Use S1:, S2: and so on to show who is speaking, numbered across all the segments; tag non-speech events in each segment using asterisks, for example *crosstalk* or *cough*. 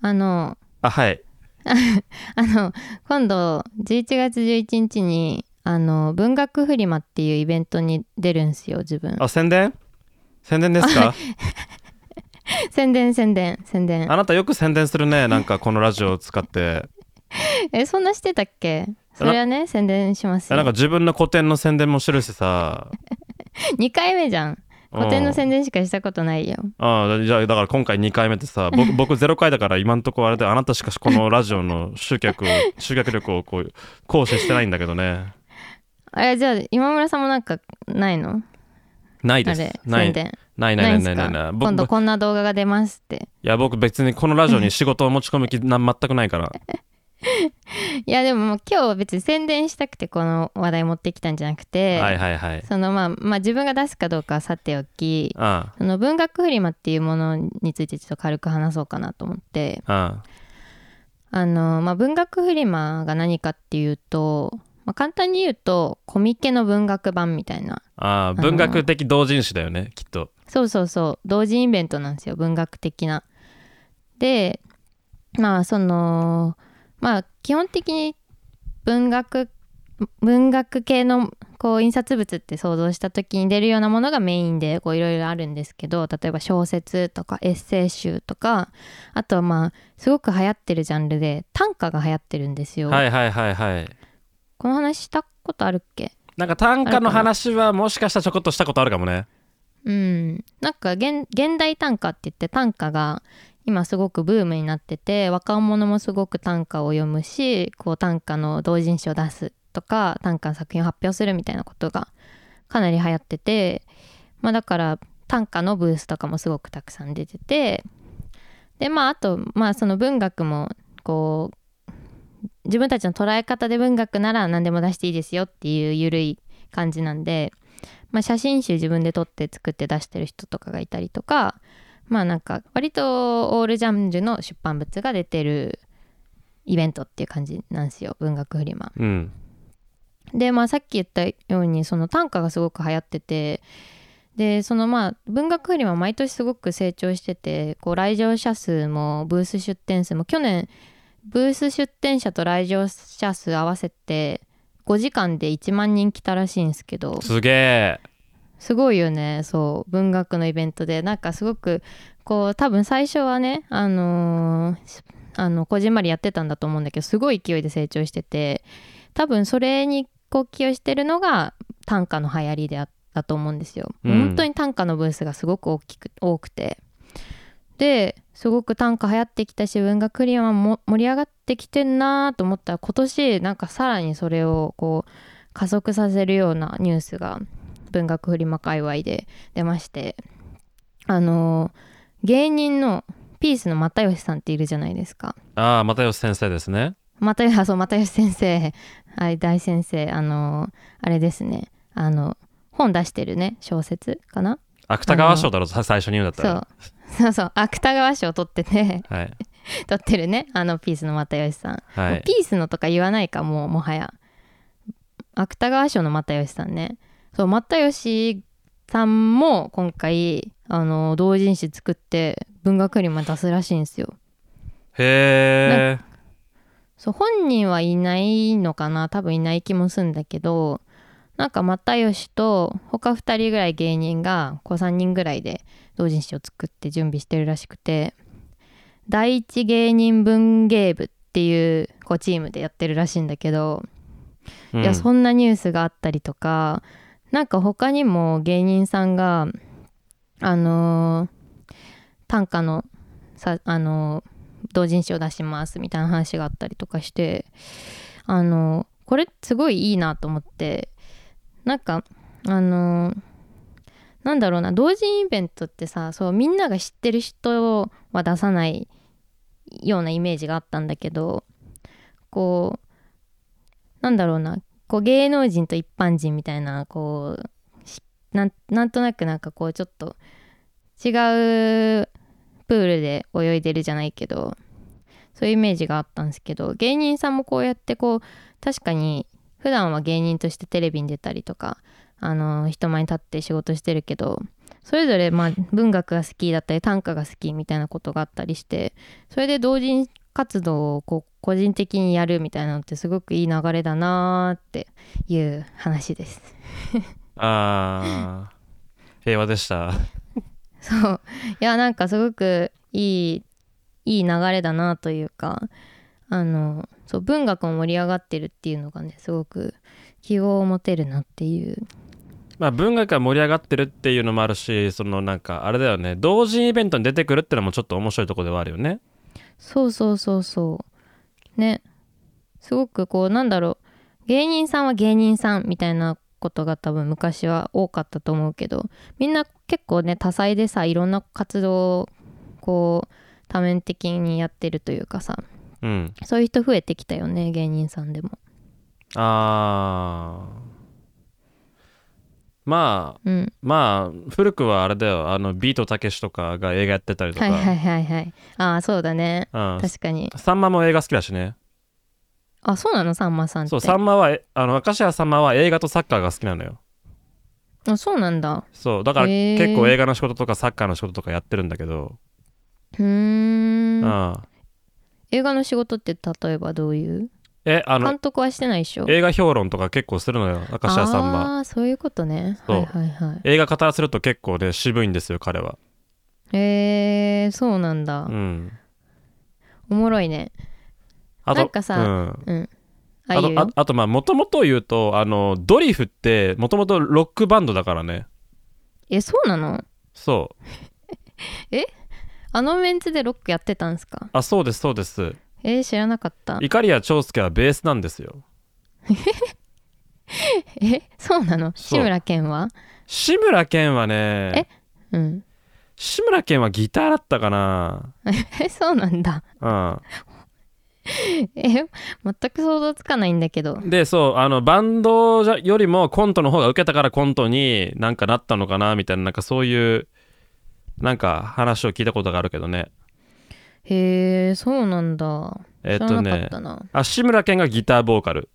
S1: あの、
S2: あ、はい。
S1: あの、今度、11月11日に、あの、文学フリマっていうイベントに出るんすよ、自分。
S2: あ、宣伝宣伝です
S1: *laughs*
S2: か
S1: 宣伝、宣伝、宣伝。
S2: あなたよく宣伝するね。なんかこのラジオを使って。
S1: え、そんなしてたっけそれはね、宣伝します
S2: えなんか
S1: よ。
S2: 自分の個展の宣伝もしてるしさ。
S1: 2回目じゃん。個展の宣伝しかしたことないよ。
S2: ああじゃあだから今回2回目でさ
S1: *laughs*
S2: 僕僕0回だから今んとこあれであなたしかしこのラジオの集
S1: *laughs*
S2: 客を集客力をこう行使してないんだけどね
S1: え、じゃあ、今村さんもなんか、ないの
S2: ない
S1: あ
S2: で
S1: れ
S2: す、な
S1: 宣
S2: い
S1: 伝。
S2: ないな
S1: ないん
S2: いな
S1: す
S2: いな
S1: か
S2: いない僕
S1: 今度こんな動画が出ますって。
S2: いや僕別にこのラジオに仕事を持ち込
S1: *laughs*
S2: む気な全くないから
S1: いやでももう今日は別に宣伝したくてこの話題持ってきたんじゃなくて、
S2: はいはいはい
S1: そのまあまあ自分が出すかどうかはさておき
S2: あ
S1: その文学フリマっていうものについてちょっと軽く話そうかなと思って
S2: ああ
S1: あの、まあ、文学フリマが何かっていうと、まあ、簡単に言うとコミケの文学版みたいな
S2: あああ文学的同人誌だよねきっと
S1: そうそうそう同時イベントなんですよ文学的な。でまあそのまあ基本的に文学文学系のこう印刷物って想像した時に出るようなものがメインでこういろいろあるんですけど例えば小説とかエッセイ集とかあとはまあすごく流行ってるジャンルで短歌が流行ってるんですよ。
S2: はいはいはいはい
S1: この話したことあるっけ
S2: なんか短歌の話はもしかしたらちょこっとしたことあるかもね
S1: うん、なんか現現代短歌って言って短歌が今すごくブームになってて若者もすごく短歌を読むしこう短歌の同人誌を出すとか短歌の作品を発表するみたいなことがかなり流行ってて、まあ、だから短歌のブースとかもすごくたくさん出ててでまああと、まあ、その文学もこう自分たちの捉え方で文学なら何でも出していいですよっていう緩い感じなんで。まあ、写真集自分で撮って作って出してる人とかがいたりとかまあなんか割とオールジャンルの出版物が出てるイベントっていう感じなんですよ文学フリマ。
S2: うん
S1: でまあさっき言ったようにその短歌がすごく流行っててでそのまあ文学フリマ毎年すごく成長しててこう来場者数もブース出店数も去年ブース出店者と来場者数合わせて5時間で1万人来たらしいんですけど
S2: すげえ
S1: すごいよねそう文学のイベントでなんかすごくこう多分最初はねあのーしあのこじんまりやってたんだと思うんだけどすごい勢いで成長してて多分それにこう寄与してるのが短歌の流行りであったと思うんですよ、
S2: うん
S1: 本当に短歌のブースがすごく大きく多くてですごく短歌流行ってきたし文学クリアマも盛り上がってきてんなと思ったら今年なんかさらにそれをこう加速させるようなニュースが文学フリマ界隈で出ましてあの芸人のピースの又吉さんっているじゃないですか
S2: ああ又吉先生ですね
S1: 又吉あ *laughs* そう又吉先生はい大先生あのあれですねあの本出してるね小説かな
S2: 芥川賞だろさ最初に言うんだった
S1: そ
S2: ら
S1: う *laughs* そうそう芥川賞取ってて *laughs*
S2: はい
S1: 取ってるねあのピースの又吉さん
S2: は
S1: もう
S2: い
S1: ピースのとか言わないかもうもはや芥川賞の又吉さんねそう又吉さんも今回あの同人誌作って文学にも出すらしいんですよ
S2: へえ
S1: そう本人はいないのかな多分いない気もするんだけどなんか又吉と他2人ぐらい芸人がこう3人ぐらいで同人誌を作って準備してるらしくて第一芸人文芸部っていうこうチームでやってるらしいんだけどいやそんなニュースがあったりとかなんか他にも芸人さんがあのー短歌のさあのー同人誌を出しますみたいな話があったりとかしてあのーこれすごいいいなと思ってなんかあのーなんだろうな同人イベントってさそうみんなが知ってる人は出さないようなイメージがあったんだけどこうなんだろうなこう芸能人と一般人みたいなこうしなんなんとなくなんかこうちょっと違うプールで泳いでるじゃないけどそういうイメージがあったんですけど芸人さんもこうやってこう確かに普段は芸人としてテレビに出たりとかあの人前に立って仕事してるけどそれぞれまあ文学が好きだったり短歌が好きみたいなことがあったりしてそれで同人活動をこう個人的にやるみたいなのってすごくいい流れだなーっていう話です。 *laughs*
S2: あー平和でした
S1: そういやなんかすごくいいいい流れだなというかあのそう文学も盛り上がってるっていうのがねすごく希望を持てるなっていう
S2: まあ文学が盛り上がってるっていうのもあるしそのなんかあれだよね同人イベントに出てくるってのもちょっと面白いとこではあるよね
S1: そうそうそうそうねすごくこうなんだろう芸人さんは芸人さんみたいなことが多分昔は多かったと思うけどみんな結構ね多彩でさいろんな活動をこう多面的にやってるというかさ
S2: うん
S1: そういう人増えてきたよね芸人さんでも。
S2: あーまあ
S1: うん
S2: まあ古くはあれだよあのビートたけしとかが映画やってたりと
S1: は
S2: か、
S1: いはいはいはいああそうだね
S2: うん
S1: 確かに
S2: さんまも映画好きだしね
S1: あそうなのさんまさんって
S2: そうさんまはえあの明石家さんまは映画とサッカーが好きなのよ
S1: あそうなんだ
S2: そうだから
S1: へー
S2: 結構映画の仕事とかサッカーの仕事とかやってるんだけど、
S1: うー
S2: うんん、
S1: 映画の仕事って例えばどういう
S2: えあの
S1: 監督はしてないでしょ
S2: 映画評論とか結構するのよ明石家さんま
S1: ああそういうことね
S2: そう
S1: はいはいはい
S2: 映画語らせると結構ね渋いんですよ彼は
S1: えー、そうなんだ、
S2: うん
S1: おもろいね
S2: あと
S1: なんかさ
S2: うん
S1: うんあ
S2: あ
S1: い
S2: と
S1: う
S2: ああとまあもともと言うとあのドリフってもともとロックバンドだからね
S1: えそうなの
S2: そう
S1: あのメンツでロックやってたんすか
S2: あそうですそうです
S1: えー、知らなかった
S2: いかりや長介はベースなんですよ
S1: えそうなの
S2: そ
S1: 志
S2: う
S1: 村けんは
S2: 志村けんはね
S1: うん
S2: 志村けんはギターだったかな
S1: えそうなんだ
S2: うん
S1: え全く想像つかないんだけど
S2: でそうあのバンドじゃよりもコントの方が受けたからコントになんかなったのかなみたいななんかそういうなんか話を聞いたことがあるけどね
S1: へえそうなんだ
S2: えっ
S1: 知
S2: と
S1: らなかっ
S2: ね
S1: たな。
S2: あ志村けんがギターボーカル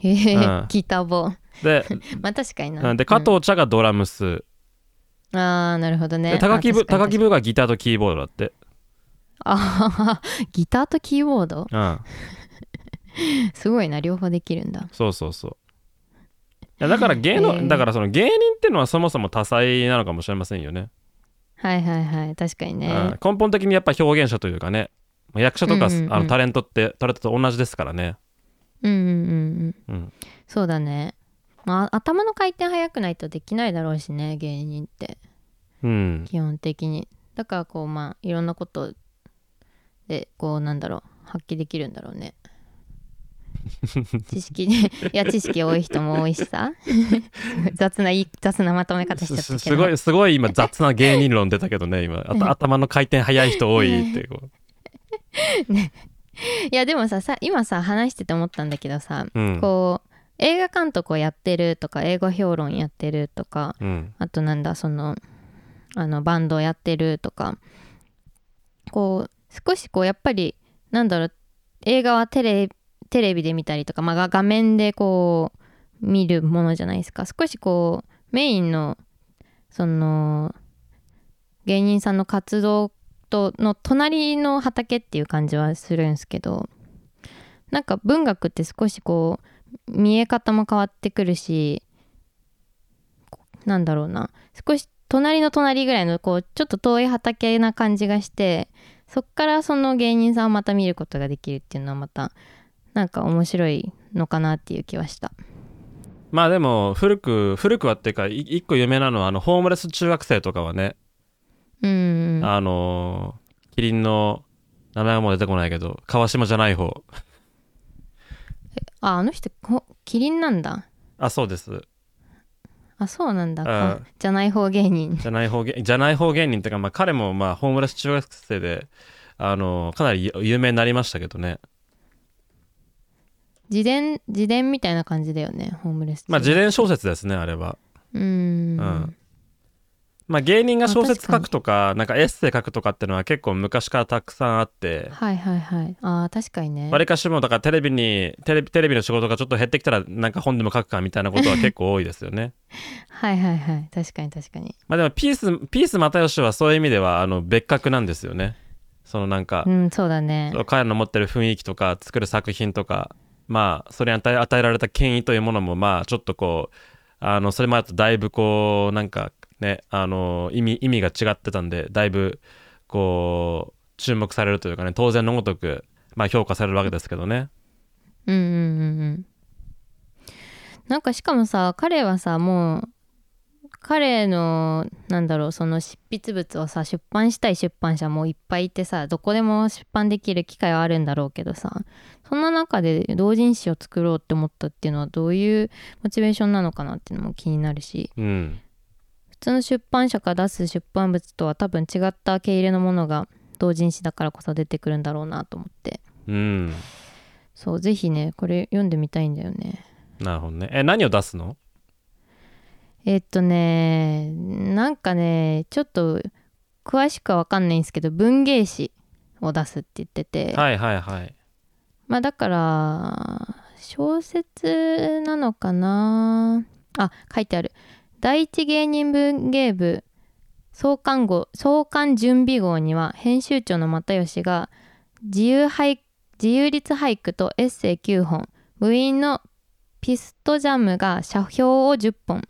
S1: へえ、
S2: うん
S1: ギターボ。
S2: で
S1: まあ確かに *laughs* な。
S2: うんで加
S1: う
S2: 藤茶がドラムス、
S1: んああ、なるほどね。
S2: で高木部
S1: あ
S2: 高
S1: 確かに確かに
S2: 木。部がギターとキーボードだって、
S1: あーギターとキーボード
S2: うん、
S1: すごいな、両方できるんだ。
S2: そうそうそういやだから芸能、
S1: えー
S2: だからその芸人ってのはそもそも多彩なのかもしれませんよね、
S1: はいはいはい、確かに
S2: うん
S1: ね。
S2: 根本的にやっぱ表現者というかね役者とか、
S1: うんうんうん
S2: あのタレントってタレントと同じですからね
S1: うんうんうんうん。
S2: うん
S1: そうだね。まあ、頭の回転速くないとできないだろうしね、芸人って。
S2: うん
S1: 基本的に。だからこう、まあ、いろんなことで、こう、なんだろう、発揮できるんだろうね。知識
S2: *laughs*
S1: ね。いや、知識多い人も多いしさ。 *laughs* 雑な、いい雑なまとめ方しちゃったけ
S2: す
S1: ど。
S2: すごいすごい今雑な芸人論出たけどね今
S1: *laughs*
S2: あと頭の回転早い人多いってこ
S1: いやでもささ今さ話してて思ったんだけどさ、
S2: う、うん
S1: こう映画監督をやってるとか映画評論やってるとか
S2: うん、
S1: あとなんだそのあのバンドをやってるとかこう少しこうやっぱりなんだろう映画はテレテレビで見たりとか、まあが、画面でこう見るものじゃないですか少しこうメインのその芸人さんの活動との隣の畑っていう感じはするんですけどなんか文学って少しこう見え方も変わってくるしなんだろうな少し隣の隣ぐらいのこうちょっと遠い畑な感じがしてそっからその芸人さんをまた見ることができるっていうのはまたなんか面白いのかなっていう気はした
S2: まあでも古く古くはっていうかい一個有名なのはあのホームレス中学生とかはね、
S1: うん
S2: あのーキリンの名前はもう出てこないけど川島じゃない方
S1: ああの人ほキリンなんだ
S2: あそうです
S1: あそうなんだ
S2: あ
S1: かじゃない方芸人
S2: じゃない方芸じゃない方芸人っていうか、まあ、彼もまあホームレス中学生であのーかなり有有名になりましたけどね
S1: 自伝自伝みたいな感じだよねホームレス
S2: まあ自
S1: 伝
S2: 伝小説ですねあれは
S1: うん
S2: うんまあ芸人が小説書くとかなんかエッセイ書くとかってのは結構昔からたくさんあって
S1: はいはいはいあー確かにね
S2: わりかしもだからテレビにテレビテレビの仕事がちょっと減ってきたらなんか本でも書くかみたいなことは結構多いですよね
S1: はいはいはい確かに確かに
S2: まあでもピースピース又吉はそういう意味ではあの別格なんですよねそのなんか
S1: うんそうだね
S2: 彼らの持ってる雰囲気とか作る作品とかまあそれに与え与えられた権威というものもまあちょっとこうあのそれまでとだいぶこうなんかねあの意味意味が違ってたんでだいぶこう注目されるというかね当然のごとく、まあ、評価されるわけですけどね
S1: うんうんうんうんなんかしかもさ彼はさもう彼のなんだろうその執筆物をさ出版したい出版社もいっぱいいてさどこでも出版できる機会はあるんだろうけどさそんな中で同人誌を作ろうって思ったっていうのはどういうモチベーションなのかなっていうのも気になるし
S2: うん
S1: 普通の出版社から出す出版物とは多分違った毛入れのものが同人誌だからこそ出てくるんだろうなと思って
S2: うん
S1: そうぜひねこれ読んでみたいんだよね
S2: なるほどねえ何を出すの
S1: えっとねなんかねちょっと詳しくは分かんないんですけど文芸誌を出すって言ってて、
S2: はいはいはい
S1: まあだから小説なのかなあ書いてある第一芸人文芸部創刊号創刊準備号には編集長の又吉が自由俳自由律俳句とエッセイ9本部員のピストジャムが写評を10本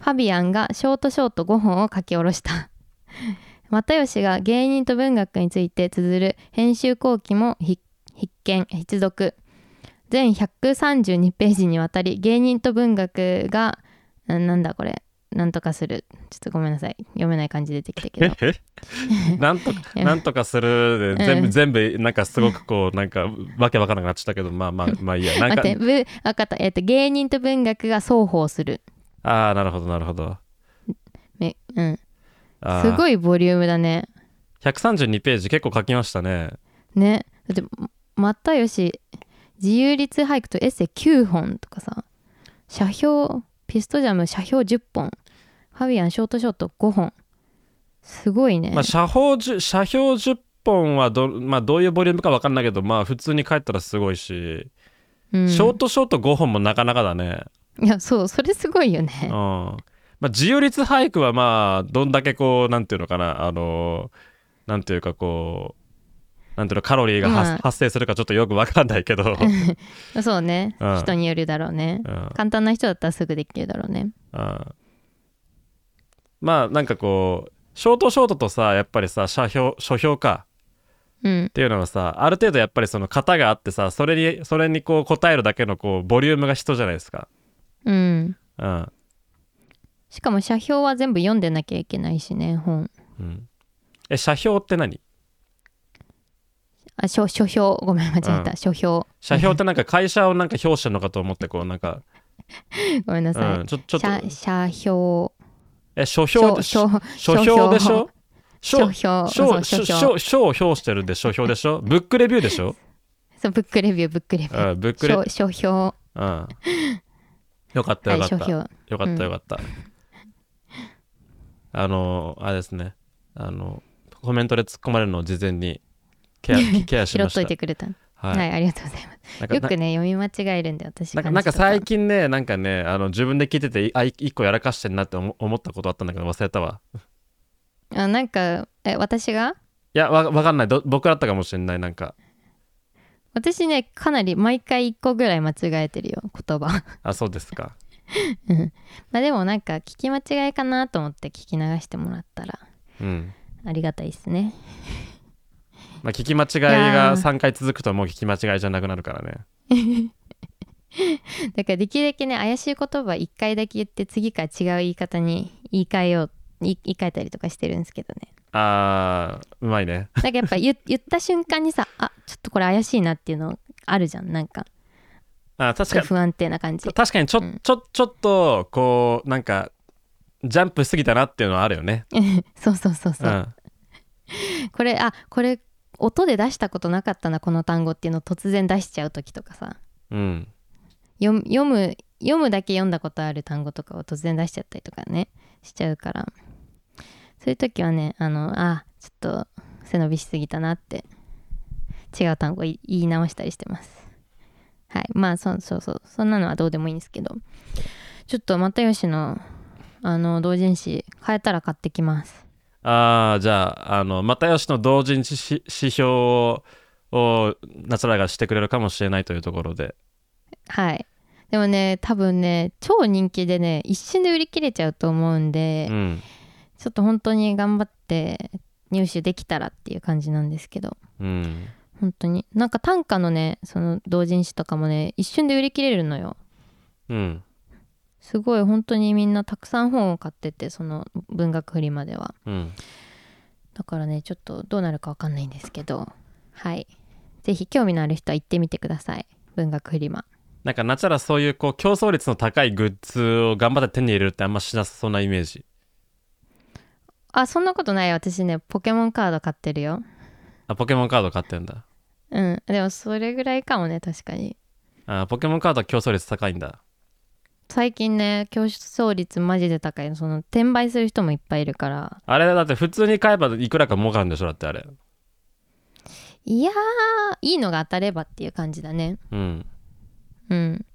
S1: ファビアンがショートショート5本を書き下ろした *laughs* 又吉が芸人と文学について綴る編集後期も必必見必読全132ページにわたり芸人と文学がうんなんだこれなんとかするちょっとごめんなさい読めない感じ出てきたけ
S2: *laughs*
S1: ど
S2: なんとかなんとかするで全部、
S1: うん
S2: 全部なんかすごくこうなんかわけわからなくなっちゃったけどまあまあまあいいやなん
S1: 待
S2: か
S1: ってぶわかった、えっと芸人と文学が双方する
S2: ああなるほどなるほど
S1: めうん
S2: あ
S1: す
S2: い
S1: ごいボリュームだね
S2: 132ページ結構書きましたね
S1: ねだって又吉自由律俳句とエッセイ9本とかさ写評ピストジャム写評10本ファビアンショートショート5本すごいね、
S2: まあ写法10写評10本はど,、まあ、どういうボリュームか分かんないけどまあ普通に書いたらすごいし、
S1: うん、
S2: ショートショート5本もなかなかだね
S1: いやそうそれすごいよ
S2: うん
S1: ね
S2: まあ自由律俳句はまあどんだけこうなんていうのかなあのなんていうかこうなんていうのカロリーが発,、
S1: まあ
S2: 発生するかちょっとよく分かんないけど、
S1: そうね、
S2: うん
S1: 人によるだろうね
S2: うん
S1: 簡単な人だったらすぐできるだろうね
S2: うんまあなんかこうショートショートとさやっぱりさ写評書評か
S1: うん
S2: っていうのはさある程度やっぱりその型があってさそれにそれにこう答えるだけのこうボリュームが人じゃないですか、
S1: うん
S2: うん
S1: しかも写評は全部読んでなきゃいけないしね本
S2: うん、え写評って何
S1: あ書書評ごめん間違えた、
S2: うん
S1: 書評
S2: 写評ってなんか会社をなんか表してるのかと思ってこうなんか、
S1: ごめんなさい、
S2: うん、ちょちょっと
S1: 写写評
S2: え書評で書
S1: 書書
S2: 評でしょ書
S1: 書評そ
S2: 書
S1: う書
S2: 書
S1: 評
S2: 書書を表してるで書評でしょブックレビューでしょ、
S1: そうブックレビューブックレビ
S2: う
S1: ュー
S2: ん、ブックレビュ
S1: 書書評
S2: ー、うん、よかった
S1: は
S2: よ
S1: い
S2: かっ
S1: 書
S2: た、
S1: 評
S2: よかっ
S1: うん
S2: たよかった、あのあれですねあのコメントで突っ込まれるのを事前に
S1: *laughs*
S2: ケアケアし
S1: 拾
S2: ま
S1: っ
S2: し
S1: と
S2: た
S1: いてくれた
S2: は、
S1: はいい、ありがとうございます
S2: なんか
S1: よくね読み間違えるんで私
S2: ななんかなんか
S1: 最
S2: 最近ねなんかねあの自分で聞いててあい一個やらかしてんなって思思ったことあったんだけど忘れたわ
S1: あなんかえ私が
S2: いやわわかんないど僕だったかもしれないなんか
S1: 私ねかなり毎回1個ぐらい間違えてるよ言葉 *laughs*
S2: あそうですか
S1: まあでもなんか聞き間違いかなと思って聞き流してもらったら
S2: うん
S1: ありがたいですね
S2: まあ、聞き間違い
S1: いや
S2: が
S1: ー
S2: 3回続くともう聞き間違いじゃなくなるからね
S1: だからできるだけね怪しい言葉1回だけ言って次から違う言い方に言い換えよう言い言い換えたりとかしてるんですけどね
S2: あーうまいね
S1: なんかやっぱ言 *laughs* 言った瞬間にさあちょっとこれ怪しいなっていうのあるじゃんなんか
S2: あー確
S1: ちょ
S2: か
S1: っ
S2: に
S1: と不安定な感じ
S2: 確かにちょ,、
S1: うん
S2: ちょちょっとこうなんかジャンプしすぎたなっていうのはあるよね。
S1: そうそうそう
S2: う
S1: そう、
S2: ん、
S1: これあこれ音で出したことなかったなこの単語っていうのを突然出しちゃう時とかさ
S2: うん、
S1: 読む読む読むだけ読んだことある単語とかを突然出しちゃったりとかねしちゃうからそういう時はねあのあちょっと背伸びしすぎたなって違う単語い言い直したりしてますはいまあそそうそうそんなのはどうでもいいんですけどちょっと又吉のあの同人誌買えたら買ってきます
S2: ああじゃああの又吉の同人誌し指標をを夏らがしてくれるかもしれないというところで
S1: はいでもね多分ね超人気でね一瞬で売り切れちゃうと思うんで、
S2: うん
S1: ちょっと本当に頑張って入手できたらっていう感じなんですけど
S2: うん
S1: 本当になんか短歌のねその同人誌とかもね一瞬で売り切れるのよ
S2: うん
S1: すごい本当にみんなたくさん本を買っててその文学フリまでは
S2: うん
S1: だからねちょっとどうなるかわかんないんですけどはい是非興味のある人は行ってみてください文学フリマ
S2: なんか夏らそういうこう競争率の高いグッズを頑張って手に入れるってあんましなさそうなイメージ
S1: あそんなことないよ私ねポケモンカード買ってるよ
S2: あポケモンカード買ってんだ
S1: うんでもそれぐらいかもね確かに
S2: あポケモンカードは競争率高いんだ
S1: 最近ね競争率マジで高いのその転売する人もいっぱいいるから
S2: あれだって普通に買えばいくらか儲かるんでしょだってあれ
S1: いやーいいのが当たればっていう感じだね
S2: うん
S1: うん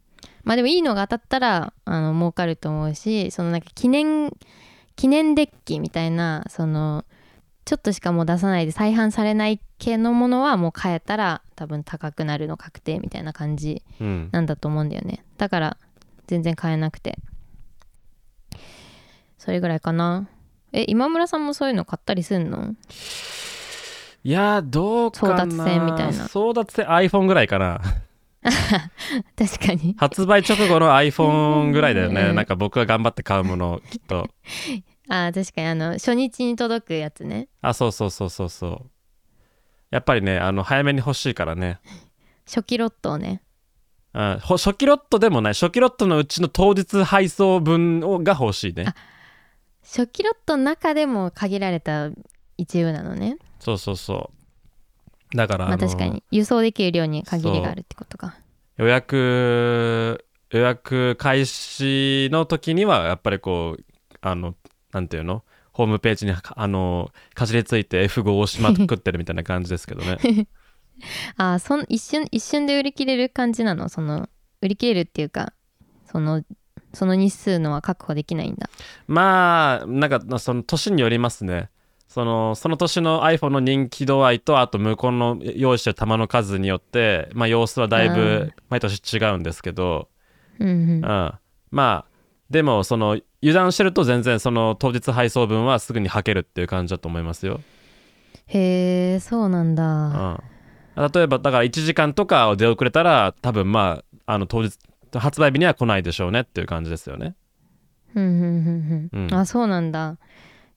S1: まあでもいいのが当たったらあの儲かると思うしそのなんか記念記念デッキみたいなそのちょっとしかもう出さないで再販されない系のものはもう買えたら多分高くなるの確定みたいな感じ
S2: うん
S1: なんだと思うんだよねだから全然買えなくてそれぐらいかなえ今村さんもそういうの買ったりすんの
S2: いやーどうか
S1: 争
S2: な
S1: 奪戦みたいな
S2: 争奪戦 iPhone ぐらいかな *laughs*
S1: 確かに
S2: 発売直後の iPhone ぐらいだよね、
S1: うん
S2: なんか僕が頑張って買うものきっと
S1: *laughs* あー確かにあの初日に届くやつね
S2: あそうそうそうそうそうやっぱりねあの早めに欲しいからね、
S1: 初期ロットをね
S2: うん、ほ初期ロットでもない初期ロットのうちの当日配送分をが欲しいね
S1: 初期ロットの中でも限られた一部なのね
S2: そうそうそうだから、
S1: まあ
S2: あの
S1: 確かに輸送できる量に限りがあるってことか
S2: 予約予約開始の時にはやっぱりこうあのなんていうのホームページにかあのかじりついて F5 を押しまくってるみたいな感じですけどね *laughs*
S1: あーそん一瞬一瞬で売り切れる感じなのその売り切れるっていうかそのその日数のは確保できないんだ
S2: まあなんかその年によりますねそのその年の iPhone の人気度合いとあと向こうの用意してる玉の数によって、まあ、様子はだいうぶ毎年違うんですけど、
S1: うんうん
S2: うん、まあでもその油断してると全然その当日配送分はすぐに履けるっていう感じだと思いますよ。
S1: へえそうなんだ
S2: うん、例えばだから1時間とか出遅れたら多分まああの当日発売日には来ないでしょうねっていう感じですよね
S1: うんうんうんうん、
S2: うん
S1: あそうなんだ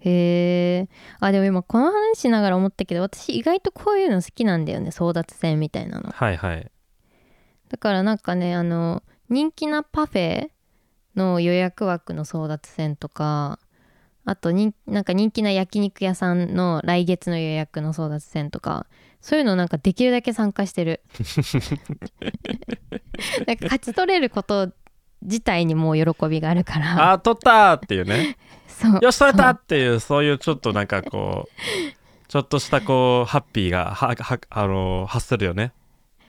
S1: へえあでも今この話しながら思ったけど私意外とこういうの好きなんだよね争奪戦みたいなの
S2: はいはい
S1: だからなんかねあの人気なパフェの予約枠の争奪戦とかあと人なんか人気な焼肉屋さんの来月の予約の争奪戦とかそういうのなんかできるだけ参加してるなんか勝ち取れること自体にもう喜びがあるから
S2: あー取ったーっていう
S1: *laughs*
S2: ね
S1: そう
S2: よし取れたっていうそういうちょっとなんかこうちょっとしたこうハッピーがははあのー発するよね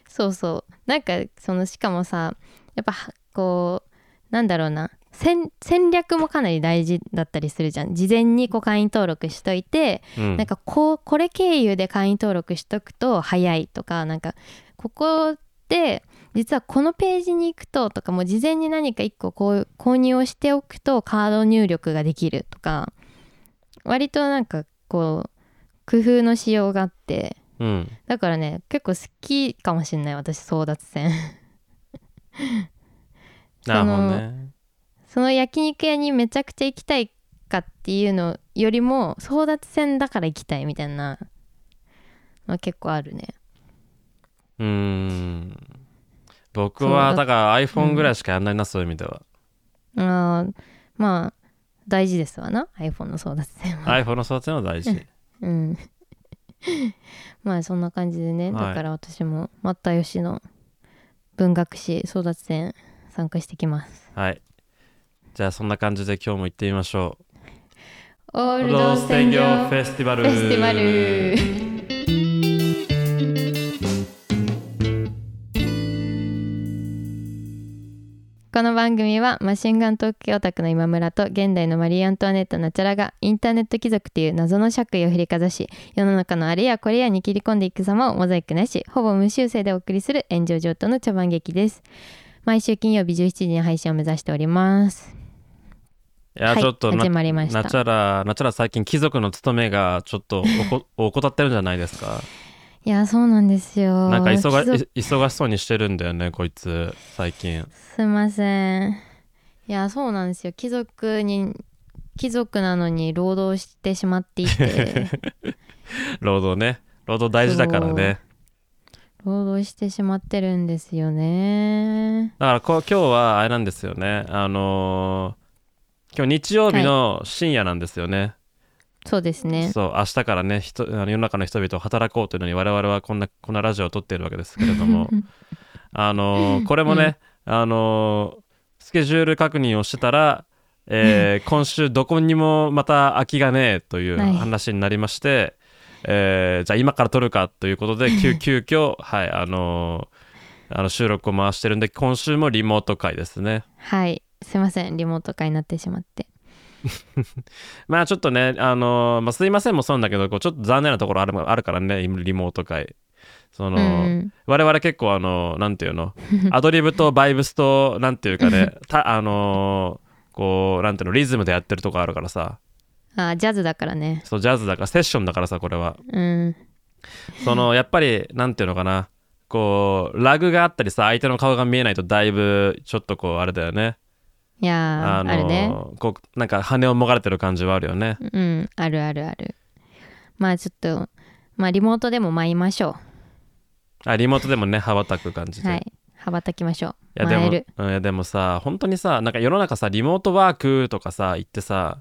S1: そうそうなんかそのしかもさやっぱはこうなんだろうな戦戦略もかなり大事だったりするじゃん事前にこう会員登録しといて、
S2: うん
S1: なんかこうこれ経由で会員登録しとくと早いとかなんかここで実はこのページに行くととかもう事前に何か1個こう購入をしておくとカード入力ができるとか割となんかこう工夫のしようがあって
S2: うん
S1: だからね結構好きかもしんない私争奪戦 *laughs*
S2: なるほど
S1: そ
S2: ね
S1: その焼肉屋にめちゃくちゃ行きたいかっていうのよりも争奪戦だから行きたいみたいなのは結構あるね
S2: うーん僕
S1: そ
S2: は
S1: う
S2: だ
S1: だ
S2: から iPhone ぐらいしかやんないな、そういう意味では
S1: あーまあ大事ですわな iPhone の争奪戦は
S2: iPhone の育てるのは大事
S1: うん *laughs* まあそんな感じでね、
S2: はい
S1: だから私も又吉の文学史争奪戦参加してきます
S2: はいじゃあそんな感じで今日も行ってみましょう
S1: おオール
S2: ロ
S1: ド
S2: ーステン業フ
S1: フェ
S2: ェスティバル
S1: スティバルこの番組はマシンガン東京オタクの今村と現代のマリー・アントワネット・ナチャラがインターネット貴族という謎の爵位を振りかざし世の中のあれやこれやに切り込んでいく様をモザイクなしほぼ無修正でお送りする炎上上等の茶番劇です毎週金曜日17時に配信を目指しております
S2: いや、
S1: はい
S2: ちょっとな
S1: 始まりました
S2: ナチャラナチャラ最近貴族の務めがちょっと
S1: *laughs*
S2: おこ怠ってるんじゃないですか
S1: いやそうなんですよ
S2: なんか忙
S1: 貴族
S2: い忙しそうにしてるんだよねこいつ最近
S1: すいませんいやそうなんですよ貴族に貴族なのに労働してしまっていて
S2: *laughs* 労働ね労働大事だからね
S1: 労働してしまってるんですよね
S2: だからこう今日はあれなんですよねあのー今日日曜日の深夜なんですよね、
S1: そうですね
S2: そう明日からね人あの世の中の人々を働こうというのに我々はこんなこんなラジオを撮っているわけですけれど
S1: *laughs*
S2: もあのーこれもね、あのースケジュール確認をしてたら、えー今週どこにもまた空きがねえという
S1: はい
S2: 話になりまして、えーじゃあ今から撮るかということ
S1: *laughs*
S2: で急急遽はいあのーあの収録を回してるんで今週もリモート会ですね
S1: はいすいませんリモート会になってしまって
S2: まあちょっとね、あのーまあ、すいませんもそうなんだけどこうちょっと残念なところあるあるからねリモート会その、
S1: うん
S2: 我々結構あのなんていうのアドリブとバイブスとなんていうか
S1: *laughs*
S2: ねたあのーこうなんていうのリズムでやってるとこあるからさ
S1: あジャズだからね
S2: そうジャズだからセッションだからさこれは
S1: うん
S2: そのやっぱりなんていうのかなこうラグがあったりさ相手の顔が見えないとだいぶちょっとこうあれだよね
S1: いやーあ,、
S2: のー
S1: るね
S2: こうなんか羽をもがれてる感じはあるよね
S1: うんあるあるあるまあちょっとまあリモートでも舞いましょ
S2: あリモートでもね羽ばたく感じ
S1: う
S2: で、
S1: はいい羽ばたきましょう
S2: やで
S1: 舞え
S2: も
S1: る、
S2: うん、いやでもさ本当にさなんか世の中さリモートワークとかさ言ってさ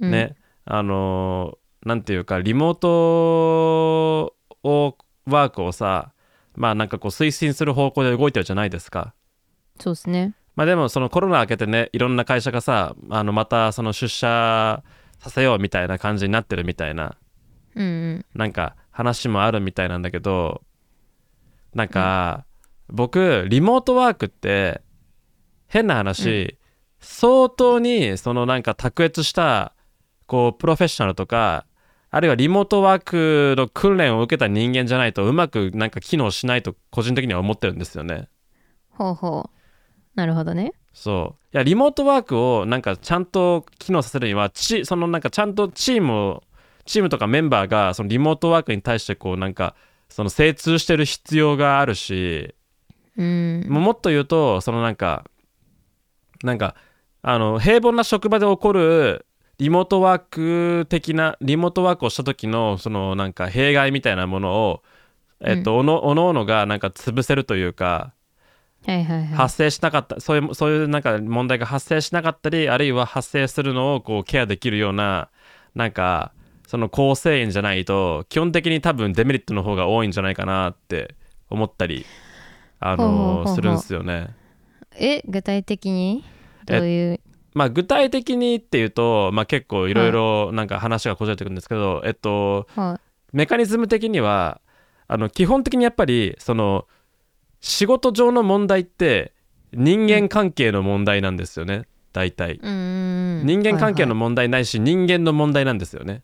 S1: うん
S2: ね、あのーなんていうかリモートをワークをさまあなんかこう推進する方向で動いてるじゃないですか。
S1: そうですね
S2: まあでもそのコロナ明けてねいろんな会社がさあのまたその出社させようみたいな感じになってるみたいな
S1: うんうん
S2: なんか話もあるみたいなんだけどなんか、僕リモートワークって変な話、相当にそのなんか卓越したこうプロフェッショナルとかあるいはリモートワークの訓練を受けた人間じゃないとうまくなんか機能しないと個人的には思ってるんですよね。
S1: ほうほうなるほどね
S2: そういやリモートワークをなんかちゃんと機能させるにはちそのなんかちゃんとチームをチームとかメンバーがそのリモートワークに対してこうなんかその精通してる必要があるし、
S1: うん
S2: もうもっと言うとそのなんかなんかあの平凡な職場で起こるリモートワーク的なリモートワークをした時のそのなんか弊害みたいなものを、えっとおのおのおのがなんか潰せるというか、
S1: はいはいはい
S2: 発生しなかったそういうそういうなんか問題が発生しなかったりあるいは発生するのをこうケアできるようななんかその構成員じゃないと基本的に多分デメリットの方が多いんじゃないかなって思ったりあ
S1: ほうほうほう
S2: の
S1: ほう
S2: するんですよね。
S1: え具体的にど
S2: え
S1: ういう
S2: まあ、具体的にっていうと、まあ、結構いろいろなんか話がこじれてくるんですけど、えっと
S1: は
S2: メカニズム的にはあの基本的にやっぱりその仕事上の問題って人間関係の問題なんですよね、大体
S1: い、うーん
S2: 人間関係の
S1: はい
S2: 問題ないし、人間の問題なんですよね。
S1: はい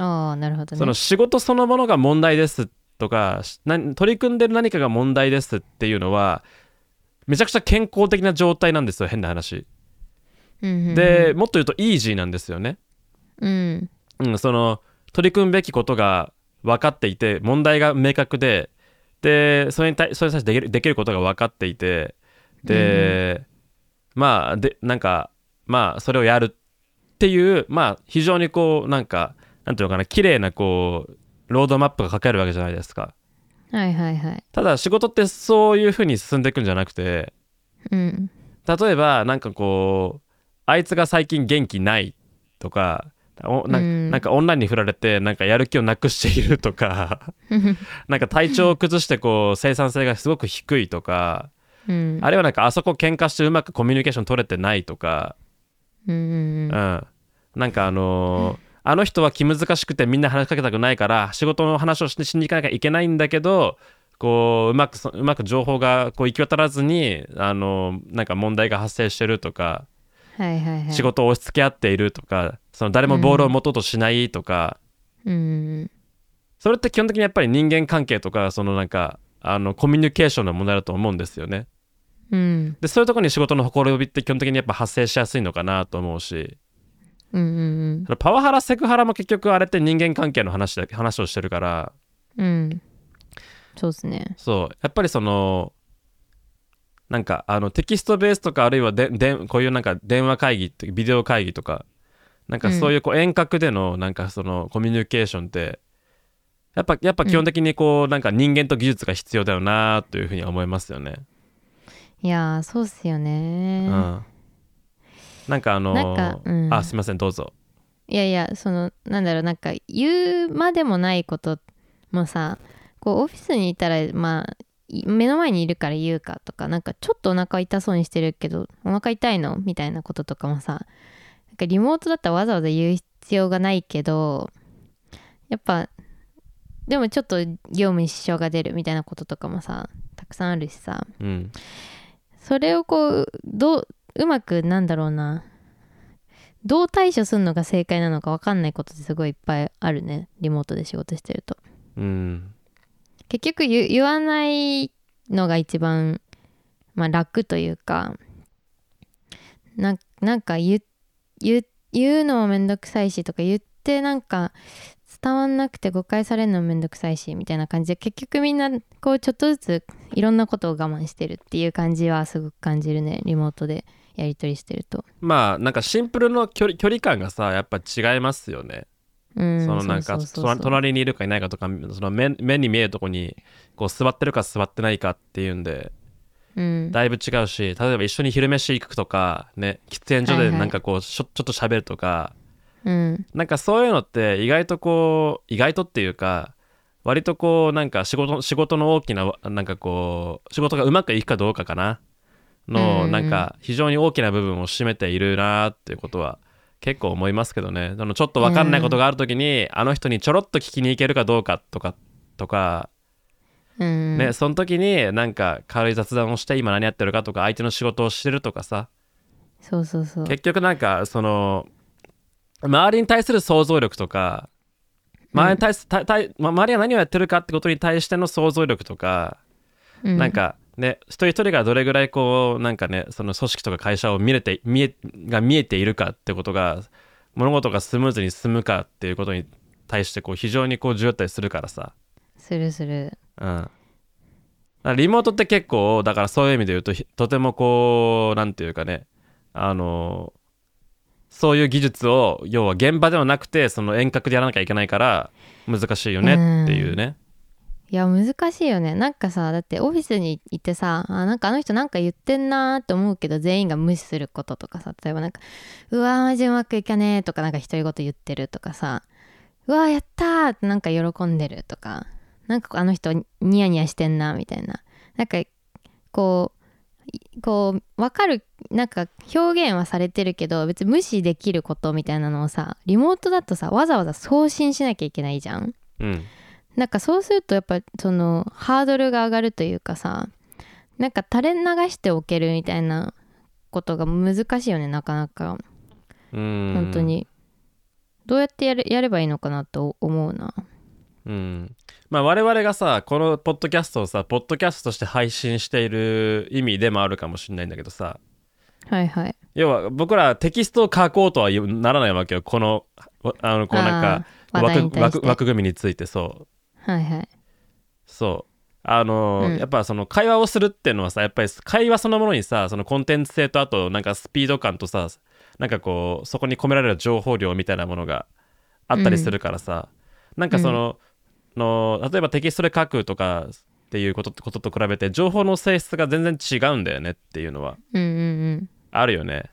S1: ああなるほどね
S2: その仕事そのものが問題ですとかしな取り組んでる何かが問題ですっていうのはめちゃくちゃ健康的な状態なんですよ変な話。
S1: うんうんうん
S2: でもっと言うとイージーなんですよね。
S1: うん
S2: うん、その取り組むべきことが分かっていて問題が明確ででそれに対それに対してできるできることが分かっていてで、まあでなんかまあそれをやるっていうまあ非常にこうなんかなんていうのかな綺麗なこうロードマップが書けるわけじゃないですか
S1: はいはいはい
S2: ただ仕事ってそういうふうに進んでいくんじゃなくて
S1: うん
S2: 例えばなんかこうあいつが最近元気ないとかおな
S1: うん
S2: なんか女に振られてなんかやる気をなくしているとか *laughs* なんか体調を崩してこう生産性がすごく低いとか
S1: うん
S2: *laughs* あるいはなんかあそこ喧嘩してうまくコミュニケーション取れてないとか、
S1: うんうん
S2: う
S1: うんん
S2: なんかあのーあの人は気難しくてみんな話しかけたくないから仕事の話をししに行かなきゃいけないんだけどこううまくそうまく情報がこう行き渡らずにあのなんか問題が発生してるとか
S1: はいはいはい
S2: 仕事を押し付け合っているとかその誰もボールを持とうとしないとか、
S1: うん
S2: それって基本的にやっぱり人間関係とかそのなんかあのコミュニケーションの問題だと思うんですよね。
S1: うん
S2: でそういうところに仕事のほころびって基本的にやっぱ発生しやすいのかなと思うし
S1: うんうん
S2: パワハラセクハラも結局あれって人間関係の話だ話をしてるから
S1: うんうんそうですね
S2: そうやっぱりそのなんかあのテキストベースとかあるいはででこういうなんか電話会議ってビデオ会議とかなんかそういうこう遠隔でのなんかそのコミュニケーションってやっぱやっぱ基本的にこうなんか人間と技術が必要だよなというふうには思いますよね。
S1: いやーそうっすよ
S2: う
S1: ね、
S2: ん、なんかあの
S1: なんかうん
S2: あすいませんどうぞ。
S1: いやいやそのなんだろうなんか言うまでもないこともさこうオフィスにいたらまあい目の前にいるから言うかとかなんかちょっとお腹痛そうにしてるけどお腹痛いのみたいなこととかもさなんかリモートだったらわざわざ言う必要がないけどやっぱでもちょっと業務に支障が出るみたいなこととかもさたくさんあるしさ
S2: うん
S1: それをこうどううまくなんだろうなどう対処するのが正解なのか分かんないことってすごいいっぱいあるねリモートで仕事してると
S2: うん
S1: 結局言言わないのが一番、まあ、楽というかなんなんか言言言うのもめんどくさいしとか言ってなんか伝わんなくて誤解されるのもめんどくさいしみたいな感じで結局みんなこうちょっとずついろんなことを我慢してるっていう感じはすごく感じるねリモートでやり取りしてると。
S2: まあなんかシンプルの距離距離感がさやっぱ違いますよね。
S1: うん、
S2: そのなん
S1: そ
S2: か
S1: うそうそう
S2: と隣にいるかいないかとかその目目に見えるとこにこう座ってるか座ってないかっていうんで
S1: うん
S2: だいぶ違うし例えば一緒に昼飯行くとかね喫煙所
S1: はい
S2: で
S1: はい
S2: なんかこうしょちょっと喋るとか
S1: うん
S2: なんかそういうのって意外とこう意外とっていうか割とこうなんか仕事仕事の大きななんかこう仕事がうまくいくかどうかかな
S1: うんう
S2: の
S1: ん
S2: なんか非常に大きな部分を占めているなっていうことは結構思いますけどねそのちょっと分かんないことがある時にあの人にちょろっと聞きに行けるかどうかとかとか
S1: うん
S2: ねその時になんか軽い雑談をして今何やってるかとか相手の仕事をしてるとかさ
S1: そうそうそう
S2: 結局なんかその周りに対する想像力とか周りに対す、たたま周りが何をやってるかってことに対しての想像力とか、
S1: う
S2: なんかね一人一人がどれぐらいこうなんかねその組織とか会社を見れて見えが見えているかってことが物事がスムーズに進むかっていうことに対してこう非常にこう重要だったりするからさ、
S1: するする
S2: うん、だからリモートって結構だからそういう意味で言うとひとてもこうなんていうかねあのそういう技術を要は現場ではなくてその遠隔でやらなきゃいけないから難しいよねっていうね。
S1: いや難しいよねなんかさだってオフィスに行ってさあなんかあの人なんか言ってんなーって思うけど全員が無視することとかさ例えばなんか「うわーマジうまくいかねー」とかなんか独り言言ってるとかさ「うわーやったー」ってなんか喜んでるとかなんかあの人ニヤニヤしてんなみたいななんかこういこう分かるなんか表現はされてるけど別に無視できることみたいなのをさリモートだとさわざわざ送信しなきゃいけないじゃん。
S2: うん
S1: なんかそうするとやっぱそのハードルが上がるというかさなんか垂れ流しておけるみたいなことが難しいよねなかなか
S2: うん
S1: 本当に、どうやってやれやればいいのかなと思うな
S2: うんまあ、我々がさこのポッドキャストをさポッドキャストとして配信している意味でもあるかもしれないんだけどさ
S1: はいはい
S2: 要は僕らテキストを書こうとは言うならないわけよこのあのこうなんか
S1: あー話題に
S2: 枠
S1: 対して
S2: 枠枠組みについてそう
S1: はいはい
S2: そうあのー
S1: うん
S2: やっぱその会話をするっていうのはさやっぱり会話そのものにさそのコンテンツ性とあとなんかスピード感とさなんかこうそこに込められる情報量みたいなものがあったりするからさ、なんかその,、の例えばテキストで書くとかっていうことことと比べて情報の性質が全然違うんだよねっていうのは
S1: うんうんうん
S2: あるよね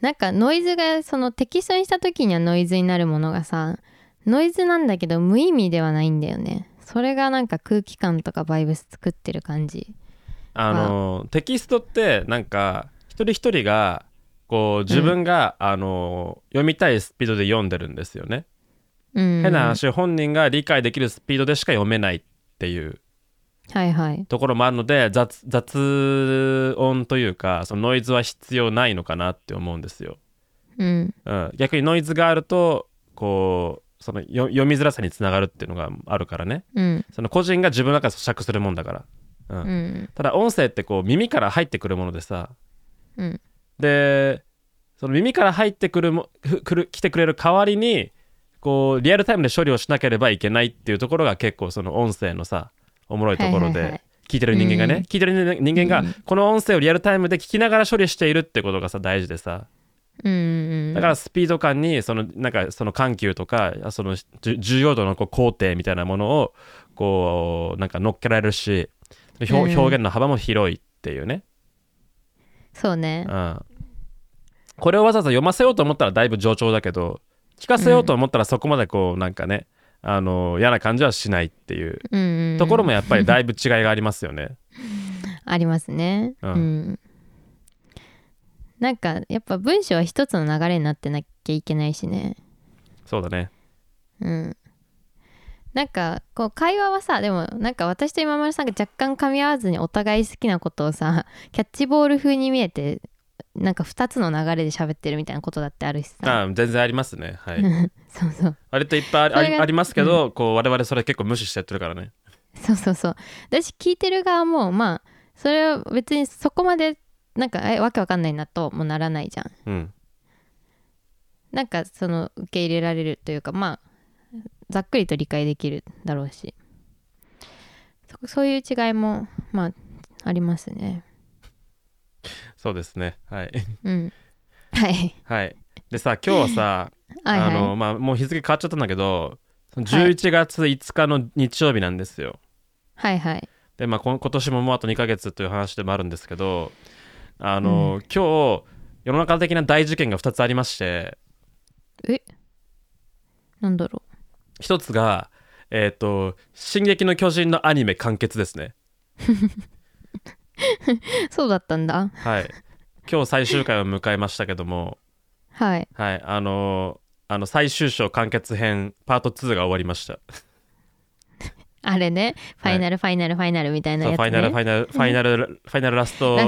S1: なんかノイズがそのテキストにした時にはノイズになるものがさノイズなんだけど無意味ではないんだよねそれがなんか空気感とかバイブス作ってる感じ
S2: あのーテキストってなんか一人一人がここう自分が、あの読みたいスピードで読んでるんですよね。
S1: 変
S2: 変な話本人が理解できるスピードでしか読めないっていう
S1: はいはい
S2: ところもあるので雑雑音というかそのノイズは必要ないのかなって思うんですよ。
S1: うん
S2: うん、逆にノイズがあるとこうそのよ読みづらさにつながるっていうのがあるからね
S1: うん
S2: その個人が自分の中で咀嚼するもんだから、うん
S1: うん
S2: ただ音声ってこう耳から入ってくるものでさ
S1: うん
S2: でその耳から入ってくるもふくる来てくれる代わりにこうリアルタイムで処理をしなければいけないっていうところが結構その音声のさおもろいところ
S1: はいはいは
S2: で
S1: い
S2: 聞いてる人間がね、
S1: うん
S2: 聞いてる人間
S1: う
S2: が
S1: ん
S2: この音声をリアルタイムで聞きながら処理しているってことがさ大事でさ
S1: うんうん
S2: だからスピード感にそのなんかその緩急とかそのじゅ重要度のこう工程みたいなものをこうなんか乗っけられるし表
S1: うん
S2: 表現の幅も広いっていうね、
S1: そうね
S2: うん、これをわざわざ読ませようと思ったらだいぶ冗長だけど聞かせようと思ったらそこまでこうなんかね、あの嫌な感じはしないっていう
S1: うんうんうん
S2: ところもやっぱりだいぶ違いがありますよね。
S1: ありますね
S2: う
S1: うんん、なんかやっぱ文章は一つの流れになってなきゃいけないしね
S2: そうだね。
S1: うんなんかこう会話はさでもなんか私と今村さんが若干噛み合わずにお互い好きなことをさキャッチボール風に見えてなんか2つの流れで喋ってるみたいなことだってあるしさ
S2: あ全然ありますね。はい、
S1: そうそう
S2: 割といっぱいあ
S1: それ
S2: り
S1: が
S2: あありますけど、こう我々それ結構無視しちゃってるからね。
S1: *laughs* そうそうそう私聞いてる側もまあそれは別にそこまでなんかえわけわかんないなともならないじゃん
S2: うん、
S1: なんかその受け入れられるというかまあざっくりと理解できるだろうしそそういう違いもまあありますね
S2: そうですね。はい。
S1: うんはい
S2: はい、でさ今日はさ
S1: はい
S2: あの、
S1: は
S2: まあ、もう日付変わっちゃったんだけどその11月5日の日曜日なんですよ。
S1: いはいはい
S2: で、まあ、こん今年ももうあと2ヶ月という話でもあるんですけどあの、今日世の中的な大事件が2つありまして
S1: なんだろ
S2: 1つが「えっ、と進撃の巨人」のアニメ完結ですね。
S1: うそうだったんだ
S2: はい、今日最終回を迎えましたけども、
S1: はい
S2: はい、あのあの最終章完結編パート2が終わりました。
S1: あれねフ
S2: はい
S1: ァイナルファイナルファイナルみたいな
S2: そう
S1: や
S2: フ
S1: つ
S2: ァイナルフ
S1: ね
S2: ァイナルファイナルファイナルラスト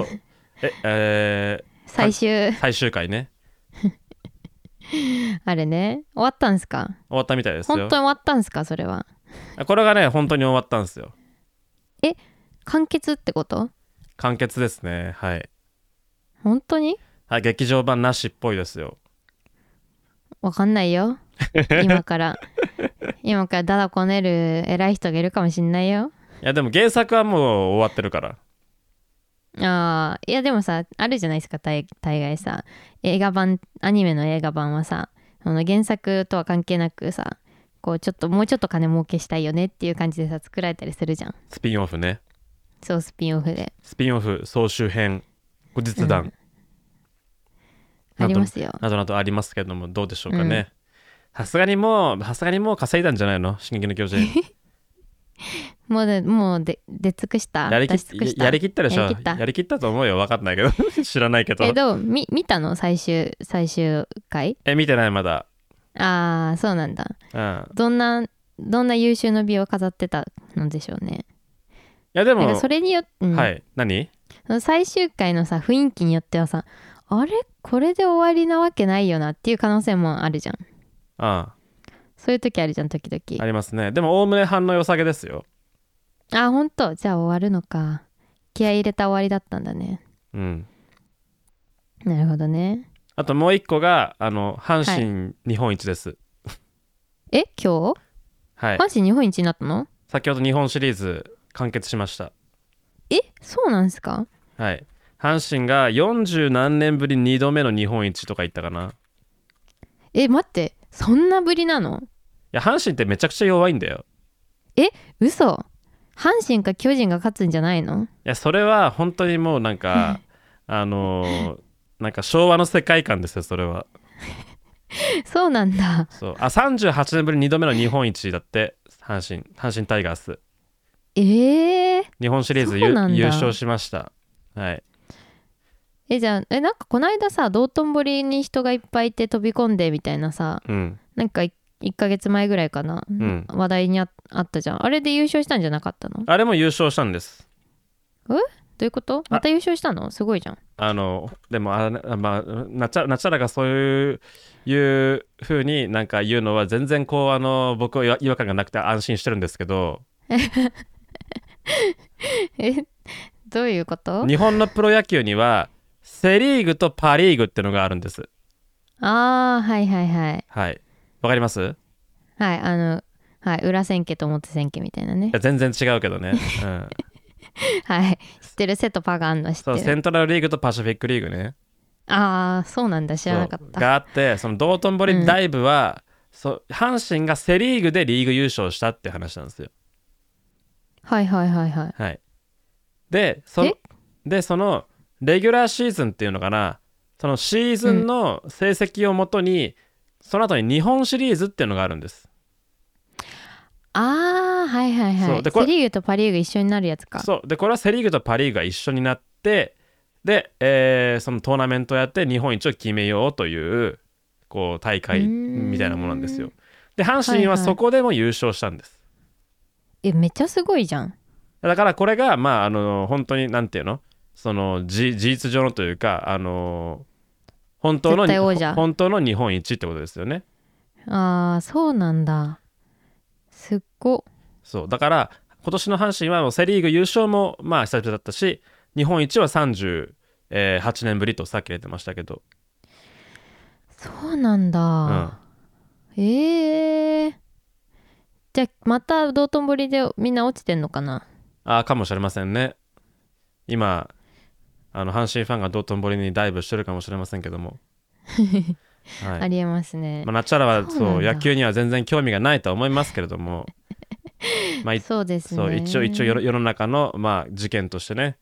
S2: え、え
S1: 最終
S2: ー最終回ね
S1: あれね終わったんすか
S2: 終わったみたいです
S1: 本
S2: よ
S1: 当に終わったんすかそれは
S2: これがね本当に終わったんですよ
S1: 完結ってこと
S2: 完結ですねはい、
S1: 本当に
S2: はい、劇場版なしっぽいですよ
S1: わかんない
S2: *laughs*
S1: よ今から今からダダこねる偉い人がいるかもしんないよ
S2: いやでも原作はもう終わってるから
S1: あーいやでもさあるじゃないですか大大概さ映画版アニメの映画版はさその原作とは関係なくさこうちょっともうちょっと金儲けしたいよねっていう感じでさ作られたりするじゃん
S2: スピンオフね
S1: そうスピンオフで
S2: スピンオフ総集編後日談、
S1: ありますよ
S2: などなどありますけどもどうでしょうかねさすがにもうさすがにもう稼いだんじゃないの進撃の
S1: *laughs*
S2: 巨人
S1: もうでもうで出尽くした
S2: やりき
S1: 出し尽くした
S2: やりきったでしょ
S1: やりきった
S2: やりきったと思うよ分かんないけど *laughs* 知らないけど
S1: えどうみ見たの最終最終回
S2: え見てないまだ
S1: ああそうなんだ
S2: うん
S1: どんなどんな優秀の美を飾ってたのでしょうね。
S2: いやで
S1: なん
S2: も
S1: かそれによって、うん
S2: はい何
S1: その最終回のさ雰囲気によってはさあれこれで終わりなわけないよなっていう可能性もあるじゃん。
S2: うん
S1: そういう時あるじゃん時々。
S2: ありますねでもおおむね反応良さげですよ
S1: あ本当じゃあ終わるのか。気合い入れた終わりだったんだね。
S2: うん
S1: なるほどね。
S2: あともう一個があの阪神日本一です
S1: え今日
S2: はい、
S1: 阪神日本一になったの
S2: 先ほど日本シリーズ完結しました
S1: えそうなんすか
S2: はい阪神が40何年ぶり2度目の日本一とか言ったかない
S1: え待ってそんなぶりなの
S2: や阪神ってめちゃくちゃ弱いんだよ
S1: 嘘阪神か巨人が勝つんじゃないの
S2: いやそれは本当にもうな
S1: *laughs*
S2: んかあのーなんか昭和の世界観ですよそれは
S1: そうなんだ。
S2: そうあ38年ぶり2度目の日本一だって阪神阪神タイガース
S1: えー、
S2: 日本シリーズゆ
S1: そうなんだ
S2: 優勝しましたはい
S1: えじゃあえなんかこの間さ道頓堀に人がいっぱいいて飛び込んでみたいなさ
S2: うん
S1: なんかい1ヶ月前ぐらいかな、
S2: ん
S1: 話題にああったじゃんあれで優勝したんじゃなかったのど
S2: あれも優勝したんです
S1: ういうことまた優勝したのすごいじゃん
S2: あのでもあ、まあ、なっちゃなっちゃらがそういういうふうになんか言うのは全然こうあの僕は違和違和感がなくて安心してるんですけど
S1: えどういうこと
S2: 日本のプロ野球にはセ・リーグとパ・リーグってのがあるんです
S1: ああはいはいはい
S2: はいわかりますい
S1: はいあのはい裏千家と表千家みたいなね
S2: や全然違うけどね、
S1: *laughs*
S2: うん、
S1: はい知ってるセとパがあんの知っ
S2: そう
S1: て
S2: セ
S1: る
S2: ントラルリーグとパシフィックリーグね
S1: ああそうなんだ知らなかっ
S2: そう
S1: た
S2: があってその道頓堀ダイブは、そう阪神がセ・リーグでリーグ優勝したって話なんですよ
S1: はいはいはいはい
S2: はい、でそ
S1: え
S2: でそのレギュラーシーズンっていうのかなそのシーズンの成績をもとに、その後に日本シリーズっていうのがあるんです
S1: ああはいはいは
S2: そう
S1: い
S2: でこれ
S1: セ・リーグとパ・リーグ一緒になるやつか
S2: そうでこれはセ・リーグとパ・リーグが一緒になってで、えーそのトーナメントをやって日本一を決めようというこう大会
S1: うーん
S2: みたいなものなんですよで阪神ははい
S1: はい
S2: そこでも優勝したんです、
S1: えめっちゃすごいじゃん
S2: だからこれがまああの本当になんていうのそのじ事実上のというかあの本当の
S1: 絶対王者
S2: 本当の日本一ってことですよね
S1: ああそうなんだすっご
S2: そうだから今年の阪神はもうセ・リーグ優勝もまあ久々だったし日本一は38年ぶりとさっき出てましたけど、
S1: そうなん
S2: うん、
S1: だ、
S2: あ
S1: ええー、じゃあまた道頓堀でみんな落ちてんのかな
S2: あーかもしれませんね今あの阪神ファンが道頓堀にダイブしてるかもしれませんけ
S1: *laughs*
S2: ども、はい
S1: ありえますね
S2: まあ、なっちゃらは
S1: そうなん
S2: そう
S1: だ
S2: 野球には全然興味がないとは思いますけれどもまあい
S1: そうですね
S2: そう一応一応世の世の中の、まあ、事件としてね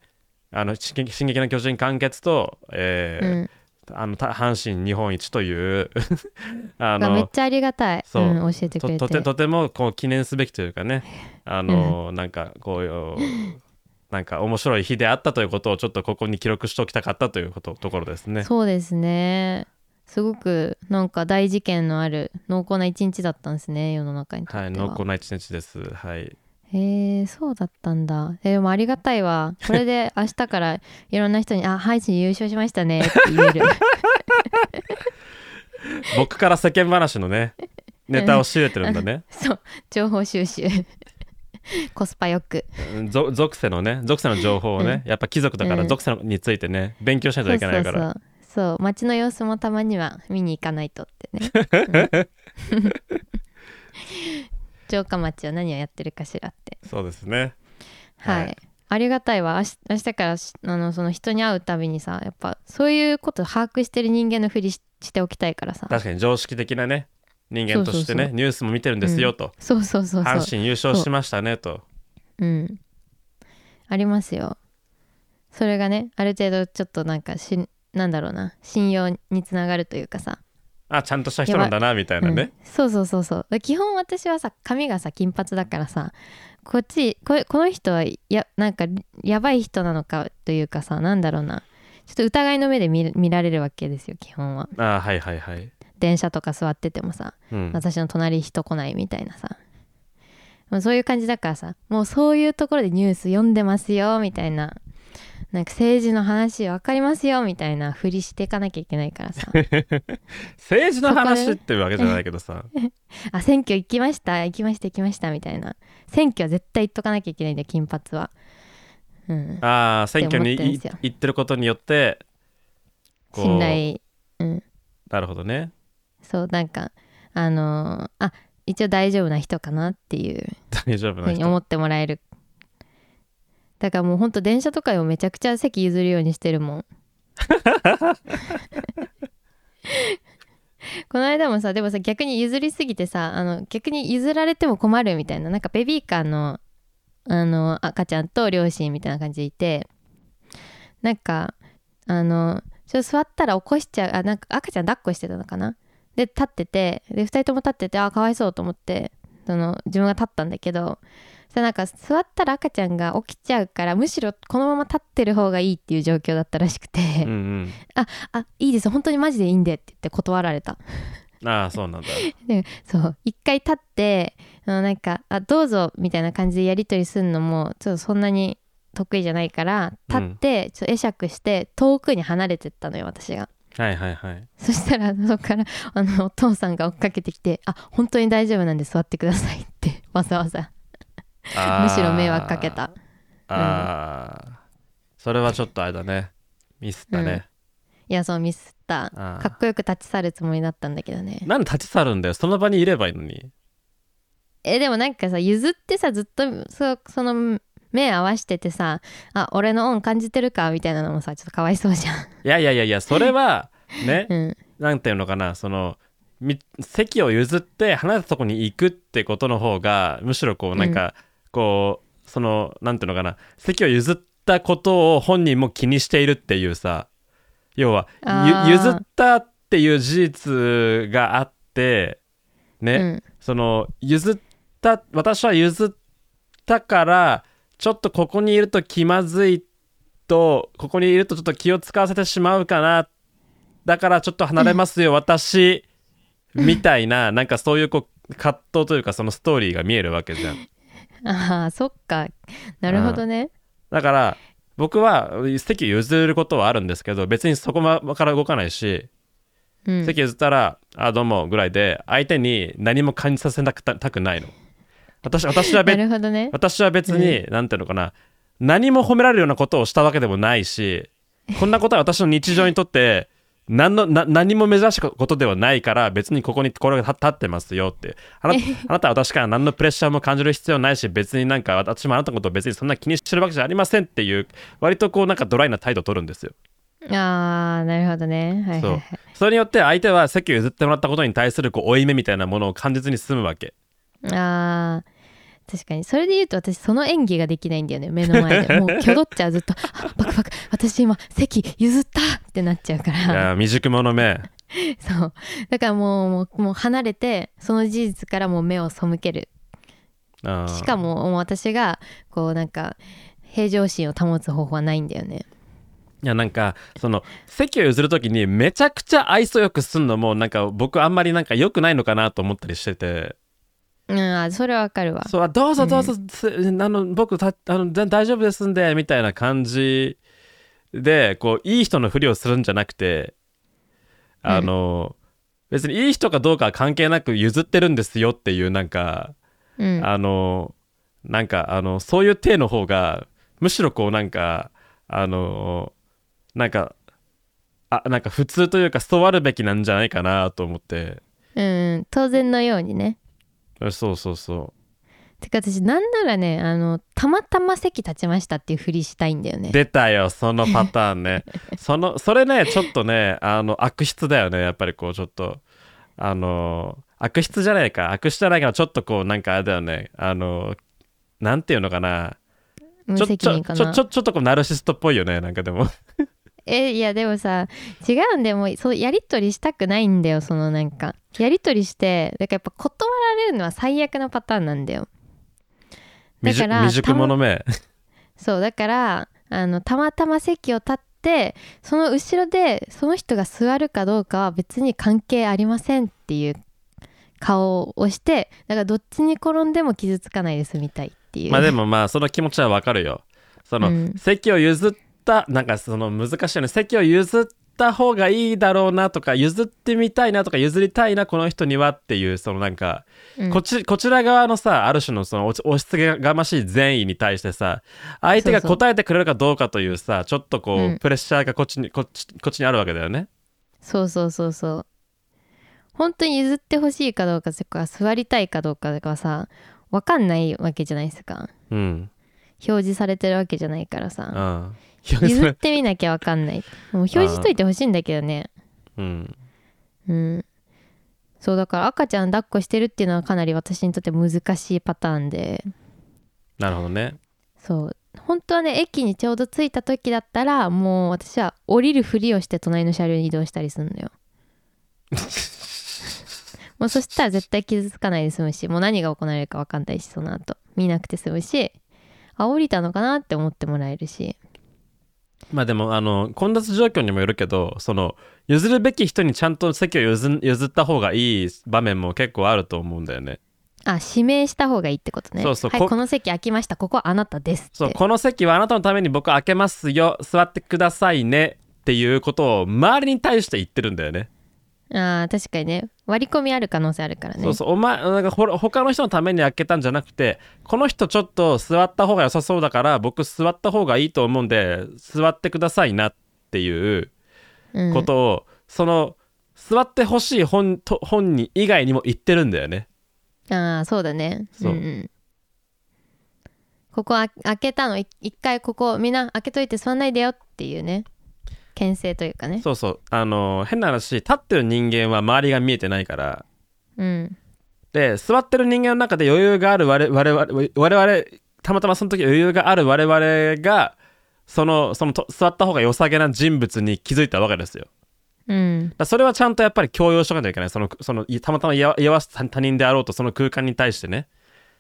S2: あの「進撃進撃の巨人」完結と、
S1: う
S2: え
S1: ん
S2: ーあのた阪神日本一という *laughs* あ
S1: がめっ
S2: の
S1: ちゃありがたい、
S2: そう
S1: うん、教えてく
S2: と
S1: れ
S2: と
S1: て
S2: てとてもこう記念すべきというかねあの、なんかこうよなんか面白い日であったということをちょっとここに記録しておきたかったということところですね。
S1: そうですねすごくなんか大事件のある濃厚な一日だったんですね世の中にと
S2: はい、
S1: って
S2: 濃
S1: は、
S2: 厚な一日です。はい、
S1: へえそうだったんだえでもありがたいわこれで明日からいろんな人に「あハイジ優勝しましたね」って言える
S2: 僕から世間話
S1: *laughs*
S2: のねネタを仕入れてるんだね。
S1: そう情報収集コスパよく
S2: うんぞ属性のね属性の情報をね、やっぱ貴族だか
S1: う
S2: ら
S1: ん
S2: 属性についてね勉強しないといけないか
S1: そ
S2: ら
S1: うそうそうそう街の様子もたまには見に行かないとってね、うん城下町は何をやってるかしらって
S2: そうですね
S1: はい、
S2: はい
S1: ありがたいわ明日明日からしあのその人に会うたびにさやっぱそういうこと把握してる人間のふりししておきたいからさ
S2: 確かに常識的なね人間とし
S1: そ
S2: て
S1: う
S2: ね
S1: そうそ
S2: ニュースも見てるんですよと、
S1: そうそうそうそう
S2: 阪神優勝しましたねと
S1: うんありますよそれがねある程度ちょっとなんかしなんだろうな信用につながるというかさ、
S2: あちゃんとした人なんだなみたいな
S1: うん
S2: ね、
S1: そうそうそうそうで基本私はさ髪がさ金髪だからさこっちここの人はいやなんかやばい人なのかというかさなんだろうなちょっと疑いの目で見る見られるわけですよ基本は
S2: あはいはいはい、
S1: 電車とか座っててもさ
S2: うん、
S1: 私の隣人来ないみたいなさもうそういう感じだからさもうそういうところでニュース読んでますよみたいななんか政治の話分かりますよみたいなふりしていかなきゃいけない
S2: *laughs*
S1: からさ
S2: 政治の
S1: そこ
S2: 話
S1: ね
S2: っていうわけじゃないけどさ
S1: あ選挙行きました行きました行きましたみたいな選挙は絶対行っとかなきゃいけないんだよ金髪はうん
S2: あー選挙に
S1: って思ってん
S2: い
S1: すよ
S2: 行ってることによってこう
S1: 信頼
S2: なるほどね *laughs*
S1: そうなんかあのーあ一応大丈夫な人かなっていう
S2: 大丈夫
S1: ふう
S2: な
S1: に
S2: 人
S1: 思ってもらえるだからもうほんと電車とかをめちゃくちゃ席譲るようにしてる
S2: *laughs*
S1: もんこの間もさでもさ逆に譲りすぎてさあの逆に譲られても困るみたいななんかベビーカーのあの赤ちゃんと両親みたいな感じでいてなんかあのちょっと座ったら起こしちゃうあなんか赤ちゃん抱っこしてたのかなで立っててで2人とも立っててあかわいそうと思ってその自分が立ったんだけどそそれなんか座ったら赤ちゃんが起きちゃうからむしろこのまま立ってる方がいいっていう状況だったらしくて、
S2: うんうん
S1: あいいです本当にマジでいいんでって言って断られた
S2: ああそうなんだ
S1: でそう一回立ってあのなんかあどうぞみたいな感じでやり取りするのもちょっとそんなに得意じゃないから
S2: うん
S1: 立ってちょっと会釈して遠くに離れてったのよ私が
S2: はいはいはい
S1: そしたらそこからあのお父さんが追っかけてきて「あ本当に大丈夫なんで座ってください」って *laughs* わざわざ
S2: あー
S1: むしろ迷惑かけた
S2: ああそれはちょっとあれだねミスったね、
S1: いやそうミスった
S2: あー
S1: かっこよく立ち去るつもりだったんだけどね
S2: なんで立ち去るんだよその場にいればいいのに
S1: えでもなんかさ譲ってさずっとそその目合わしててさあ俺の恩感じてるかみたいなのもさちょっとかわいそうじゃん
S2: いやいやいやいやそれはね
S1: うん
S2: なんていうのかなそのみ席を譲って離れたとこに行くってことの方がむしろこうなんか、こうそのなんていうのかな席を譲ったことを本人も気にしているっていうさ要は
S1: あー
S2: ゆ譲ったっていう事実があってね、
S1: うん
S2: その譲った私は譲ったからちょっとここにいると気まずいとここにいるとちょっと気を使わせてしまうかなだからちょっと離れますよ私みたいななんかそういうこう葛藤というかそのストーリーが見えるわけじゃん
S1: ああそっかなるほどね
S2: だから僕は席譲ることはあるんですけど別にそこから動かないし
S1: うん
S2: 席譲ったら「あどうも」ぐらいで相手に何も感じさせなくたたくないの私私は
S1: な
S2: 別
S1: るほどね
S2: 私は別に、なんていうのかな何も褒められるようなことをしたわけでもないしこんなことは私の日常にとって何のな何も珍しいことではないから別にここにこれが立立ってますよってあなあなたは私から何のプレッシャーも感じる必要ないし別になんか私もあなたのことを別にそんな気にしてるわけじゃありませんっていう割とこうなんかドライな態度を取るんですよ。
S1: ああなるほどねはいはい
S2: そ
S1: は
S2: う
S1: い
S2: それによって相手は席を譲ってもらったことに対するこう負い目みたいなものを感じずに済むわけ。
S1: あー確かにそれで言うと私その演技ができないんだよね目の前
S2: *laughs*
S1: でもう挙動っちゃうずっと「あバクバク私今席譲った!」ってなっちゃうか
S2: い
S1: ら
S2: やー未熟者め。
S1: *laughs* そうだからもうもうもう離れてその事実からもう目を背ける
S2: うん
S1: しかももう私がこうなんか平常心を保つ方法はないんだよね
S2: いやなんかその席を譲る時にめちゃくちゃ愛想よくすんのもなんか僕あんまりなんか良くないのかなと思ったりしてて
S1: うんあそれはわかるわ
S2: そうあどうぞどうぞ、すあの僕たあの全大丈夫ですんでみたいな感じでこういい人のふりをするんじゃなくてあの、別にいい人かどうかは関係なく譲ってるんですよっていうなんか
S1: うん
S2: あのなんかあのそういう体の方がむしろこうなんかあのなんかあなんか普通というかそうあるべきなんじゃないかなと思って
S1: うん当然のようにね
S2: そうそうそ
S1: てか私なんならねあのたまたま席立ちましたっていうふりしたいんだよね
S2: う出たよそのパター
S1: *laughs*
S2: ンねそのそれねちょっとねあの悪質だよねやっぱりこうちょっとあの悪質じゃないか悪質じゃないからちょっとこうなんかあれだよねあのなんていうのかな
S1: 無
S2: ちょ
S1: 責
S2: ちょ
S1: 任
S2: ち
S1: か
S2: ょ
S1: な
S2: ちょちょっとこうナルシストっぽいよねなんかでも
S1: えいやでもさ違うんでもうそうやり取りしたくないんだよそのなんかやり取りしてだからやっぱ断られるのは最悪のパターンなんだよだ
S2: 未
S1: か
S2: 熟
S1: ら
S2: 未熟者め
S1: そうだからあのたまたま席を立ってその後ろでその人が座るかどうかは別に関係ありませんっていう顔をしてだからどっちに転んでも傷つかないで済みたいっていう、
S2: まあでもまあその気持ちはわかるよ。その、
S1: うん
S2: 席を譲ったなんかその難しいよね席を譲った方がいいだろうなとか譲ってみたいなとか譲りたいなこの人にはっていうそのなんか、
S1: うん
S2: こっちこちら側のさある種のその押し押しつけがましい善意に対してさ相手が
S1: そうそう
S2: 答えてくれるかどうかというさちょっとこう、
S1: うん
S2: プレッシャーがこっちにこっちこっちにあるわけだよね。
S1: そうそうそうそう本当に譲ってほしいかどうかとか座りたいかどうかとかさ分かんないわけじゃないですか
S2: うん。
S1: 表示されてるわけじゃないから
S2: う
S1: さ
S2: ん。
S1: 譲ってみなきゃ分かんないもう表示しといてほしいんだけどね
S2: *laughs* うん。
S1: うんそうだから赤ちゃん抱っこしてるっていうのはかなり私にとって難しいパターンで
S2: なるほどね。
S1: そう本当はね駅にちょうど着いた時だったらもう私は
S2: *laughs*
S1: 降りるふりをして隣の車両に移動したりするのよもうそしたら絶対傷つかないで済むしもう何が行われるか分かんないしその後見なくて済むしあ降りたのかなって思ってもらえるし
S2: まあでもあの混雑状況にもよるけどその譲るべき人にちゃんと席を譲譲った方がいい場面も結構あると思うんだよね。
S1: あ指名した方がいいってことね
S2: そうそう
S1: はい
S2: こ
S1: この席空きましたここはあなたですって
S2: そうこの席はあなたのために僕開けますよ座ってくださいねっていうことを周りに対して言ってるんだよね。
S1: あー確かにね割り込みある可能性あるからね
S2: そうそうお前なんかほら他の人のために開けたんじゃなくてこの人ちょっと座った方が良さそうだから僕座った方がいいと思うんで座ってくださいなっていう
S1: うん
S2: ことを、その座ってほしい本と本人以外にも言ってるんだよね。
S1: ああそうだね
S2: そうん
S1: んここあ開けたのい一回ここみんな開けといて座んないでよっていうね牽制というかね
S2: そうそうあの変な話立ってる人間は周りが見えてないから
S1: うん
S2: で座ってる人間の中で余裕がある我々我々我々たまたまその時余裕がある我々がそのそのと座った方が良さげな人物に気づいたわけですよ。
S1: うん
S2: だからそれはちゃんとやっぱり強要しとかないといけないそのそのいたまたま居合わ居合わせた他人であろうとその空間に対してね、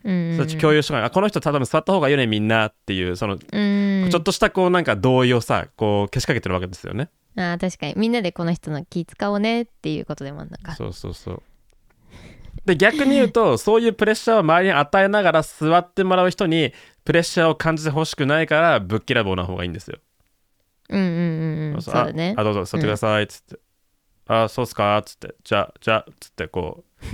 S1: うん
S2: そっち共有しとかないあこの人多分座った方がいいよねみんなっていうそのち
S1: うん
S2: ょっとしたこうなんか同意をさこうけしかけてるわけですよね、
S1: あー確かにみんなでこの人の気使おうねっていうことでもあるのか
S2: そうそうそうで逆に言うとそういうプレッシャーを周りに与えながら座ってもらう人にプレッシャーを感じてほしくないからぶっきらぼうな方がいいんですよ、
S1: うんうんうんうんそうだね
S2: ああどうぞ座ってくださいっつって、あそうっすかっつってじゃあじゃあっつってこう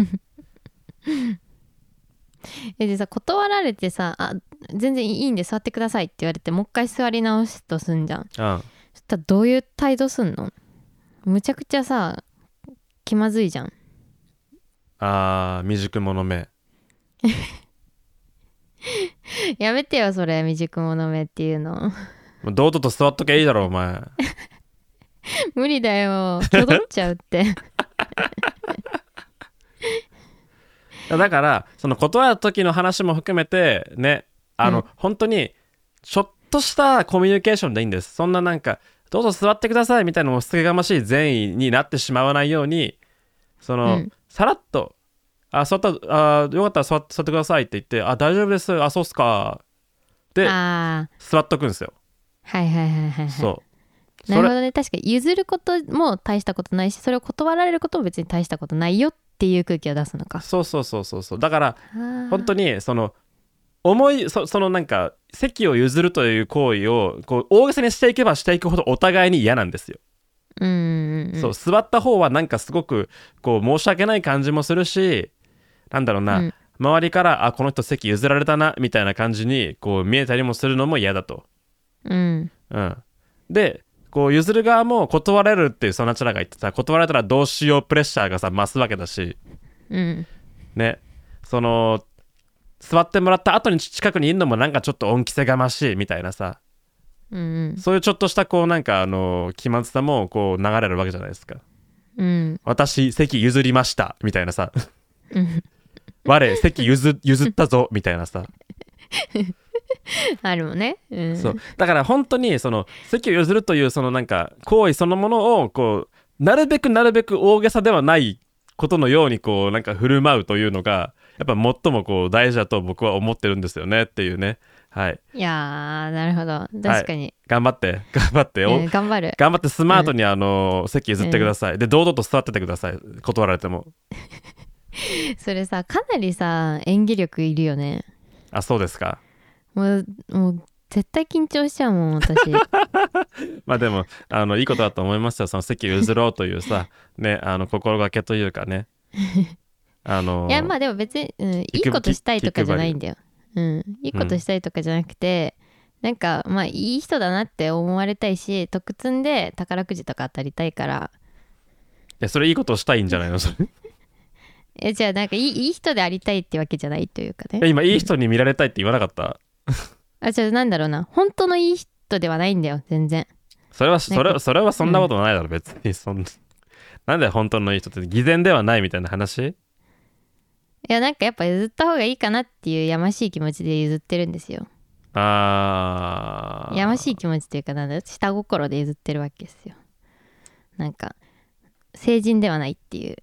S1: えでさ断られてさあ全然いいんで座ってくださいって言われてもう一回座り直すとすんじゃん
S2: うん
S1: そしたらどういう態度すんのむちゃくちゃさ気まずいじゃん
S2: あー未熟者め
S1: やめてよそれ未熟者めっていう
S2: *laughs*
S1: の
S2: もう堂々と座っときゃいいだろお前
S1: 無理だよ戻っちゃうって
S2: だからその断る時の話も含めてねあの、
S1: うん
S2: 本当にちょっとしたコミュニケーションでいいんですそんななんかどうぞ座ってくださいみたいな押しつけがましい善意になってしまわないようにその、
S1: うん
S2: さらっと「あ座ったあよかったら座っ座ってください」って言って「あ大丈夫ですあそうっすか」 *laughs* で
S1: ああ
S2: 座っとくんですよ
S1: はいはいはいはいはい
S2: そう
S1: な
S2: そ
S1: る
S2: れ
S1: ほどね確かに譲ることも大したことないしそれを断られることも別に大したことないよっていう空気を出すのか
S2: そうそうそうそうそうだから本
S1: 本
S2: 当にその思いそそのなんか席を譲るという行為をこう大げさにしていけばしていくほどお互いに嫌なんですよ、
S1: うんうんうん
S2: そう座った方はなんかすごくこう申し訳ない感じもするしなんだろうな、
S1: うん
S2: 周りからあこの人席譲られたなみたいな感じにこう見えたりもするのも嫌だと、
S1: うん
S2: うん、でこう譲る側も断られるっていうそのナチュラが言ってた断られたらどうしようプレッシャーがさ増すわけだし
S1: うん
S2: ねその座ってもらった後に近くにいるのもなんかちょっと恩着せがましいみたいなさ
S1: うんうん
S2: そういうちょっとしたこうなんかあの気まずさもこう流れるわけじゃないですか
S1: うん
S2: 私席譲りましたみたいなさ
S1: うん
S2: 我席譲譲ったぞみたいなさ
S1: あるもんねうん
S2: そうだから本当にその席を譲るというそのなんか行為そのものをこうなるべくなるべく大げさではないことのようにこうなんか振る舞うというのがやっぱ最もこう大事だと僕は思ってるんですよねっていうねはい
S1: いやーなるほど確かに、
S2: 頑張って *laughs* 頑張って、お
S1: えー頑張る *laughs*
S2: 頑張ってスマートにあの、席譲ってください、で堂々と座っててください断られても
S1: それさかなりさ演技力いるよね
S2: あそうですか
S1: もうもう絶対緊張しちゃうもん私
S2: まあでもあのいいことだと思いますよその席譲ろうというさねあの心がけというかねあの
S1: いやまあでも別に、うん、いい
S2: 気
S1: ことしたいとかじゃないんだよ、うん、いいことしたいとかじゃなくて、なんかまあいい人だなって思われたいし特積んで宝くじとか当たりたいから
S2: いやそれいいことしたいんじゃないのそ *laughs* れ
S1: えじゃあなんかいいいい人でありたいってわけじゃないというか
S2: え
S1: ね
S2: 今いい人に見られたいって言わなかった
S1: あじゃあなんだろうな本当のいい人ではないんだよ全然
S2: それはそ
S1: なん
S2: れそれはそんなことないだろ別にそんななんで本当のいい人って偽善ではないみたいな話
S1: いやなんかやっぱ譲った方がいいかなっていうやましい気持ちで譲ってるんですよ
S2: あー
S1: やましい気持ちというかなんだ下心で譲ってるわけですよなんか成人ではないっていう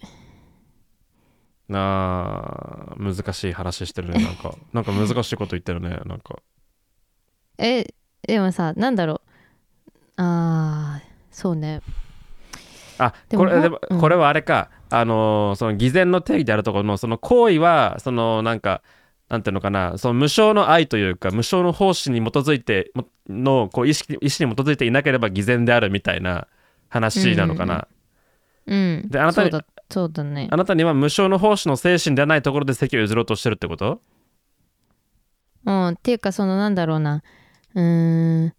S2: なあ難しい話してるねなんかなんか難しいこと言ってるねなんか
S1: えでもさなんだろうあーそうね
S2: あ
S1: でも
S2: これ
S1: ほ
S2: でも
S1: うん
S2: これはあれか、あのーその偽善の定義であるところのその行為はそのなんかなんていうのかなその無償の愛というか無償の奉仕に基づいてものこう意識意思に基づいていなければ偽善であるみたいな話なのかな、
S1: うんうん
S2: であな
S1: そ
S2: たに
S1: うだそうだね
S2: あなたには無償の奉仕の精神ではないところで席を譲ろうとしてるってこと
S1: うんっていうかそのなんだろうなうーん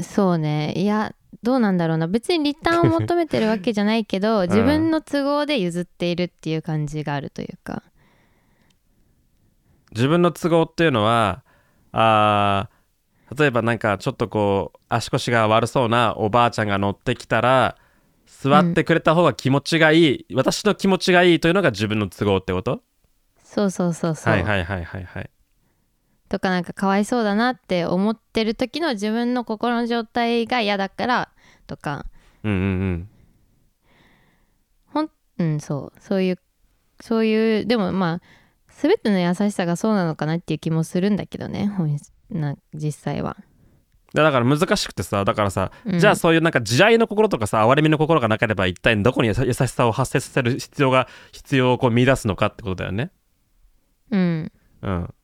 S1: そうねいやどうなんだろうな別にリターンを求めてるわけじゃないけ
S2: *laughs*
S1: ど、自分の都合で譲っているっていう感じがあるというか
S2: 自分の都合っていうのはあー例えばなんかちょっとこう足腰が悪そうなおばあちゃんが乗ってきたら座ってくれた方が気持ちがいい、私の気持ちがいいというのが自分の都合ってこと
S1: そうそうそうそう、
S2: はいはいはいはいはい
S1: とかなんかかわいそうだなって思ってる時の自分の心の状態が嫌だからとか
S2: うんうんうん
S1: うんそうそういうそういうでもまあ全ての優しさがそうなのかなっていう気もするんだけどね本質な実際は。
S2: だだから難しくてさだからさ、
S1: うん
S2: じゃあそういうなんか地雷の心とかさ哀れみの心がなければ一体どこに優優しさを発生させる必要が必要をこう見出すのかってことだよね
S1: うん
S2: うん、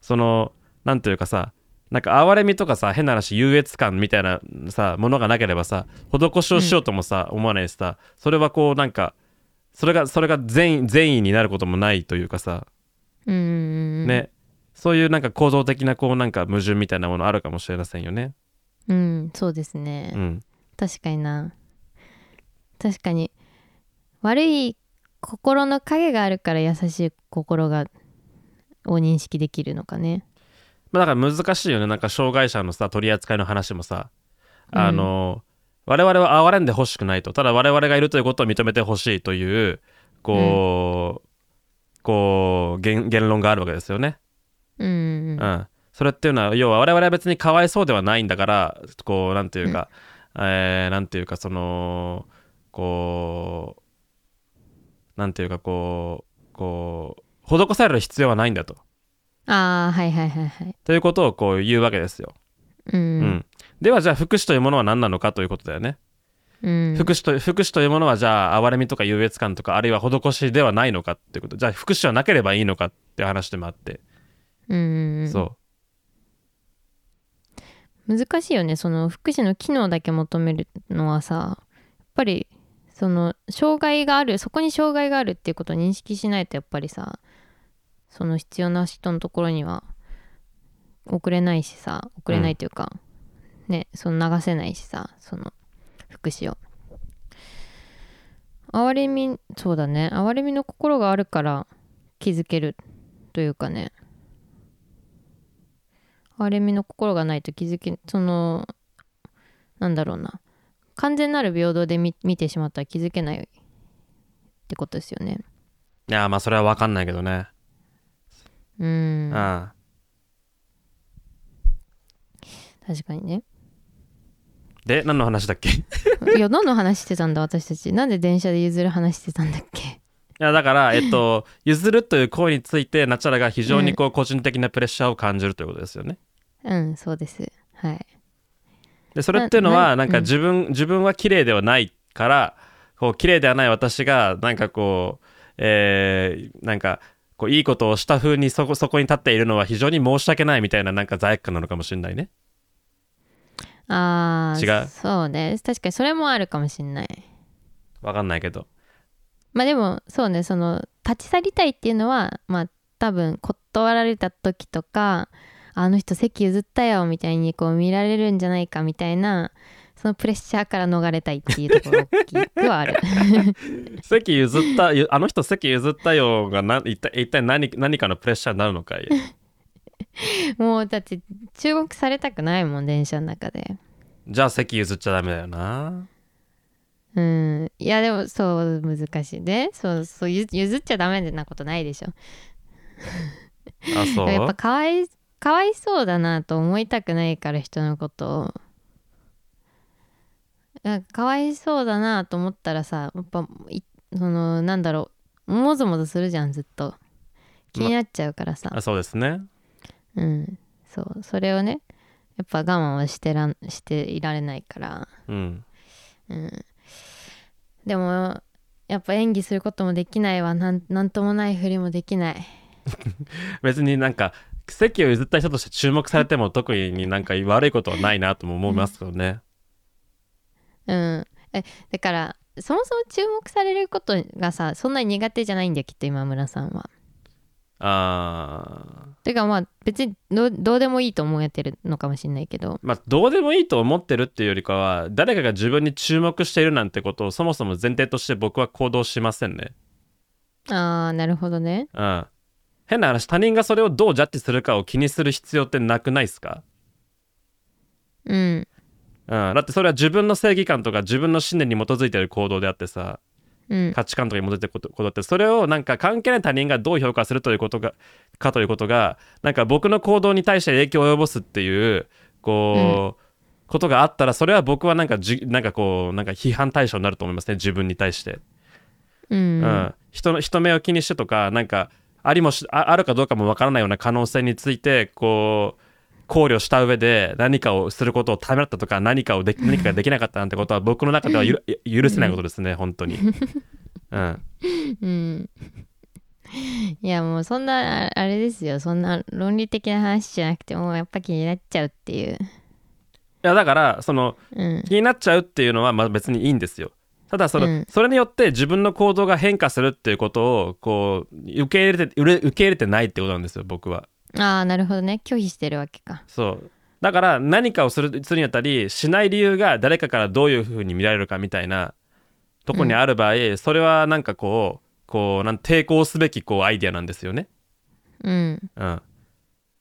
S2: そのなんというかさなんか哀れみとかさ変な話優越感みたいなさものがなければさ施しをしようともさ、思わないしさそれはこうなんかそれがそれが善意善意になることもないというかさ、
S1: うんうんうん
S2: ねそういうなんか構造的なこうなんか矛盾みたいなものあるかもしれませんよね。
S1: うんそうですね、
S2: うん、
S1: 確かにな確かに悪い心の影があるから優しい心がを認識できるのかね
S2: まあ、だから難しいよねなんか障害者のさ取り扱いの話もさあの、我々は哀れんでほしくないとただ我々がいるということを認めてほしいというこう、こう言言論があるわけですよね、
S1: うんうん
S2: うんそれっていうのは要は我々は別にかわいそうではないんだからこうなんていうか、えーなんていうかそのこうなんていうかこうこう施される必要はないんだと
S1: ああはいはいはいはい
S2: ということをこう言うわけですよ、
S1: う
S2: うん
S1: ん
S2: ではじゃあ福祉というものは何なのかということだよね
S1: うん
S2: 福祉と福祉というものはじゃあ哀れみとか優越感とかあるいは施しではないのかってことじゃあ福祉はなければいいのかって話でもあって、
S1: うんうん
S2: そ
S1: 難しいよねその福祉の機能だけ求めるのはさやっぱりその障害があるそこに障害があるっていうことを認識しないとやっぱりさその必要な人のところには送れないしさ送れないというか、ねその流せないしさその福祉を哀れみそうだね哀れみの心があるから気づけるというかね憐れみの心がないと気づきそのなんだろうな完全なる平等で見見てしまったら気づけないってことですよね
S2: ういやーまあそれは分かんないけどね、
S1: うん
S2: ああ
S1: 確かにね *laughs*
S2: で何の話だっけい
S1: いや何の話してたんだ私たちなんで電車で譲る話してたんだっけ *laughs*
S2: やだからえっと譲るという行為についてナチャラが非常にこう個人的なプレッシャーを感じるということですよね
S1: うんそうですはい
S2: でそれっていうの
S1: な
S2: は
S1: な
S2: なんか
S1: うん
S2: 自分、自分は綺麗ではないからこう綺麗ではない私がなんかこうえーなんかこういいことをした風にそこそこに立っているのは非常に申し訳ないみたいななんか罪悪感なのかもしれないね
S1: あー
S2: 違う
S1: そうね確かにそれもあるかもしんない
S2: わかんないけど
S1: まあでもそうねその立ち去りたいっていうのはまあ多分断られた時とかあの人席譲ったよみたいにこう見られるんじゃないかみたいなそのプレッシャーから逃れたいっていうところが大きくはある
S2: 席譲った *laughs* ゆあの人席譲ったよがな一体一体何何かのプレッシャーになるのかい
S1: もうだって注目されたくないもん電車の中で
S2: じゃあ席譲っちゃダメだよな
S1: うんいやでもそう難しいねそうそうゆ譲っちゃダメなことないでしょ
S2: あそ
S1: やっぱ
S2: う
S1: かわいかわいそうだなと思いたくないから人のことをなんかかわいそうだなと思ったらさやっぱいそのなんだろうもぞもぞするじゃんずっと気になっちゃうからさ、
S2: あそうですね
S1: うんそうそれをねやっぱ我慢はしてらんしていられないから
S2: うん
S1: うんでもやっぱ演技することもできないわなんなんともないふりもできない
S2: 別になんか席を譲った人として注目されても特になんか悪いことはないなとも思いますよね、
S1: うんえだからそもそも注目されることがさそんなに苦手じゃないんだよきっと今村さんは
S2: あー
S1: ていうかまあ別にどどうでもいいと思えてるのかもしれないけど
S2: まあどうでもいいと思ってるっていうよりかは誰かが自分に注目しているなんてことをそもそも前提として僕は行動しませんね
S1: ああなるほどね
S2: うん変な話他人がそれをどうジャッジするかを気にする必要ってなくないですか
S1: うん
S2: うん、だってそれは自分の正義感とか自分の信念に基づいてる行動であってさ
S1: うん
S2: 価値観とかに基づいてることことってそれをなんか関係ない他人がどう評価するということがかということがなんか僕の行動に対して影響を及ぼすっていうこう、ことがあったらそれは僕はなんかじなんかこうなんか批判対象になると思いますね自分に対して、
S1: う
S2: うん
S1: ん
S2: 人の人目を気にしてとかなんかありもしああるかどうかもわからないような可能性についてこう考慮した上で何かをすることをためらったとか何かをでき何かができなかったなんてことは僕の中ではゆる許せないことですね本当 *laughs* に。うん
S1: うんいやもうそんなああれですよそんな論理的な話じゃなくてもうやっぱ気になっちゃうっていう
S2: いやだからその
S1: うん
S2: 気になっちゃうっていうのはまあ別にいいんですよただその、
S1: うん
S2: それによって自分の行動が変化するっていうことをこう受け入れてうれ受け入れてないってことなんですよ僕は
S1: ああなるほどね拒否してるわけか
S2: そうだから何かをするするにあたりしない理由が誰かからどういうふうに見られるかみたいなとこにある場合、それはなんかこうこうなん抵抗すべきこうアイデアなんですよね
S1: うん
S2: うん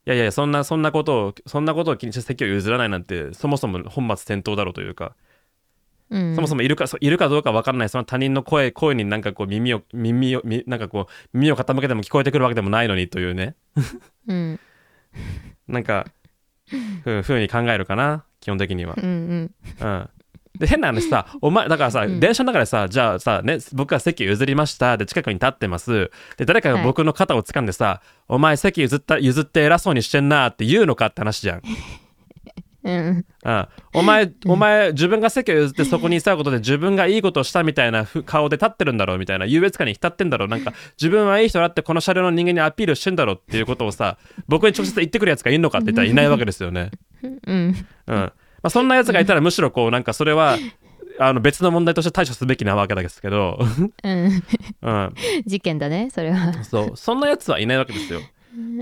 S2: いやいやそんなそんなことをそんなことを気にして席を譲らないなんてそもそも本末転倒だろうというか
S1: うん
S2: そもそもいるかそういるかどうか分からないその他人の声声になんかこう耳を耳をみなんかこう耳を傾けても聞こえてくるわけでもないのにというね
S1: うん
S2: なんかふふうに考えるかな基本的には。
S1: うんうん
S2: うん、で変な話さお前だからさ、電車の中でさじゃあさ、ね、僕が席譲りましたで近くに立ってますで誰かが僕の肩を掴んでさ、お前席譲った譲って偉そうにしてんなって言うのかって話じゃん。
S1: うん
S2: うん、お前、お前、自分が席を譲ってそこに居うことで自分がいいことをしたみたいなふ顔で立ってるんだろうみたいな優越感に浸ってんだろうなんか自分はいい人だってこの車両の人間にアピールしてんだろうっていうことをさ僕に直接言ってくるやつがいるのかって言ったらいないわけですよね。
S1: うん
S2: うんまあ、そんなやつがいたらむしろこうなんかそれはあの別の問題として対処すべきなわけですけど、 *laughs*
S1: うん
S2: うん、
S1: 事件だねそれは
S2: そうそんなやつはいないわけですよ。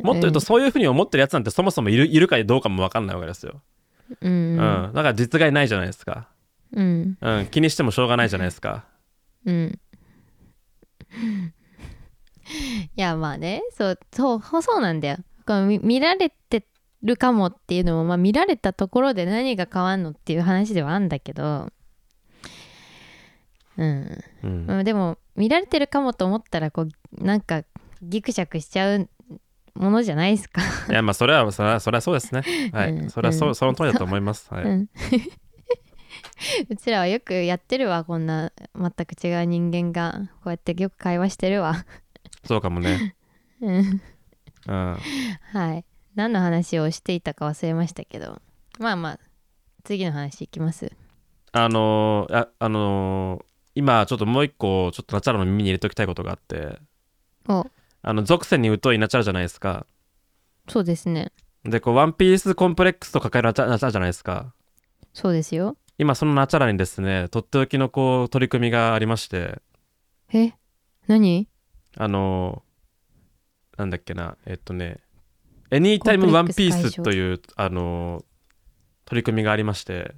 S2: もっと言う
S1: う
S2: と
S1: ん
S2: そういうふうに思ってるやつなんてそもそもいるいるかどうかも分かんないわけですよ。
S1: う
S2: うん、
S1: ん
S2: だから実害ないじゃないですか。
S1: うん
S2: うん、気にしてもしょうがないじゃないですか。
S1: うん *laughs* いやまあねそうそうほそうなんだよこの見見られてるかもっていうのも、まあ、見られたところで何が変わんのっていう話ではあんだけどうん、
S2: うん
S1: まあでも見られてるかもと思ったらこうなんかギクシャクしちゃうものじゃないですか、
S2: いやまあそれはそれはそれはそうで
S1: *laughs*
S2: すね。はい、
S1: うん
S2: それはそ,、
S1: う
S2: うんその通りだと思います。は
S1: う
S2: い、
S1: ん *laughs* うちらはよくやってるわこんな全く違う人間がこうやってよく会話してるわ
S2: そうか
S1: *laughs*
S2: もね。
S1: うん
S2: うん、
S1: はい。何の話をしていたか忘れましたけど。まあまあ、次の話いきます。
S2: あのーああのー今ちょっともう一個ちょっとナチャラの耳に入れておきたいことがあって、
S1: お、
S2: あの属性に疎いナチャラじゃないですか。
S1: そうですね。
S2: でこうワンピースコンプレックスと抱えるナチャナチャラじゃないですか。
S1: そうですよ。
S2: 今そのナチャラにですねとっておきのこう取り組みがありまして、
S1: え何
S2: あのーなんだっけなえっとね「エニータイムワンピース」というあのー取り組みがありまして。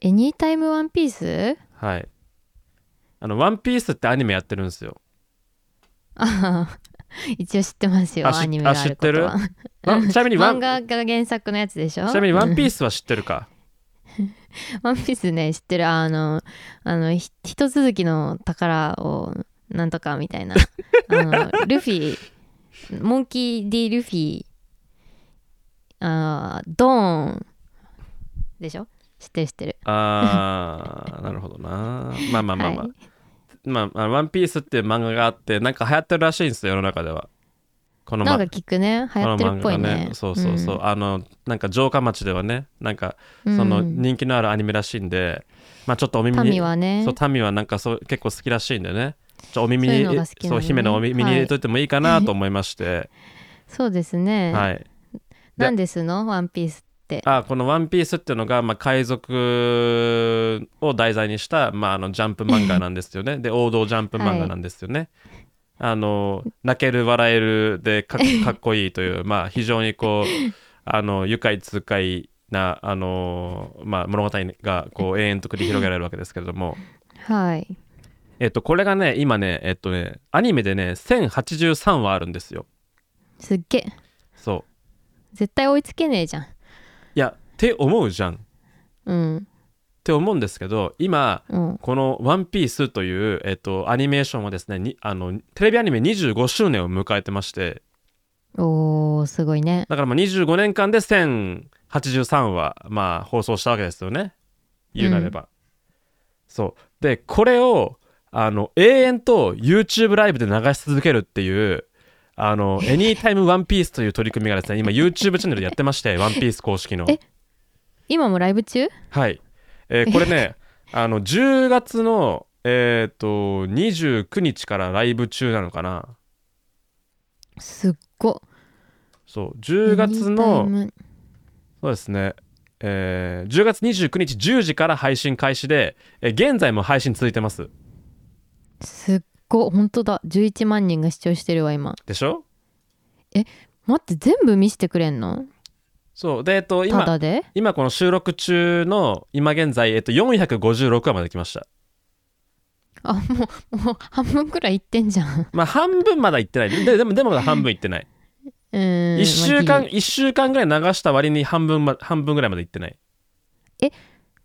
S1: エニータイムワンピース
S2: はい。あの、ワンピースってアニメやってるんですよ。
S1: ああ、一応知ってますよ、
S2: あし
S1: アニメがあることは
S2: あ。わちなみにワン、
S1: *laughs* 漫
S2: ち
S1: 画が原作のやつでしょ
S2: なみにワンピ
S1: ー
S2: ースは知ってるか。
S1: ス。ワンピースね、知ってる。あの、あの、ひ一続きの宝をなんとかみたい
S2: *laughs*
S1: な。あの、ルフィ、モンキー・ D ・ルフィ、あードーンでしょ知ってる知ってる。
S2: *laughs* あー、なるほどな。まあまあまあまあ。
S1: はい
S2: まああの、ワンピースっていう漫画があって、なんか流行ってるらしいんですよ、世の中では。この,、
S1: な
S2: ま、
S1: んか聞くね流
S2: こ
S1: 行
S2: の
S1: ってるっ
S2: 漫
S1: ぽ
S2: 画
S1: い
S2: が
S1: ね
S2: ね。そうそうそう。あの、なんか城下町ではね、なんか、
S1: うん
S2: その
S1: うん
S2: 人気のあるアニメらしいんで、まあちょっとお耳に。
S1: 民はね
S2: そう、民はなんかそう結構好きらしいんでね。じゃあお耳
S1: そう
S2: に
S1: いうのが好きなのね
S2: そう姫のお耳に入
S1: は
S2: れ
S1: い
S2: といてもいいかなと思いま
S1: *laughs*
S2: して、
S1: そうですね、
S2: はい、
S1: なんですのワンピースって
S2: あこの「ワンピースっていうのが、まあ、海賊を題材にした、まあ、あのジャンプ漫画なんですよねで王道ジャンプ漫画なんですよね、あの泣ける笑えるでかっかっこいいという、まあ、非常にこうあの愉快痛快なあの、まあ、物語がこう永遠と繰り広げられるわけですけれども、
S1: はい
S2: えっと、これがね今ね,、えっと、ねアニメでね1083話あるんですよ
S1: すっげえ
S2: そう
S1: 絶対追いつけねえじゃん
S2: いやって思うじゃんっ
S1: うん
S2: て思うんですけど今
S1: うん
S2: この「ワンピースという、えっと、アニメーションはですねにあのテレビアニメ25周年を迎えてまして
S1: おーすごいね
S2: だからまあ25年間で1083話、まあ、放送したわけですよね言うなれば、そうでこれをあの永遠と YouTube ライブで流し続けるっていうあの Anytime One Piece という取り組みがですね今 YouTube チャンネルでやってまして「ワンピース公式の
S1: え今もライブ中
S2: はい、えーこれねあの10月のえっ、と29日からライブ中なのかな
S1: すっご
S2: そう10月
S1: 何タ
S2: の
S1: イム
S2: そうですね、えー10月29日10時から配信開始で、えー現在も配信続いてます
S1: すっご本当だ11万人が視聴してるわ今
S2: でしょ
S1: 待って全部見せてくれんの
S2: そうでえっ、と
S1: た
S2: 今
S1: だで
S2: 今この収録中の今現在、えっと456話まで来ました
S1: あもうもう半分くらいいってんじゃん *laughs*
S2: まあ半分まだいってないででもでもまだ半分いってない
S1: うーん
S2: 1週
S1: まあ
S2: 間
S1: ギリ
S2: 一週間ぐらい流した割に半分,、ま、半分ぐらいまでいってない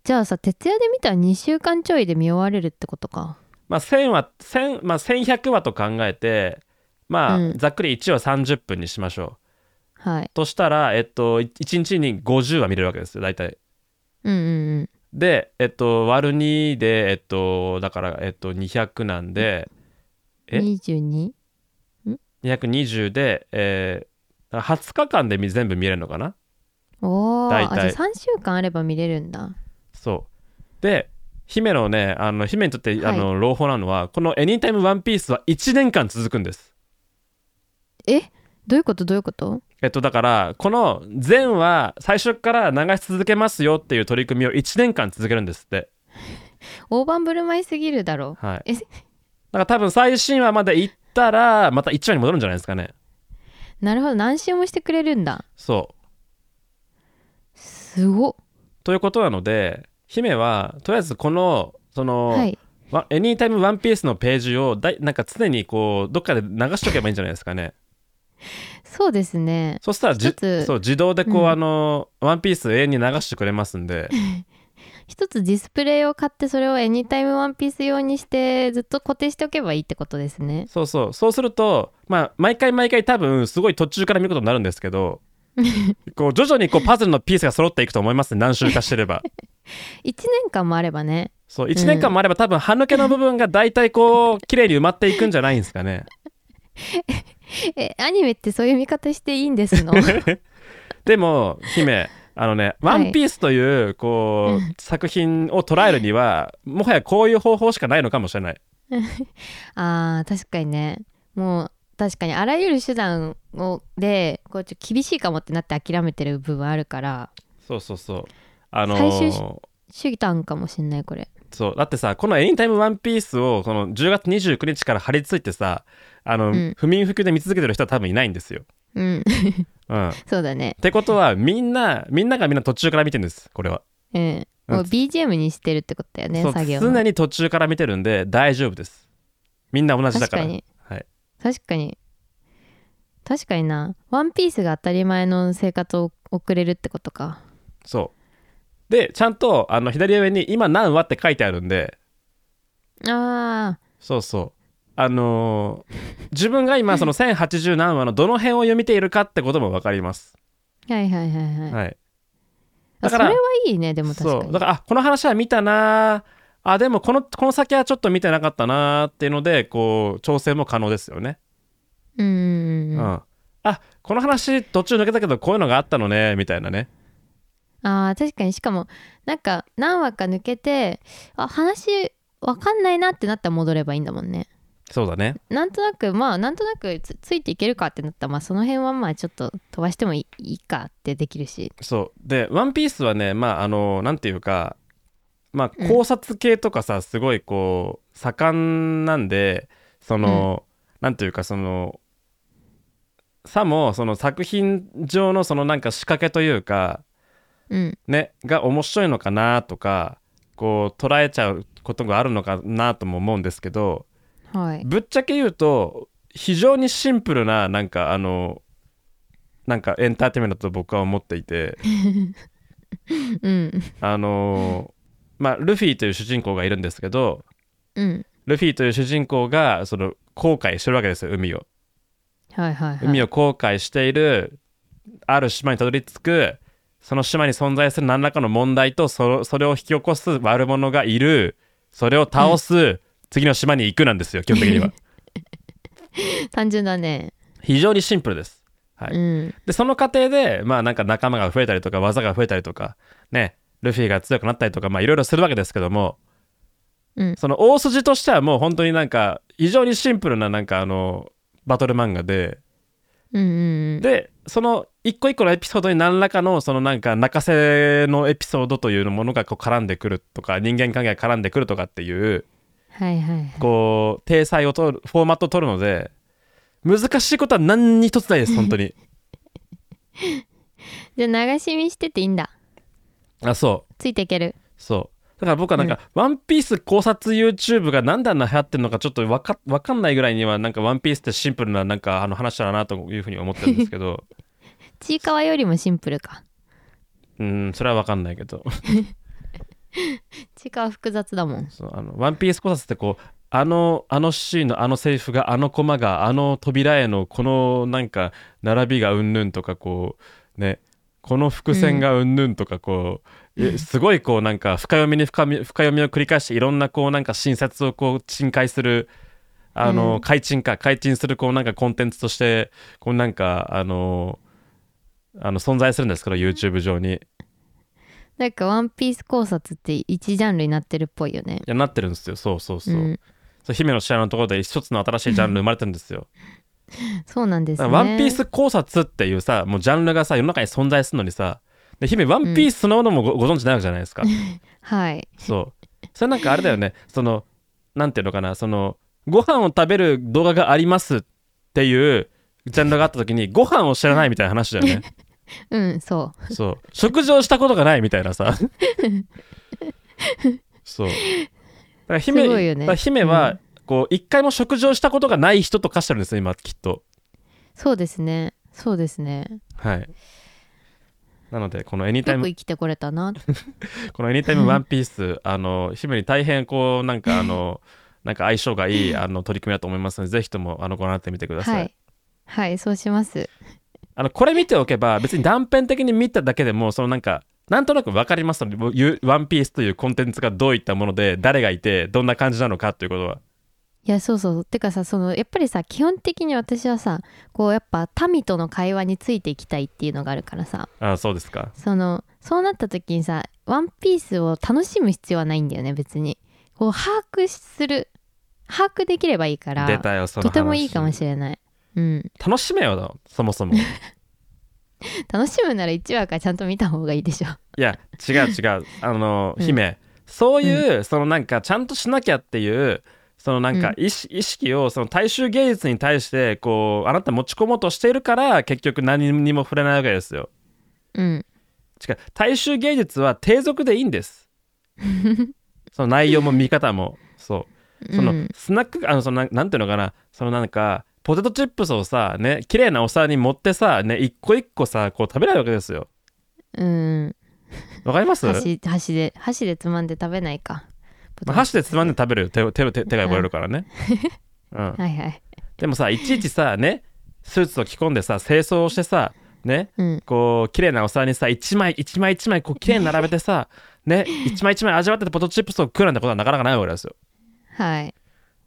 S1: じゃあさ徹夜で見たら2週間ちょいで見終われるってことか
S2: まあ、1000話1000、まあ、1100話と考えて、まあ
S1: うん
S2: ざっくり1話30分にしましょ
S1: はいう
S2: としたら、えっと、1日に50話見れるわけですよ大体
S1: うんうん
S2: で、えっと、割る2で、えっと、だから、えっと、200なんで
S1: う
S2: え
S1: ん 22?
S2: 220で、えー、だから20日間で見全部見れるのかな
S1: おおじ
S2: 大
S1: ゃ
S2: 体
S1: あ3週間あれば見れるんだ
S2: そうで姫のねあの姫にとって、あの朗報なのはこの「エニタイムワンピースは1年間続くんです
S1: えどういうことどういうこと
S2: えっとだからこの全は最初から流し続けますよっていう取り組みを1年間続けるんですって
S1: 大盤振る舞いすぎるだろ
S2: はい
S1: え
S2: だから多分最新話まで行ったらまた1話に戻るんじゃないですかね
S1: なるほど何周もしてくれるんだ
S2: そう
S1: すごっ
S2: ということなので姫はとりあえずこのその、
S1: はい
S2: わエニータイムワンピースのページをだいなんか常にこうどっかで流しとけばいいんじゃないですかね
S1: そうですね
S2: そしたらじ
S1: 一つ
S2: そう自動でこう、
S1: うん
S2: あのワンピース永遠に流してくれますんで
S1: 一つディスプレイを買ってそれをエニタイムワンピース用にしてずっと固定しておけばいいってことですね
S2: そうそうそうするとまあ毎回毎回多分すごい途中から見ることになるんです
S1: *laughs*
S2: けどこう徐々にこうパズルのピースが揃っていくと思いますね何周かしてれば
S1: 1年間もあればね
S2: そう1
S1: *laughs*
S2: 年間もあれば多分歯抜けの部分が大体こう綺麗に埋まっていくんじゃないんですかね
S1: えアニメってそういう見方していいんです
S2: *laughs*
S1: の
S2: でも姫あのね「ワンピースというこう、作品を捉えるにはもはやこういう方法しかないのかもしれない
S1: あー確かにねもう確かにあらゆる手段をでこうちょっと厳しいかもってなって諦めてる部分あるから
S2: そうそうそうあの
S1: 最終し
S2: ー
S1: 主義端かもしんないこれ
S2: そうだってさこの「エニタイムワンピースをこの10月29日から貼り付いてさあの、
S1: ん
S2: 不眠不休で見続けてる人は多分いないんですよ、
S1: うん *laughs*
S2: うん、っ
S1: そうだね
S2: てことはみんなみんながみんな途中から見てるんですこれは、
S1: うんもう BGM にしてるってことだよね
S2: そう
S1: 作業の
S2: 常に途中から見てるんで大丈夫ですみんな同じだから
S1: 確かに
S2: はい、
S1: 確かに確かになワンピースが当たり前の生活を送れるってことか
S2: そうでちゃんとあの左上に「今何話」って書いてあるんで
S1: あー
S2: そうそうあのー自分が今その1080何話のどの辺を読みているかってことも分かります、
S1: はいはいはいはい、
S2: はい、
S1: あ
S2: だか
S1: そ
S2: ら
S1: れはいいねでも確か
S2: そ
S1: に
S2: うだからあこの話は見たなああでもこのこの先はちょっと見てなかったなーっていうのでこう調整も可能ですよね
S1: うんうん
S2: う
S1: うん
S2: ん
S1: あ
S2: あこの話途中抜けたけどこういうのがあったのねみたいなね
S1: ー確かにしかもなんか何話か抜けてあ話わかんないなってなったら戻ればいいんだもんね
S2: そうだね
S1: なんとなくまあなんとなくつついていけるかってなったらまあその辺はまあちょっと飛ばしてもいいいいかってできるし
S2: そうで「ワンピースはねまああのなんていうかまあ考察系とかさすごいこう盛んなんでその、なんていうかそのさもその作品上のそのなんか仕掛けというか
S1: うん
S2: ねが面白いのかなとかこう捉えちゃうことがあるのかなとも思うんですけど
S1: はい
S2: ぶっちゃけ言うと非常にシンプルななんかあのなんかエンターテインメントだと僕は思っていて。
S1: うん
S2: あのーまあ、ルフィという主人公がいるんですけど
S1: うん
S2: ルフィという主人公がその後悔してるわけですよ海を
S1: はいはいはい
S2: 海を後悔しているある島にたどり着くその島に存在する何らかの問題とそそれを引き起こす悪者がいるそれを倒す、次の島に行くなんですよ基本的に
S1: *laughs*
S2: は
S1: 単純だね
S2: 非常にシンプルです、はい
S1: うん
S2: でその過程でまあなんか仲間が増えたりとか技が増えたりとかねルフィが強くなったりとかまあいろいろするわけですけども
S1: うん
S2: その大筋としてはもう本当になんか非常にシンプルななんかあのバトル漫画で
S1: うんうん
S2: でその一個一個のエピソードに何らかのそのなんか泣かせのエピソードというものがこう絡んでくるとか人間関係が絡んでくるとかっていう
S1: はいはいはい
S2: こう体裁を取るフォーマットを取るので難しいことは何一つない *laughs* です本当に
S1: じゃあ流し見してていいんだ
S2: あそう
S1: ついていける
S2: そうだから僕はなんか、ワンピース考察 YouTube がなんであんな流行ってるのかちょっとわかわかんないぐらいにはなんかワンピースってシンプルななんかあの話だなというふうに思ってるんですけ *laughs* ど
S1: ちいかわよりもシンプルか
S2: うんそれはわかんないけど
S1: ちいかわ複雑だもん
S2: そうあのワンピース考察ってこうあのあのシーンのあのセリフがあのコマがあの扉へのこのなんか並びがうんぬんとかこうねこの伏線がうんぬんとかこう、えすごいこうなんか深読みに深み深読みを繰り返していろんなこうなんか新説をこう沈解するあの、
S1: うん
S2: 開陳か開陳するこうなんかコンテンツとしてこうなんかあのあの存在するんですけど YouTube 上にい
S1: なんかワンピース考察って一ジャンルになってるっぽいよね
S2: やなってるんですよそうそうそう、
S1: ん、
S2: そう姫の試合のところで一つの新しいジャンル生まれてるんですよ
S1: そうなんです
S2: だ
S1: ね
S2: からワンピース考察っていうさもうジャンルがさ世の中に存在するのにさで姫ワンピースそのものもご,、ご存知ないわけじゃないですか
S1: はい
S2: そうそれなんかあれだよねそのなんていうのかなそのご飯を食べる動画がありますっていうジャンルがあった時にご飯を知らないみたいな話だよね
S1: うんそう
S2: そう食事をしたことがないみたい
S1: *laughs*
S2: なさそうだから姫
S1: すごいよね
S2: だから姫
S1: う
S2: は
S1: ん
S2: こう一回も食事をしたことがない人と化してるんですよ今きっと
S1: そうですねそうですね
S2: はい。なので、このエニタイ
S1: よく
S2: ム、
S1: 生きてこれたな
S2: このエニ
S1: *laughs*
S2: タイムワンピース、あの、姫に大変こう、なんかあの、なんか相性がいいあの取り組みだと思いますので、ぜひともあのご覧になってみてください。
S1: はいはいそうします
S2: あのこれ見ておけば、別に断片的に見ただけでも、そのなんか、なんとなく分かりますのでもうゆ、ワンピースというコンテンツがどういったもので、誰がいて、どんな感じなのかということは。
S1: いやそうそうてかさそのやっぱりさ基本的に私はさこうやっぱ民との会話についていきたいっていうのがあるからさ
S2: あそうですか。
S1: そのそうなった時にさ「ワンピースを楽しむ必要はないんだよね別にこう把握する把握できればいいから
S2: 出たよ、その
S1: とてもいいかも
S2: れ
S1: しれない、うん、
S2: ない。楽しめよだ、そもそも。
S1: 楽しむなら1話からちゃんと見た方がいいでしょ
S2: いや違う違うあの
S1: うん
S2: 姫、そういう、そのなんかちゃんとしなきゃっていうそのなんか意識,、意識をその大衆芸術に対してこうあなた持ち込もうとしているから結局何にも触れないわけですよ
S1: うん
S2: 違う大衆芸術は低俗でいいんですその内容も見方もそうその
S1: うん
S2: スナックあのそのなんなんていうのかなそのなんかポテトチップスをさね綺麗なお皿に盛ってさね一個一個さこう食べないわけですよ
S1: うん
S2: わかります
S1: 箸箸で箸でつまんで食べないか、
S2: まあ箸でつまんで食べるよ手を手を手手が汚れるからね、うん、
S1: はいはい
S2: でもさいちいちさねスーツを着込んでさ清掃をしてさね
S1: うん
S2: こう綺麗なお皿にさ一枚一枚一枚こう綺麗に並べてさね、一枚一枚味わっててポテトチップスを食うなんてことはなかなかないわけですよ。
S1: はい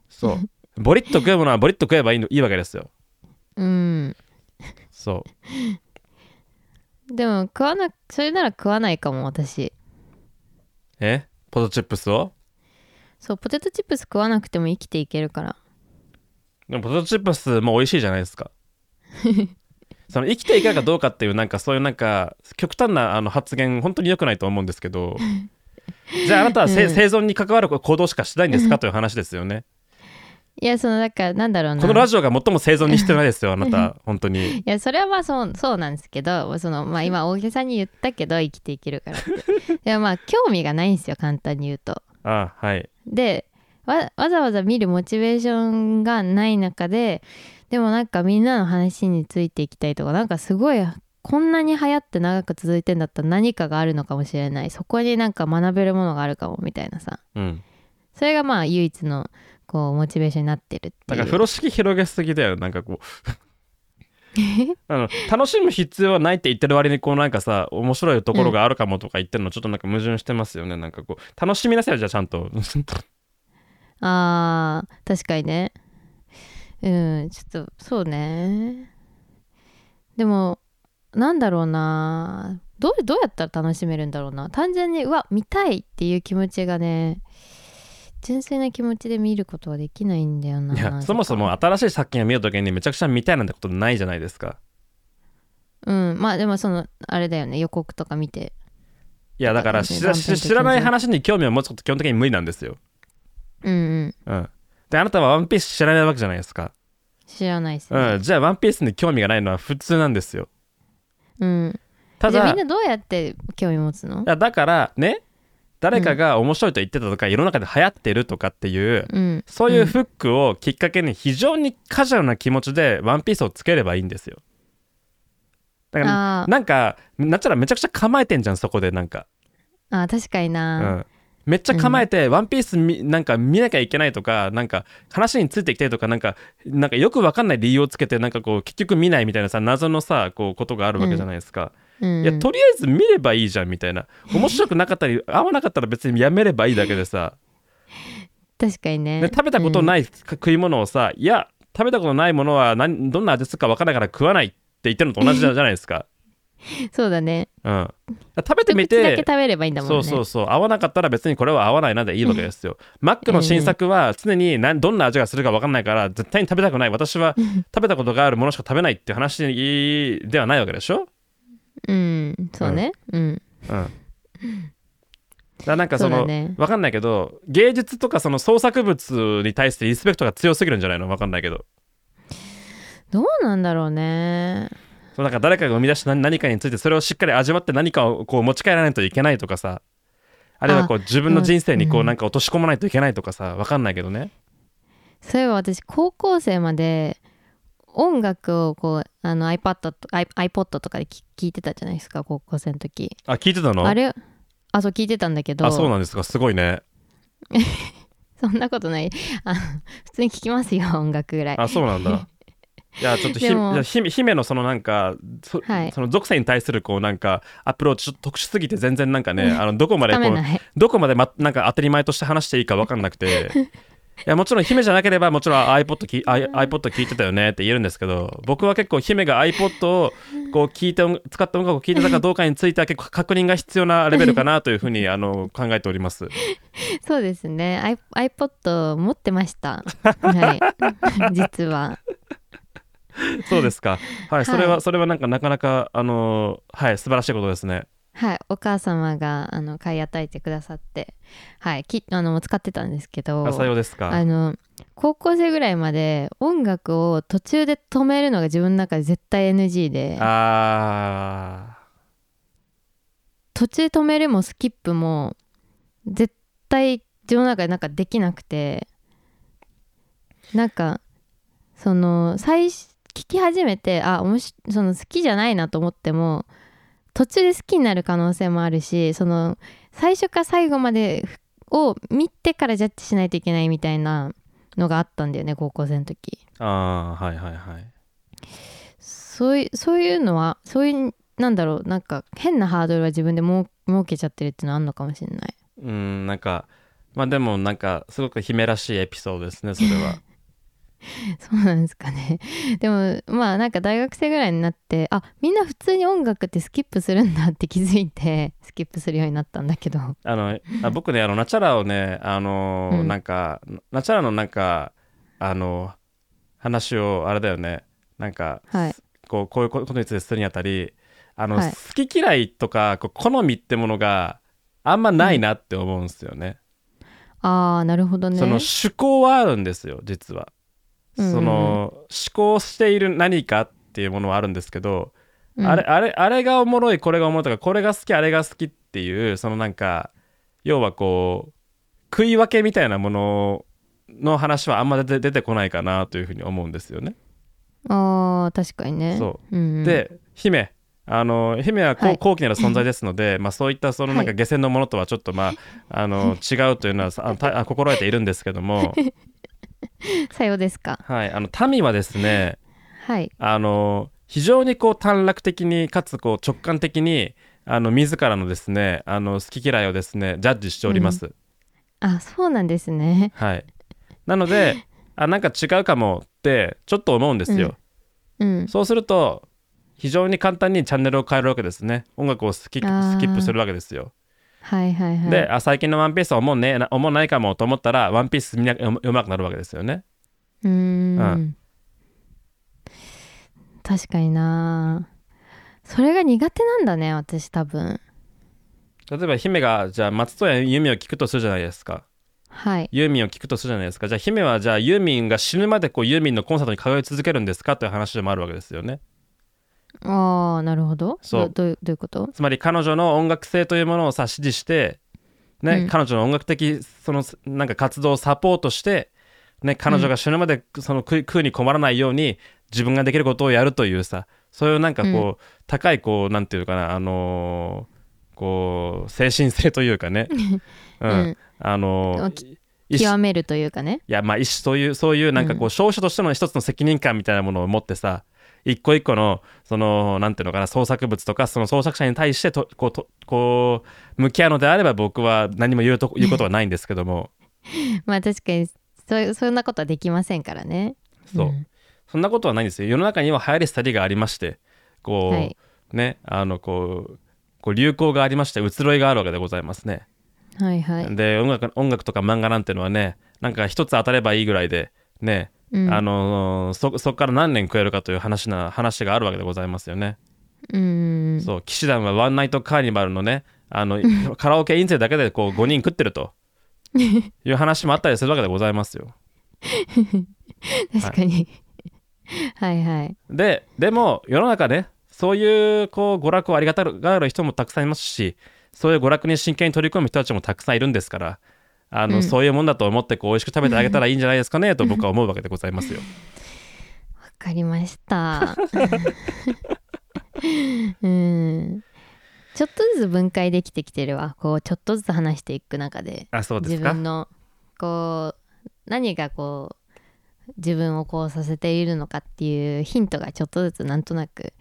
S2: そう。ボリッと食うものはボリッと食えばいいのいいわけですよ。
S1: うん
S2: そう。
S1: でも食わなそれなら食わないかも私
S2: えポテトチップスを
S1: そうポテトチップス食わなくても生きていけるから
S2: でもポテトチップスも美味しいじゃないです *laughs* か。その生きていけるかどうかっていうなんかそういうなんか極端なあの発言本当に良くないと思うんですけどじゃああなたはせ、
S1: うん
S2: 生存に関わる行動しかしてないんですかという話ですよね。
S1: いやそのだからなんだろうな
S2: このラジオが最も生存にしてないですよあなた本当に。
S1: いやそれはまあそうそうなんですけどその、まあ、今大げさに言ったけど生きていけるからってでもまあ興味がないんですよ簡単に言うと。
S2: あはい。
S1: でわわざわざ見るモチベーションがない中ででもなんかみんなの話についていきたいとかなんかすごいこんなに流行って長く続いてんだったら何かがあるのかもしれないそこになんか学べるものがあるかもみたいなさ
S2: うん。
S1: それがまあ唯一のこうモチベーションになってるって
S2: なん
S1: い
S2: か
S1: う
S2: 風呂敷広げすぎだよなんか
S1: *laughs*
S2: こうあの楽しむ必要はないって言ってる割にこうなんかさ面白いところがあるかもとか言ってるのちょっとなんか矛盾してますよねなんかこう楽しみなさいよじゃあちゃん
S1: *laughs*
S2: と
S1: あー確かにねうんちょっとそうねでもなんだろうなどうどうやったら楽しめるんだろうな単純にうわ見たいっていう気持ちがね純粋な気持ちで見ることはできないんだよないな
S2: や
S1: んか
S2: そもそも新しい作品を見るときにめちゃくちゃ見たいなんてことないじゃないですか
S1: うんまあでもそのあれだよね予告とか見て
S2: いやだから
S1: だからね
S2: 知
S1: 断片
S2: ら
S1: 的に
S2: 知らない話に興味を持つこと基本的に無理なんですよ
S1: うんうん
S2: うんであなたはワンピース知らないわけじゃないですか、
S1: 知らないです
S2: うん、
S1: ね
S2: じゃあワンピースに興味がないのは普通なんですよ
S1: うん、
S2: た
S1: じゃあみ
S2: だ
S1: んなどうやって興味持つの
S2: いやだからね誰かが面白いと言ってたとか、世の中で流行ってるとかっていう
S1: うん
S2: そういううんフックをきっかけに非常にカジュアルな気持ちでワンピースをつければいいんですよだから
S1: あー
S2: なんかなっちゃらめちゃくちゃ構えてんじゃんそこでなんか
S1: あー確かに
S2: う
S1: な、
S2: んめっちゃ構えて、ワンピースみなんか見なきゃいけないとか、なんか話についていきたいとか、なんか、なんかよくわかんない理由をつけて、なんかこう、結局見ないみたいなさ、謎のさ、こう、ことがあるわけじゃないですか。
S1: うん
S2: いや、とりあえず見ればいいじゃんみたいな。面白くなかったり、合わなかったら別にやめればいいだけでさ、
S1: 確かにね
S2: で食べたこと
S1: い、
S2: ない食い物をさ、いや、食べたことないものは何、どんな味するかわからないから食わないって言ってるのと同じじゃじゃないですか。
S1: うんそうだね
S2: うん。食べて
S1: 一
S2: み
S1: 口
S2: て、
S1: だけ食べればいいんだもんね
S2: そうそうそう合わなかったら別にこれは合わないなでいいわけですよマックの新作は常に何どんな味がするか分かんないから絶対に食べたくない私は食べたことがあるものしか食べないっていう話ではないわけでしょ、
S1: うんそうねうん
S2: うん、だからなんかそ
S1: そう
S2: の
S1: だね
S2: 分かんないけど芸術とかその創作物に対してリスペクトが強すぎるんじゃないの分かんないけど
S1: どうなんだろうね
S2: そうなんか誰かが生み出した何何かについてそれをしっかり味わって何かをこう持ち帰らないといけないとかさあるいはこう自分の人生にこ
S1: う
S2: うんなんか落とし込まないといけないとかさ分かんないけどね
S1: そういえば私高校生まで音楽をこうあの iPad と i- iPod とかでき聞いてたじゃないですか高校生の時
S2: あ聞いてたの
S1: あれあそう聞いてたんだけど
S2: あそうなんですかすごいね
S1: そんなことないあの普通に聞きますよ音楽ぐらい
S2: あそうな
S1: *laughs*
S2: んだいやちょっとひ
S1: でも
S2: いや姫姫のそのなんかそ,、
S1: はい
S2: その属性に対するこうなんかアプローチちょっと特殊すぎて全然なんかねあのどこまで
S1: ダ
S2: こ
S1: メ
S2: う
S1: ない
S2: どこまで、ま、なんか当たり前として話していいか分かんなくていやもちろん姫じゃなければもちろん iPod, き i- iPod 聞いてたよねって言えるんですけど僕は結構姫が iPod をこう聞いて音使った音楽を聞いてたかどうかについては結構確認が必要なレベルかなというふうにあの考えております。
S1: そうですねアイ iPod 持ってましたはい
S2: *laughs*
S1: 実は
S2: そうですか。はい、
S1: い
S2: それは、それはなんか、なかなか、あのーはい、素晴らしいことですね。
S1: はい、お母様があの買い与えてくださって、はい、きあの使ってたんですけど
S2: あ、さようです
S1: あ
S2: か。
S1: の高校生ぐらいまで音楽を途中で止めるのが自分の中で絶対 NG で
S2: あ
S1: 途中で止めるもスキップも絶対自分の中でなんかできなくてなんかその最初聞き始めてあおもしその好きじゃないなと思っても途中で好きになる可能性もあるしその最初から最後までを見てからジャッジしないといけないみたいなのがあったんだよね高校生の時
S2: ー、あー、はい、はい、はい。
S1: そういそういうのはそういうなんだろうなんか変なハードルは自分でも設けちゃってるっていうのあんのかもしれない
S2: うんなんかまあでもなんかすごく姫らしいエピソードですねそれは
S1: そうなんですかね *laughs* でもまあなんか大学生ぐらいになってあみんな普通に音楽ってスキップするんだって気づいて *laughs* スキップするようになったんだけど
S2: あのあ僕ねあのナチャラをねあのー
S1: うん
S2: なんかナチャラのなんかあの話をあれだよねなんか、
S1: はい
S2: こうこういうことについてするにあたりあの、
S1: はい
S2: 好き嫌いとかこう好みってものがあんまないなって思うんですよね。
S1: ああなるほどね
S2: その趣向はあるんですよ実は。
S1: うんうんうん
S2: その思考している何かっていうものはあるんですけど、
S1: うん
S2: あれあれあれがおもろいこれがおもろいとかこれが好きあれが好きっていうそのなんか要はこう食い分けみたいなものの話はあんま出て出てこないかなというふうに思うんですよね。
S1: あー確かにね、
S2: そう
S1: んうん、
S2: で姫あの姫はこう
S1: はい
S2: 高貴なる存在ですので、
S1: *laughs*
S2: まあ、そういったそのなんか
S1: は
S2: 下船のものとはちょっと、まあ、
S1: *laughs*
S2: あの違うというのはさあたあ心得ているんですけども、
S1: さようですか
S2: はい、あの民はですね
S1: はい
S2: あの非常にこう短絡的にかつこう直感的にあの自らのですねあの好き嫌いをですねジャッジしております、
S1: あそうなんですね
S2: はいなのであなんか違うかもってちょっと思うんですよ、
S1: うん
S2: そうすると非常に簡単にチャンネルを変えるわけですね音楽をスキ
S1: あー
S2: スキップするわけですよ
S1: はいはいはい
S2: であ最近の「ワンピースは思うねな思うないかもと思ったら「ワンピース見なうまくなるわけですよね
S1: うーん
S2: うん
S1: 確かになそれが苦手なんだね私多分
S2: 例えば姫がじゃあ松任谷由実を聞くとするじゃないですか
S1: はい
S2: ユーミンを聞くとするじゃないですかじゃあ姫はじゃあユーミンが死ぬまでこうユーミンのコンサートに通い続けるんですかという話でもあるわけですよね
S1: ああなるほど
S2: そ
S1: ど
S2: う
S1: どういうどういうこと
S2: つまり彼女の音楽性というものをさ支持して、ね
S1: うん
S2: 彼女の音楽的そのなんか活動をサポートして、ね、彼女が死ぬまでその食い食うに困らないように自分ができることをやるというさそういうなんかこう、高いこうなんていうかなあのーこう精神性というかね、うん
S1: うん
S2: あのー
S1: お
S2: 意思
S1: 極めるというかね *laughs*
S2: いやまあ一種そういうそういうなんかこう消費者としての一つの責任感みたいなものを持ってさ一個一個のそのなんていうのかな創作物とかその創作者に対してとこうとこう向き合うのであれば僕は何も言うと言うことはないんですけども
S1: まあ確かにそそんなことはできませんからね
S2: そう、
S1: ん
S2: そんなことはないんですよ世の中には流行り廃りがありましてこう、
S1: はい
S2: ねあのこうこう流行がありまして移ろいがあるわけでございますね、
S1: はいはい、
S2: で音楽音楽とか漫画なんてのはねなんか一つ当たればいいぐらいでね
S1: うん、
S2: あのそそこから何年食えるかという話な話があるわけでございますよね。
S1: うん
S2: そう騎士団はワンナイトカーニバルのねあのカラオケ院生だけでこう5人食ってるという話もあったりするわけでございますよ。
S1: 確かに *laughs* はいはい
S2: ででも世の中ねそういうこう娯楽をありがたがる人もたくさんいますしそういう娯楽に真剣に取り組む人たちもたくさんいるんですからあの、
S1: うん
S2: そういうもんだと思ってこう美味しく食べてあげたらいいんじゃないですかねと僕は思うわけでございますよ。
S1: わかりました *laughs* うんちょっとずつ分解できてきてるわこうちょっとずつ話していく中で
S2: あそうで
S1: 自
S2: すか
S1: 分のこう何がこう自分をこうさせているのかっていうヒントがちょっとずつなんとなく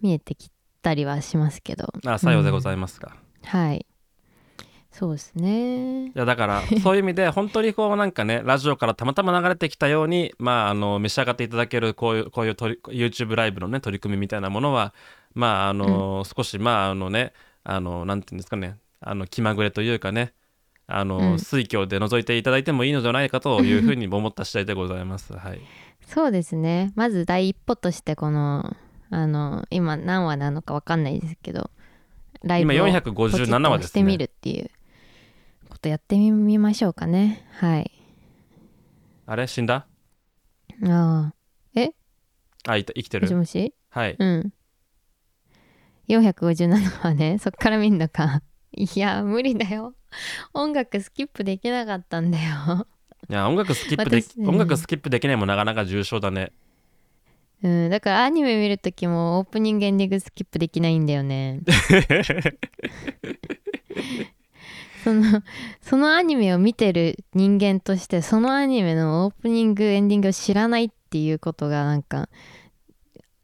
S1: 見えてきたりはしますけど
S2: あさようでございますか。
S1: はいそうですね
S2: いやだから
S1: *laughs*
S2: そういう意味で本当にこうなんかねラジオからたまたま流れてきたようにまああの召し上がっていただけるこういうこういう取り YouTube ライブのね取り組みみたいなものはまああの、少しまああのねあのなんていうんですかねあの気まぐれというかねあ
S1: う
S2: の、
S1: ん
S2: 水郷で覗いていただいてもいいのではないかというふうに思った次第でございます。はい、
S1: そうですねまず第一歩としてこのあの今何話なのかわかんないですけどライブ
S2: 今
S1: をポチッと
S2: 457話で
S1: 押し
S2: す
S1: てみ
S2: ね。
S1: るっていうことやってみましょうかねはい
S2: あれ死んだ
S1: ああ
S2: あいた生きて
S1: もし
S2: る
S1: もし
S2: はい。
S1: うん457はねそっから見んのかいや無理だよ音楽スキップできなかったんだよ
S2: いや音楽スキップでき
S1: 私ね
S2: 音楽スキップできないもなかなか重症だね。
S1: うんだからアニメ見るときもオープニングエンディングスキップできないんだよ
S2: *laughs*
S1: ねそのそのアニメを見てる人間としてそのアニメのオープニングエンディングを知らないっていうことがなんか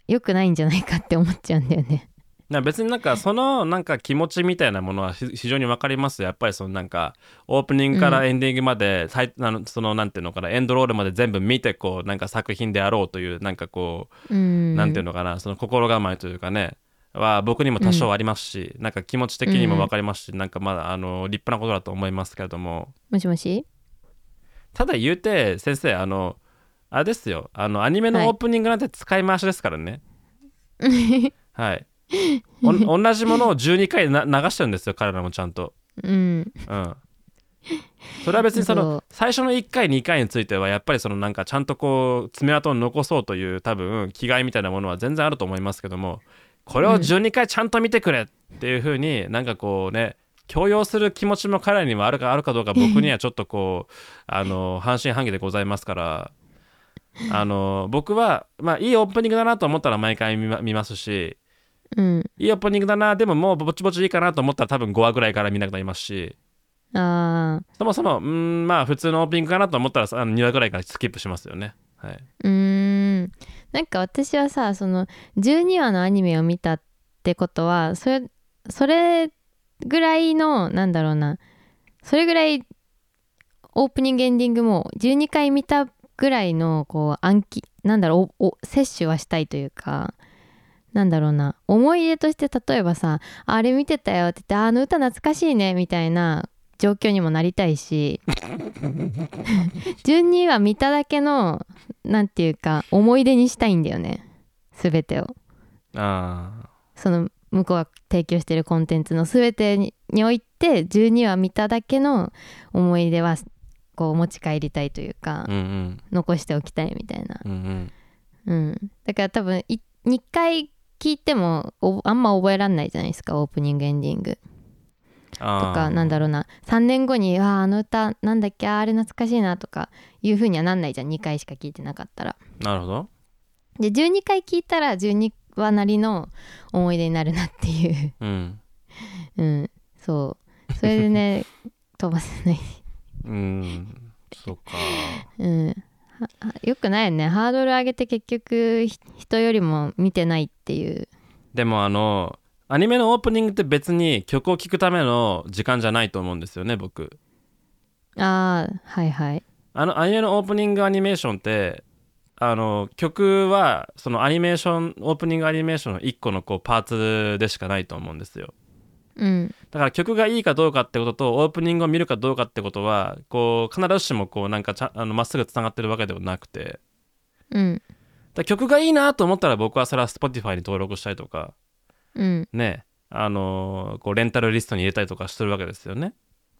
S1: 良くないんじゃないかって思っちゃうんだよね
S2: な別になんかそのなんか気持ちみたいなものは非非常に分かりますよやっぱりそのなんかオープニングからエンディングまで、タイあのそのなんていうのかなエンドロールまで全部見てこうなんか作品であろうというなんかこう、
S1: な
S2: なんていうのかなその心構えというかねは僕にも多少ありますし、なんか気持ち的にも分かりますし、なんかまだあの立派なことだと思いますけれども
S1: もしもした
S2: だ言うて先生あのあれですよあのアニメ
S1: は
S2: の
S1: い
S2: オープニングなんて使い回しですか
S1: *laughs*
S2: らねはいおん同じものを12回な流してるんですよ彼らもちゃんと
S1: うん
S2: うんそれは別に
S1: そ
S2: その
S1: う
S2: 最初の1回2回についてはやっぱりそのなんかちゃんとこう爪痕を残そうという多分気概みたいなものは全然あると思いますけどもこれを12回ちゃんと見てくれっていうふうになんかこうね強要する気持ちも彼らにはあるかあるかどうか僕にはちょっとこう *laughs* あの半信半疑でございますからあの僕はまあいいオープニングだなと思ったら毎回見ま見ますし
S1: うん
S2: いいオープニングだなでももうぼちぼちいいかなと思ったら多分5話ぐらいから見なくなりますし
S1: あー
S2: そもそもうーんまあ普通のオープニングかなと思ったらあの2話ぐらいからスキップしますよねはい、
S1: うーんなんか私はさその12話のアニメを見たってことはそれそれぐらいのなんだろうなそれぐらいオープニングエンディングも12回見たぐらいのこう暗記なんだろうおお摂取はしたいというかなんだろうな思い出として例えばさあれ見てたよって言ってああの歌懐かしいねみたいな状況にもなりたいし12話見ただけのなんていうか思い出にしたいんだよね全てを
S2: あ
S1: その向こうが提供してるコンテンツの全てににおいて12話見ただけの思い出はこう持ち帰りたいというか
S2: あ、うん
S1: 残しておきたいみたいな、
S2: うんうんうん
S1: うん、だから多分い2回聞いてもおあんま覚えらんないじゃないですかオープニングエンディングと
S2: あ
S1: かなんだ
S2: ろ
S1: ろうな3年後に「あーあの歌なんだっけあーあれ懐かしいな」とかいう風にはなんないじゃん2回しか聞いてなかったら。
S2: うなるほど
S1: で12回聞いたら12話なりの思い出になるなっていう *laughs*
S2: うん
S1: うんそうそれでね *laughs* 飛ばせない、 *laughs*
S2: うんそうか
S1: うん、ははよくないよねハードル上げて結局ひ人よりも見てないっていう
S2: でもあのアニメのオープニングって別に曲を聴くための時間じゃないと思うんですよね僕
S1: ああはいはい
S2: あのアニメのオープニングアニメーションってあの曲はそのアニメーションオープニングアニメーションの1個のこうパーツでしかないと思うんですよ
S1: うん
S2: だから曲がいいかどうかってこととオープニングを見るかどうかってことはこう必ずしもこうなんかちゃあのまっすぐつながってるわけではなくてだか
S1: うん
S2: ら曲がいいなと思ったら僕はそれは Spotify に登録したりとか
S1: うん
S2: ねあのこうレンタルリストに入れたりとかしてるわけですよね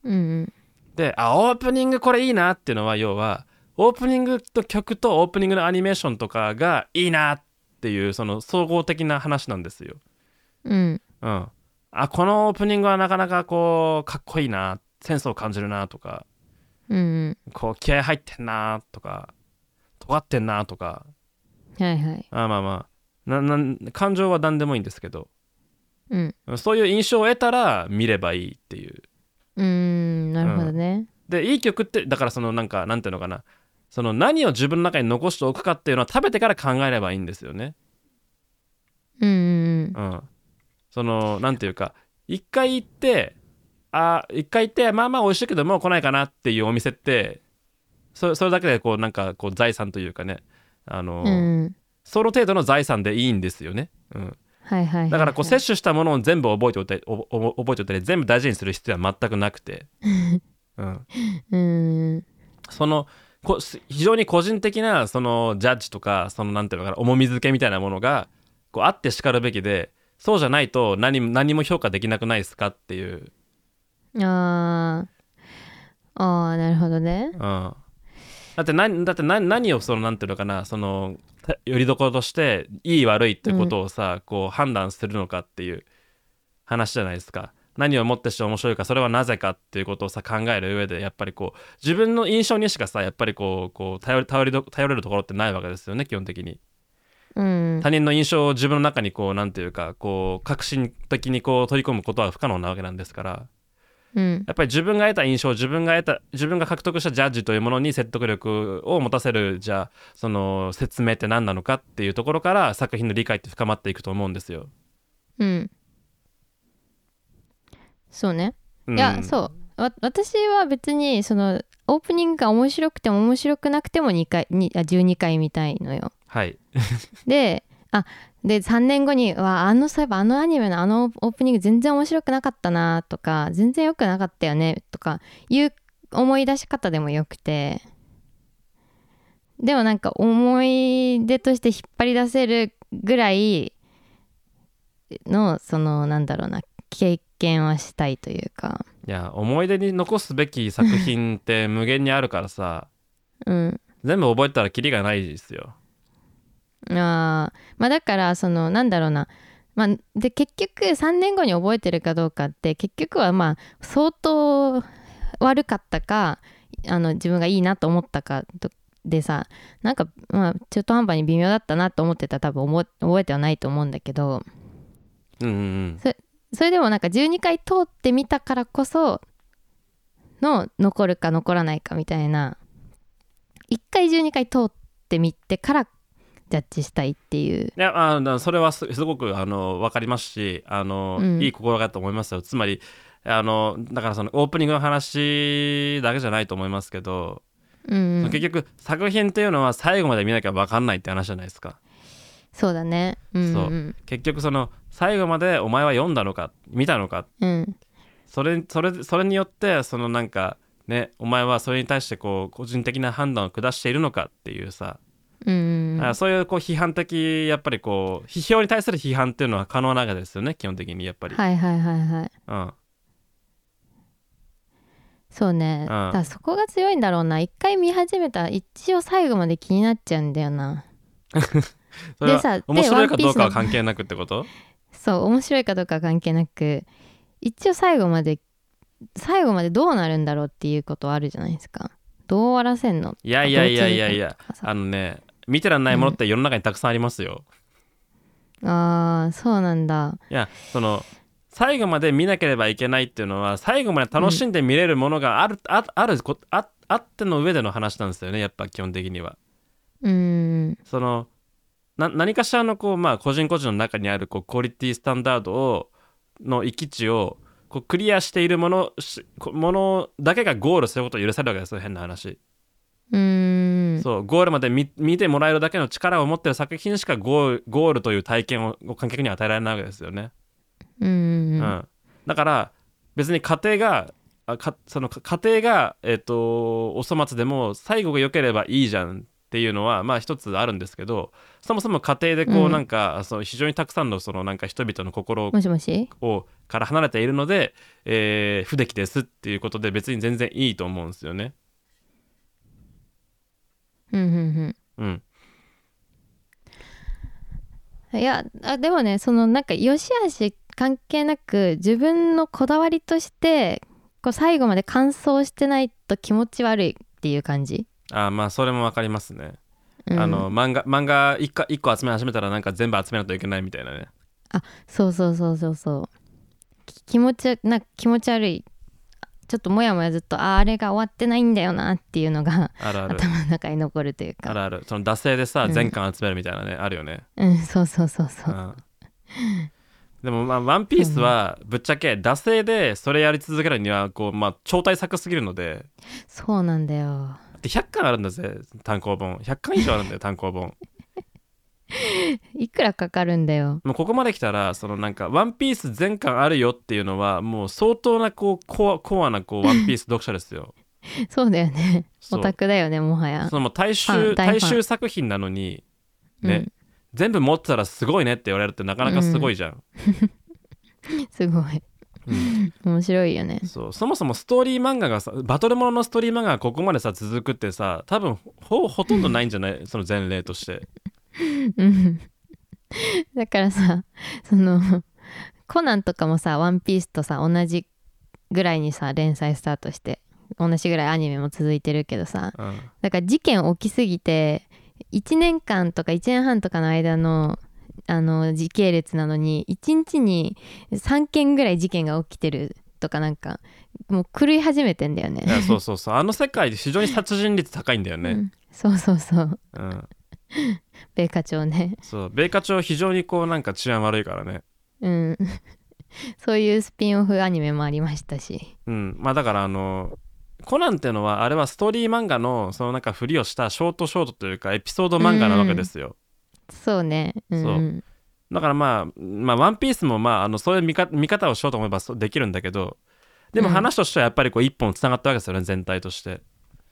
S1: うんうん
S2: であオープニングこれいいなっていうのは要はオープニングと曲とオープニングのアニメーションとかがいいなっていうその総合的な話なんですよ。
S1: うん
S2: うん、あこのオープニングはなかなかこうかっこいいなセンスを感じるなとか
S1: うんうん
S2: こう気合入ってんなとか尖ってんなとか
S1: はいはい
S2: あまあまあななん感情は何でもいいんですけど
S1: うん
S2: そういう印象を得たら見ればいいっていう
S1: うーんなるほどね、
S2: でいい曲ってだからそのなんかなんていうのかなその何を自分の中に残しておくかっていうのは食べてから考えればいいんですよね。
S1: うん、うん
S2: うん、そのなんていうか一回行ってあ一回行ってまあまあ美味しいけどもう来ないかなっていうお店ってそそれだけでこうなんかこう財産というかねあの、
S1: うんうん
S2: その程度の財産でいいんですよね。うん、
S1: はいはいはいはい
S2: だからこう摂取したものを全部覚えておいておお覚えておいて全部大事にする必要は全くなくて、うん、
S1: うん
S2: そのこ非常に個人的なそのジャッジとかそのなんていうのかな重みづけみたいなものがこうあってしかるべきでそうじゃないと何も何も評価できなくないですかっていう、
S1: あーあーなるほどね
S2: うん、だって何だって何何をそのなんていうのかなそのよりどころとしていい悪いってことをさ、こう判断するのかっていう話じゃないですか何をもってして面白いかそれはなぜかっていうことをさ考える上でやっぱりこう自分の印象にしかさやっぱりこうこう頼り頼りど頼れるところってないわけですよね基本的に。
S1: うん
S2: 他人の印象を自分の中にこうなんていうかこう革新的にこう取り込むことは不可能なわけなんですから
S1: うん
S2: やっぱり自分が得た印象自分が得た自分が獲得したジャッジというものに説得力を持たせるじゃあその説明って何なのかっていうところから作品の理解って深まっていくと思うんですよ。
S1: うんそうね
S2: うん
S1: いや、そうわ私は別にそのオープニングが面白くても面白くなくても2回にあ12回見たいのよ
S2: はい
S1: であで3年後にわあのそういえばあのアニメのあのオープニング全然面白くなかったなとか全然良くなかったよねとかいう思い出し方でもよくてでもなんか思い出として引っ張り出せるぐらいのそのなんだろうな経験はしたいというか
S2: いや思い出に残すべき作品って無限にあるからさ
S1: うん
S2: 全部覚えたらキリがないですよ
S1: あーまあだからそのなんだろうな、まあ、で結局3年後に覚えてるかどうかって結局はまあ相当悪かったかあの自分がいいなと思ったかとでさなんかまあ中途半端に微妙だったなと思ってたら多分覚え覚えてはないと思うんだけど
S2: うんうんうん
S1: それでもなんか12回通ってみたからこその残るか残らないかみたいな1回12回通ってみてからジャッジしたいっていう
S2: いやあのそれはすすごくあの分かりますしあの、
S1: うん
S2: いい心がけだと思いますよつまりあのだからそのオープニングの話だけじゃないと思いますけど、
S1: うんうん、
S2: その結局作品っていうのは最後まで見なきゃ分かんないって話じゃないですか
S1: そうだね。うん、う
S2: そ
S1: ん。
S2: 結局その最後までお前は読んだのか見たのか
S1: うん。
S2: それそれそれによってそのなんかねお前はそれに対してこう個人的な判断を下しているのかっていうさ、
S1: うん。
S2: あそういうこう批判的やっぱりこう批評に対する批判っていうのは可能なわけですよね基本的にやっぱり、
S1: はいはいはいはい。
S2: うん
S1: そうね。
S2: ん
S1: だからそこが強いんだろうな。一回見始めたら一応最後まで気になっちゃうんだよな。
S2: それは
S1: でさで
S2: 面白い
S1: ワ
S2: か
S1: ンピー
S2: どう
S1: スの
S2: かは関係なくってこと
S1: そう、面白いかどうかは関係なく、一応最後まで、最後までどうなるんだろうっていうことはあるじゃないですか。どう終わらせんの
S2: いやいやいやいやいや
S1: どうするかとかさ
S2: あのね見てらんないものって世の中にたくさんありますよ、
S1: ああ、そうなんだ。
S2: いやその最後まで見なければいけないっていうのは最後まで楽しんで見れるものがある、ああるこああっての上での話なんですよねやっぱ基本的には
S1: うん。
S2: そのな何かしらのこう、まあ、個人個人の中にあるこうクオリティスタンダードをの域値をこうクリアしているものしこものだけがゴールすることを許されるわけですよ変な話、
S1: うん。
S2: そうゴールまで見見てもらえるだけの力を持ってる作品しかゴールゴールという体験を観客に与えられないわけですよね、
S1: うん。うん。
S2: うん、だから別に家庭があかそのか家庭が、えっとお粗末でも最後が良ければいいじゃんっていうのはまあ一つあるんですけどそもそも家庭でこう、
S1: うん
S2: なんかその非常にたくさんのそのなんか人々の心を
S1: もしもし
S2: をから離れているので、えー不出来ですっていうことで別に全然いいと思うんですよね。
S1: うんうんうん。
S2: うん、
S1: いやあでもねそのなんか良し悪し関係なく自分のこだわりとしてこう最後まで完走してないと気持ち悪いっていう感じ、
S2: あーまあそれも分かりますね。
S1: うん
S2: あの漫画漫画 1, か一個集め始めたらなんか全部集めないといけないみたいなね。
S1: そうそうそうそうそうき気持ちなんか気持ち悪いちょっとモヤモヤずっとあーあれが終わってないんだよなっていうのが
S2: あるある。
S1: 頭の中に残るという
S2: あ
S1: か
S2: るある。その惰性でさ
S1: うん
S2: 全巻集めるみたいなね、あるよね。
S1: うんそうそうそうそううん
S2: でもまあ「ワンピースはぶっちゃけ惰性でそれやり続けるにはこうまあ超大作すぎるので
S1: そうなんだよ
S2: だって100巻あるんだぜ単行本100巻以上あ
S1: *laughs*
S2: るんだよ単行本
S1: いくらかかるんだよ
S2: もうここまで来たらそのなんか「ワンピース全巻あるよっていうのはもう相当なこうコアコアなこう「ワンピース読者です
S1: *laughs*
S2: よ
S1: そうだよね
S2: そ
S1: オ
S2: う
S1: タクだよねもはや
S2: そのもう大
S1: ファン
S2: 衆
S1: 大ファン
S2: 大衆作品なのにね、
S1: うん
S2: 全部持ってたらすごいねって言われるってなかなかすごいじゃん、
S1: すごい
S2: うん
S1: 面白いよね
S2: そうそもそもストーリー漫画がさバトルもののストーリー漫画がここまでさ続くってさ多分ほほとんどないんじゃないその前例として
S1: うん *laughs* だからさそのコナンとかもさ「ワンピースとさ同じぐらいにさ連載スタートして同じぐらいアニメも続いてるけどさ
S2: うん、
S1: だから事件起きすぎて1年間とか1年半とかの間のあの時系列なのに1日に3件ぐらい事件が起きてるとかなんかもう狂い始めてんだよ
S2: い
S1: ね。
S2: やそうそうそうあの世界で非常に殺人率高いんだよ
S1: う
S2: ね、
S1: んそうそうそう
S2: うん
S1: 米花町ね。
S2: そう米花町非常にこうなんか治安悪いからね
S1: うん、 *laughs* そういうスピンオフアニメもありましたし
S2: うん、まあだからあのコナンっていうのはあれはストーリー漫画のそのなんかふりをしたショートショートというかエピソード漫画なわけですよ、
S1: そうねうん
S2: そう
S1: うん
S2: だからまあ「まあ、ワンピースもまああのそういう見か見方をしようと思えばそうできるんだけどでも
S1: うん
S2: 話としてはやっぱりこう一本つながったわけですよね全体として、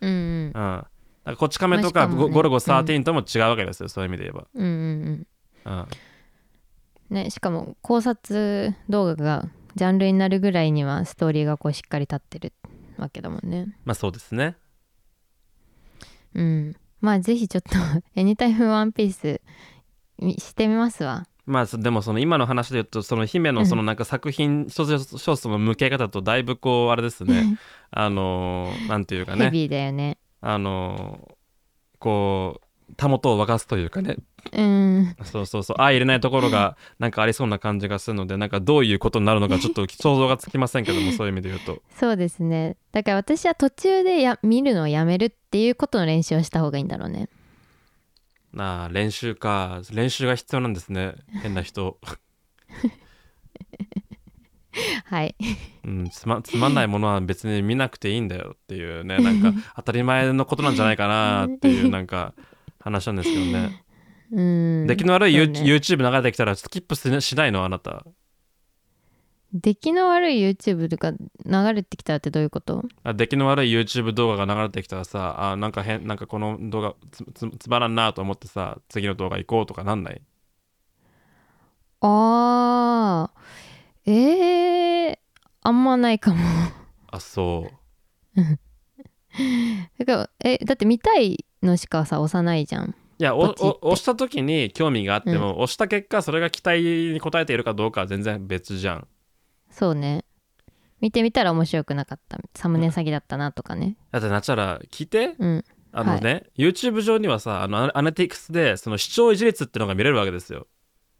S1: うんうん
S2: うん、だからこち亀と
S1: まあ
S2: か
S1: しかも
S2: ゴ
S1: ね
S2: ゴルゴ13とも違うわけですよ、そういう意味で言
S1: うんうん
S2: えば、うん、
S1: うんねしかも考察動画がジャンルになるぐらいにはストーリーがこうしっかり立ってるわけだもんね
S2: まあそうですね
S1: うんまあぜひちょっと *laughs* 「エニタイムワンピースみしてみますわ
S2: まあそでもその今の話で言うとその姫のそうのなんか作品一つ一つの向け方とだいぶこうあれですねあのーなんていうかね
S1: ヘビーだよね
S2: あのこうたもとを沸かすというかね
S1: うん
S2: そうそうそう相入れないところがなんかありそうな感じがするのでなんかどういうことになるのかちょっと想像がつきませんけどもそういう意味で言うと
S1: そうですねだから私は途中でや見るのをやめるっていうことの練習をした方がいいんだろうね
S2: *laughs* なあ練習か練習が必要なんですね変な人、
S1: はい
S2: うん、つまつまんないものは別に見なくていいんだよっていうねな
S1: *laughs*
S2: んか当たり前のことなんじゃないかなっていうなんか話なんですけどね
S1: うん
S2: 出来の悪いユー、
S1: そうね
S2: YouTube 流れてきたらスキップしなしないのあなた
S1: 出来の悪い YouTube とか流れてきたらってどういうこと
S2: あ出来の悪い YouTube 動画が流れてきたらさあなんか変なんかこの動画つつつまらんなと思ってさ次の動画行こうとかなんない
S1: あーえー、あんまないかも *laughs*
S2: あそう
S1: だからえだって見たいのしかさ押さないじゃん
S2: いやお
S1: ポチって
S2: お押した時に興味があっても、押した結果それが期待に応えているかどうかは全然別じゃん
S1: そうね見てみたら面白くなかったサムネ詐欺だったなとかね
S2: だってなっちゃら聞いて
S1: うん
S2: あのね、YouTube 上にはさあのアアナティクスでその視聴維持率ってのが見れるわけですよ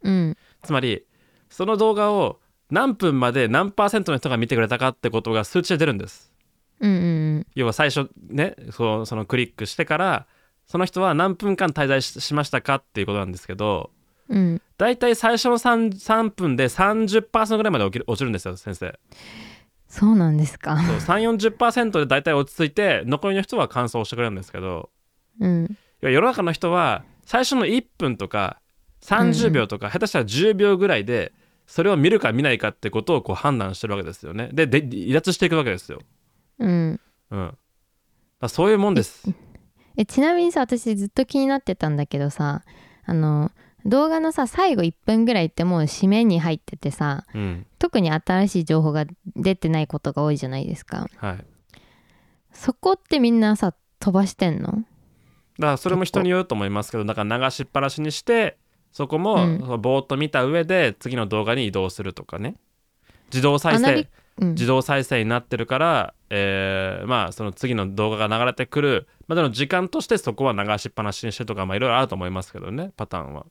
S1: うん
S2: つまりその動画を何分まで何パーセントの人が見てくれたかってことが数値で出るんです
S1: うんうん
S2: 要は最初ねそうそのクリックしてからその人は何分間滞在ししましたかっていうことなんですけど
S1: うんうん
S2: だいたい最初の 3, 3分で30%ぐらいまで落ちる落ちるんですよ先生
S1: そうなんですか *laughs*
S2: そう340%で大体落ち着いて残りの人は乾燥してくれるんですけど
S1: うん
S2: 要は世の中の人は最初の1分とか30秒とか、下手したら10秒ぐらいでそれを見るか見ないかってことをこう判断してるわけですよねでで離脱していくわけですよ、
S1: うん
S2: うん、だからそういうもんです
S1: えちなみにさ私ずっと気になってたんだけどさあの動画のさ最後1分ぐらいってもう締めに入っててさ
S2: うん
S1: 特に新しい情報が出てないことが多いじゃないですか
S2: はい
S1: そこってみんなさ飛ばしてんの
S2: だからそれも人によると思いますけどだから流しっぱなしにしてそこも
S1: うん
S2: そのぼーっと見た上で次の動画に移動するとかね自動再
S1: アナリ
S2: 生
S1: うん
S2: 自動再生になってるから、えーまあその次の動画が流れてくるまでの時間としてそこは流しっぱなしにしてとかまあいろいろあると思いますけどねパターンは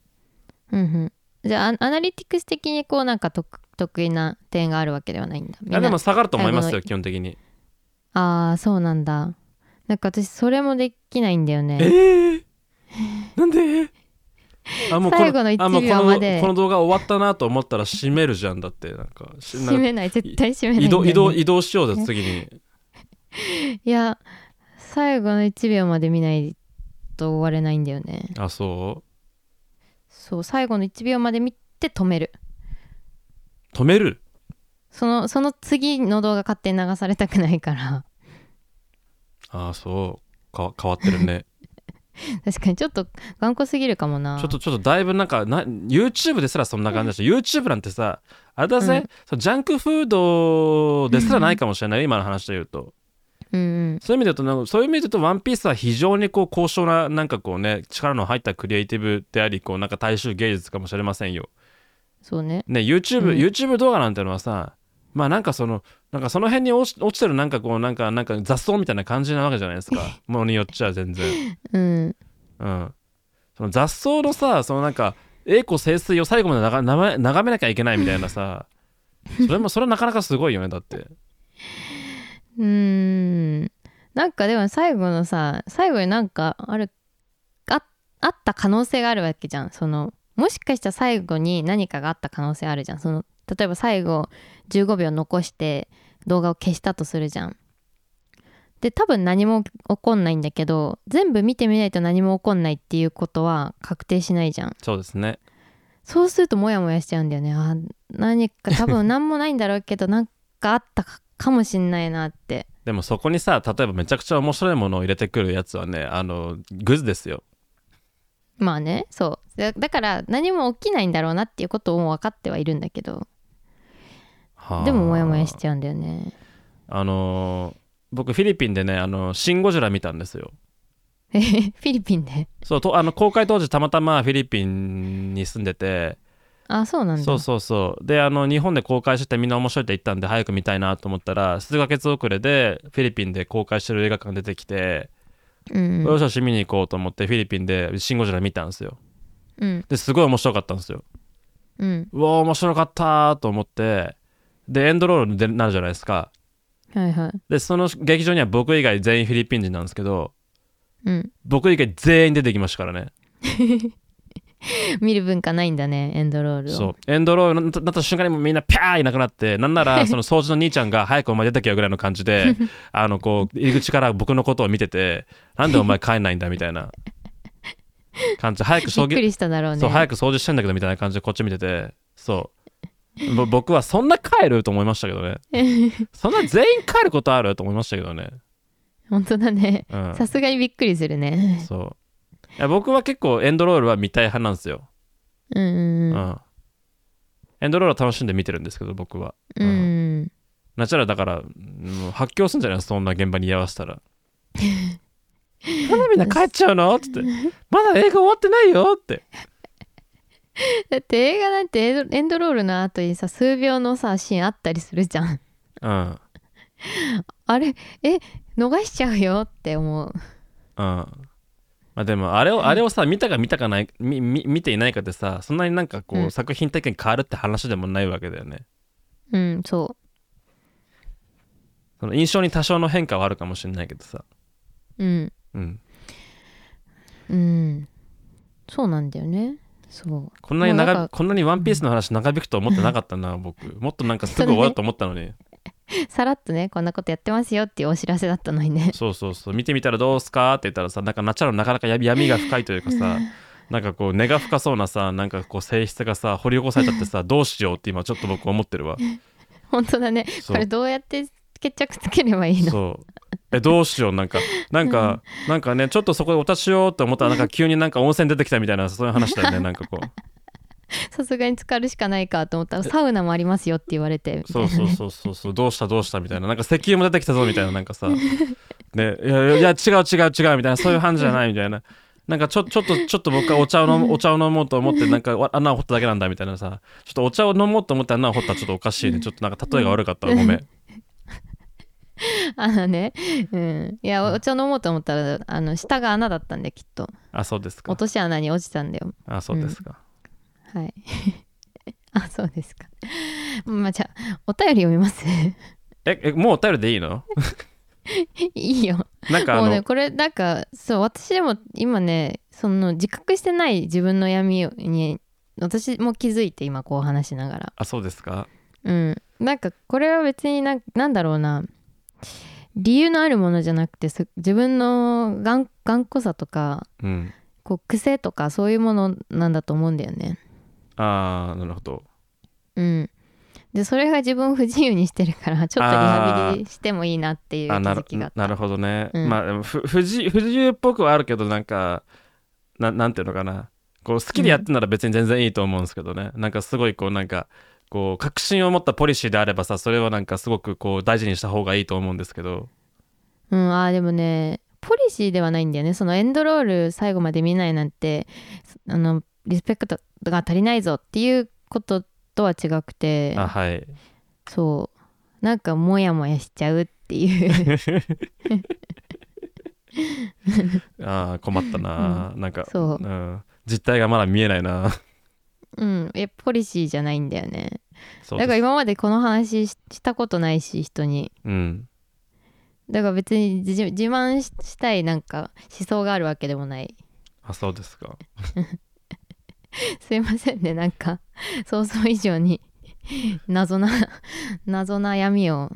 S1: うんうんじゃあアアナリティクス的にこうなんか得得意な点があるわけではないんだみん
S2: い
S1: な
S2: やでも下がると思います
S1: あ
S2: よ
S1: の
S2: 基本的に
S1: ああそうなんだなんか私それもできないんだよ
S2: え
S1: ね
S2: ー、なんであもうこ
S1: 最後の一
S2: あもうこ
S1: 秒まで
S2: のこの動画終わったなと思ったら閉めるじゃんだってなんかしなんか
S1: *laughs* 閉めない絶対閉めない
S2: 移
S1: んだよ、
S2: 動
S1: ね、
S2: 移動移動しようぜ次に
S1: いや最後の1秒まで見ないと終われないんだよね
S2: あそ
S1: そう最後の1秒まで見て止める
S2: う止める
S1: そのその次の動画勝手に流されたくないから
S2: あそうか変わってるね
S1: 確かにちょっと頑固すぎるかもな
S2: ちょっとちょっとだいぶなんかな YouTube ですらそんな感じだし YouTube なんてさあれだ
S1: う
S2: ぜ
S1: ん、
S2: そうジャンクフードですらないかもしれない、今の話で言うと
S1: うんうん
S2: そういう意味で言うとなんかそういう意味で言うと「ワンピースは非常にこう高尚ななんかこうね力の入ったクリエイティブでありこうなんか大衆芸術かもしれませんよ
S1: そうね
S2: ね YouTube,、
S1: うん
S2: YouTube 動画なんてのはさまあなんかそのなんかその辺に落ち落ちてるなんかこうなんかなんか雑草みたいな感じなわけじゃないです
S1: *laughs*
S2: かものによっちゃ全然
S1: うん
S2: うん、その雑草のさそのなんか栄光盛衰を最後まで眺め眺めなきゃいけないみたいなさそれもそれはなかなかすごいよねだって
S1: うーんなんかでも最後のさ最後になんかあるああった可能性があるわけじゃんそのもしかしたら最後に何かがあった可能性あるじゃんその例えば最後15秒残して動画を消したとするじゃん。で多分何も起こんないんだけど全部見てみないと何も起こんないっていうことは確定しないじゃん。
S2: そうですね
S1: そうするとモヤモヤしちゃうんだよね。あ何か多分何もないんだろうけど *laughs* なんかあったかかもしんないなって。
S2: でもそこにさ例えばめちゃくちゃ面白いものを入れてくるやつはねあのグズですよ
S1: まあねそうだだから何も起きないんだろうなっていうことも分かってはいるんだけど
S2: はあ
S1: でもモヤモヤしちゃうんだよね。
S2: あのー僕フィリピンでねあの「シン・ゴジラ」見たんですよ
S1: えへへ *laughs* フィリピンで
S2: そうとあの公開当時たまたまフィリピンに住んでて
S1: あそうなんだ
S2: そうそうそうであの日本で公開しててみんな面白いって言ったんで早く見たいなと思ったら数ヶ月遅れでフィリピンで公開してる映画館出てきて、
S1: うんう
S2: よ
S1: ん
S2: しよし見に行こうと思ってフィリピンで「シン・ゴジラ」見たんですよ
S1: うん
S2: ですごい面白かったんですよ
S1: うん
S2: うわー面白かったーと思ってでエンドロールになるじゃないですか
S1: はいはい
S2: でその劇場には僕以外全員フィリピン人なんですけど
S1: うん
S2: 僕以外全員出てきましたからね
S1: 見る文化ないんだねエンドロールを
S2: そうエンドロールになった瞬間にもうみんなピャーいなくなってなん
S1: *laughs*
S2: ならその掃除の兄ちゃんが「早くお前出てけよ」ぐらいの感じであのこう入り口から僕のことを見てて「なんでお前帰んないんだ」みたいな感じ早く
S1: びっ
S2: 掃
S1: く
S2: 除
S1: りしただろうね
S2: そう早く掃除してんだけどみたいな感じでこっち見ててそうぼ僕はそんな帰ると思いましたけ
S1: *laughs*
S2: どねそんな全員帰ることあると思いましたけどね、
S1: 本当だね
S2: うん、
S1: さすがにびっくりするね
S2: そういや僕は結構エンドロールは見たい派なんですよ
S1: うんうん
S2: うん、エンドロールを楽しんで見てるんですけど僕は
S1: うんうん
S2: ナチュラルだからもう発狂するんじゃないのそんな現場に居合わせたら *laughs* まだみんな帰っちゃうのって言ってまだ映画終わってないよって
S1: だって映画なんてエンドエンドロールの後にさ数秒のさシーンあったりするじゃん *laughs*
S2: うん
S1: あれえ逃しちゃうよって思う
S2: うんまあでもあれをあれをさ見たか見たかないみみ見ていないかってさそんなになんかこう、
S1: うん
S2: 作品体験変わるって話でもないわけだよね
S1: うんそ
S2: その印象に多少の変化はあるかもしれないけどさ
S1: ううん
S2: うん
S1: うんそうなんだよねそう
S2: こんなに
S1: もう
S2: 長
S1: なんか
S2: こんなにワンピースの話長引くとは思ってなかったな僕もっとなんかすぐ終わると思ったのに
S1: さらっとねこんなことやってますよっていうお知らせだったのにね *laughs*
S2: そうそうそう見てみたらどうすかって言ったらさなんかナチュラルなかなか闇闇が深いというかさなんかこう根が深そうなさなんかこう性質がさ掘り起こされちゃってさどうしようって今ちょっと僕思ってるわ
S1: 本当だね
S2: そう
S1: これどうやって決着つければいいの
S2: そうえどうしようなんかなんかなんかねちょっとそこでお達しようと思ったらなんか急になんか温泉出てきたみたいなそういう話だよねなんかこう
S1: さすがに浸かるしかないかと思ったらサウナもありますよって言われて
S2: そうそうそうそうそうどうしたどうしたみたいななんか石油も出てきたぞみたいななんかさねいやいや違う違う違うみたいなそういう感じじゃないみたいななんかちょちょっとちょっと僕はお茶を飲むお茶を飲もうと思ってなんかわ穴を掘っただけなんだみたいなさちょっとお茶を飲もうと思って穴を掘ったらちょっとおかしいねちょっとなんか例えが悪かったらごめん
S1: *laughs* あのね、うん、いやお茶飲もうと思ったらあの下が穴だったんできっと
S2: あそうですか
S1: 落とし穴に落ちたんだよ
S2: あそうですか、
S1: はい *laughs* あそうですかまあじゃあお便り読みます *laughs*
S2: ええもうお便りでいいの
S1: いいよ
S2: なんかあ
S1: もう
S2: の、
S1: ねこれなんかそう私でも今ねその自覚してない自分の闇に私も気づいて今こう話しながら
S2: あそうですか
S1: うん、なんかこれは別になんなんだろうな理由のあるものじゃなくてす自分の頑頑固さとか
S2: うん
S1: こう癖とかそういうものなんだと思うんだよね。
S2: ああなるほど
S1: うん、でそれが自分を不自由にしてるからちょっとリハビリしてもいいなっていう気
S2: あな
S1: づ
S2: る
S1: きがあった。
S2: なるほどね、
S1: うん
S2: まあでもふ不自不自由っぽくはあるけどなんかななんていうのかなこう好きでやってんなら別に全然いいと思うんですけどね、なんかすごいこうなんかこう確信を持ったポリシーであればさそれはなんかすごくこう大事にした方がいいと思うんですけど
S1: うん、あーでもねポリシーではないんだよねそのエンドロール最後まで見ないなんてあのリスペクトが足りないぞっていうこととは違くて。
S2: あはい
S1: そうなんかモヤモヤしちゃうっていう *laughs*
S2: あー困ったな、なんか、
S1: そうん
S2: 実態がまだ見えないな
S1: *laughs* うんえポリシーじゃないんだよね
S2: そう
S1: だ
S2: で
S1: か
S2: す
S1: ら今までこの話ししたことないし人に
S2: うん
S1: だから別に自自慢ししたいなんか思想があるわけでもない
S2: あそうですか
S1: すいませんねなんか想像以上に謎な謎な闇を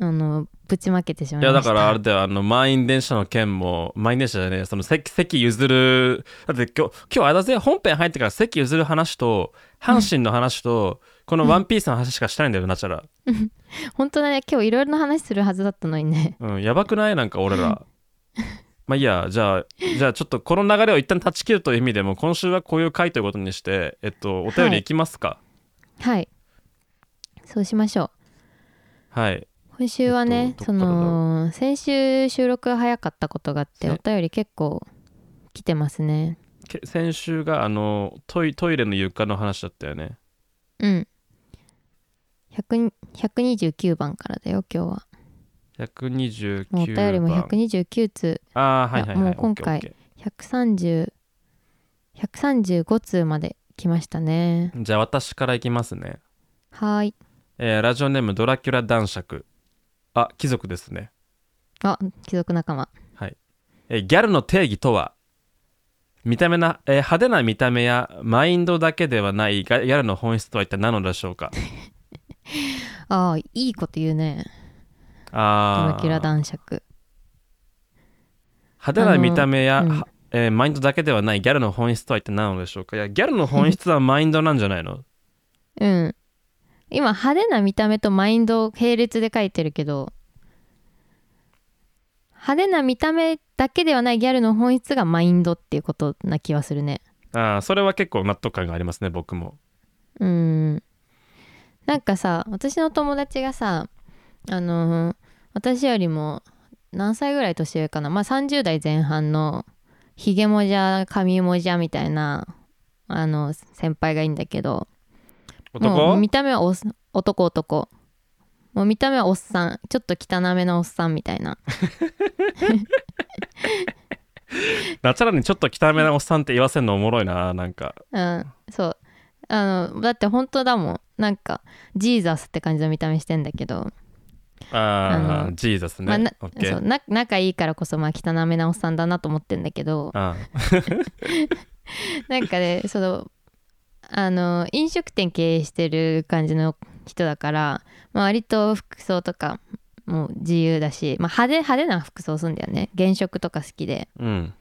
S1: あのぶちまけてしま
S2: い
S1: いま
S2: や
S1: した
S2: だからあれだよあの満員電車の件も満員電車じゃねえその席席譲るだって今日今日あれだぜ本編入ってから席譲る話と阪神の話と、この「ワンピースの話しかしたいんだよなっちゃら、
S1: 本当だね今日いろいろな話するはずだったのにね
S2: うん、やばくないなんか俺
S1: *laughs*
S2: らまあいいやじゃあじゃあちょっとこの流れを一旦断ち切るという意味でも今週はこういう回ということにしてえっとお便りいきますか
S1: はいそうしましょう
S2: はい、
S1: 今週は
S2: えっ
S1: ね、
S2: と
S1: そ
S2: どっからだ
S1: の先週収録が早かったことがあってお
S2: ね
S1: 便り結構来てますね
S2: け先週があのトイトイレの床の話だったよね
S1: うん100 129番からだよ今日は
S2: 129番
S1: もうお便りも129通
S2: ああはいはいはい
S1: いやもう今回
S2: オッケーオッケー
S1: 130 135通まで来ましたね
S2: じゃあ私からいきますね、
S1: はーい
S2: えーラジオネームドラキュラ男爵あ貴族ですね、
S1: あ貴族仲間
S2: えーギャルの定義とは見た目な、えー派手な見た目やマインドだけではないがギャルの本質とは一体何なのでしょうか
S1: あーいいこと言うねド
S2: あ
S1: ラ
S2: ー
S1: キュラ男爵
S2: 派手な見た目や、
S1: あのうん
S2: はえーマインドだけではないギャルの本質とは一体何なのでしょうかいやギャルの本質はマインドなんじゃないの
S1: うん今派手な見た目とマインドを並列で書いてるけど派手な見た目だけではないギャルの本質がマインドっていうことな気はするね
S2: あーそれは結構納得感がありますね僕も
S1: うんなんかさ私の友達がさあのー私よりも何歳ぐらい年上かなまあ30代前半のひげもじゃ髪もじゃみたいなあの先輩がいいんだけどもう
S2: 男
S1: 見た目はおっ男男もう見た目はおっさんちょっと汚めのおっさんみたいな
S2: ナチュラルにちょっと汚めなおっさんって言わせるのおもろいななんか
S1: うんそうあのだって本当だもんなんかジーザスって感じの見た目してんだけど
S2: あ
S1: あ
S2: あ
S1: の
S2: ジーザスね、
S1: まあな
S2: オッケ
S1: そう
S2: ー
S1: な仲いいからこそまあ汚めなおっさんだなと思ってんだけ
S2: *laughs*
S1: ど
S2: あ
S1: なんかねそのあの飲食店経営してる感じの人だから、まあ、割と服装とかも自由だし、まあ、派手派手な服装すんだよね原色とか好きで
S2: うん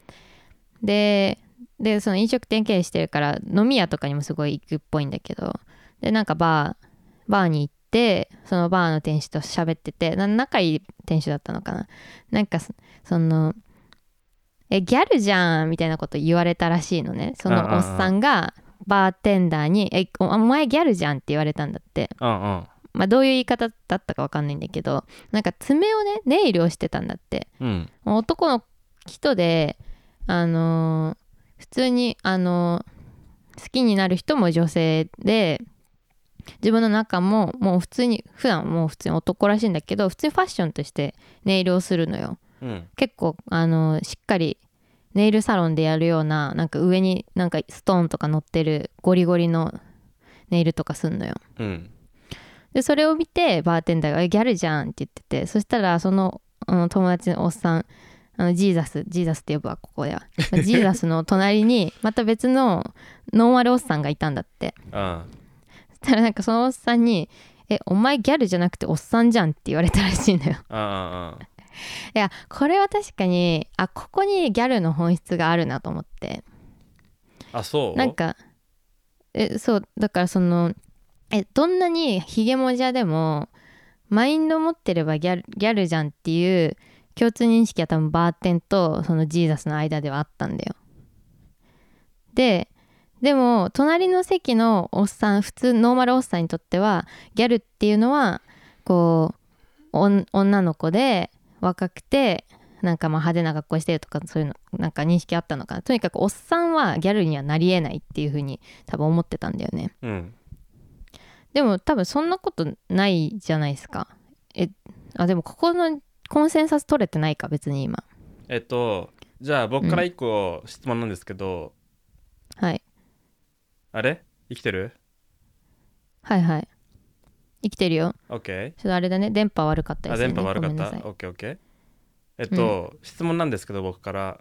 S1: ででその飲食店経営してるから飲み屋とかにもすごい行くっぽいんだけどでなんかバーバーに行ってそのバーの店主と喋っててな仲いい店主だったのかななんかそその「えギャルじゃん」みたいなこと言われたらしいのねそ
S2: あああ
S1: の
S2: あ
S1: おっさんがバーテンダーに「えおお前ギャルじゃん」って言われたんだって
S2: うんうん
S1: まあどういう言い方だったかわかんないんだけどなんか爪をねネイルをしてたんだって
S2: うん
S1: 男の人で、あのー普通に、あのー好きになる人も女性で自分の中ももう普通に普段もう普通に男らしいんだけど普通にファッションとしてネイルをするのよ
S2: うん
S1: 結構、あのーしっかりネイルサロンでやるようななんか上になんかストーンとか乗ってるゴリゴリのネイルとかすんのよ
S2: うん
S1: でそれを見てバーテンダーがえ「ギャルじゃん」って言っててそしたらそのあの友達のおっさんあのジーザスジーザスって呼ぶわここではジーザスの隣にまた別のノンアルおっさんがいたんだって
S2: あ
S1: そしたらなんかそのおっさんに「えお前ギャルじゃなくておっさんじゃん」って言われたらしいのよ
S2: ああ
S1: いやこれは確かにあここにギャルの本質があるなと思って
S2: ああそう
S1: なんかえそうだからそのえどんなにヒゲもじゃでもマインド持ってればギャルギャルじゃんっていう共通認識は多分バーテンとそのジーザスの間ではあったんだよ。ででも隣の席のおっさん普通ノーマルおっさんにとってはギャルっていうのはこうおん女の子で若くてなんかまあ派手な格好してるとかそういうのなんか認識あったのかなとにかくおっさんはギャルにはなりえないっていう風に多分思ってたんだよね
S2: うん
S1: でも多分そんなことないじゃないですかえあでもここのコンセンサス取れてないか別に今
S2: えっとじゃあ僕から一個質問なんですけど、
S1: はい
S2: あれ生きてる
S1: はいはい生きてるよちょ
S2: ?OK
S1: っとあれだね電波悪かったで
S2: あ
S1: すよね
S2: 電波悪か
S1: ごめ
S2: っ
S1: ん
S2: た
S1: なさい
S2: OKOK えっと、質問なんですけど僕から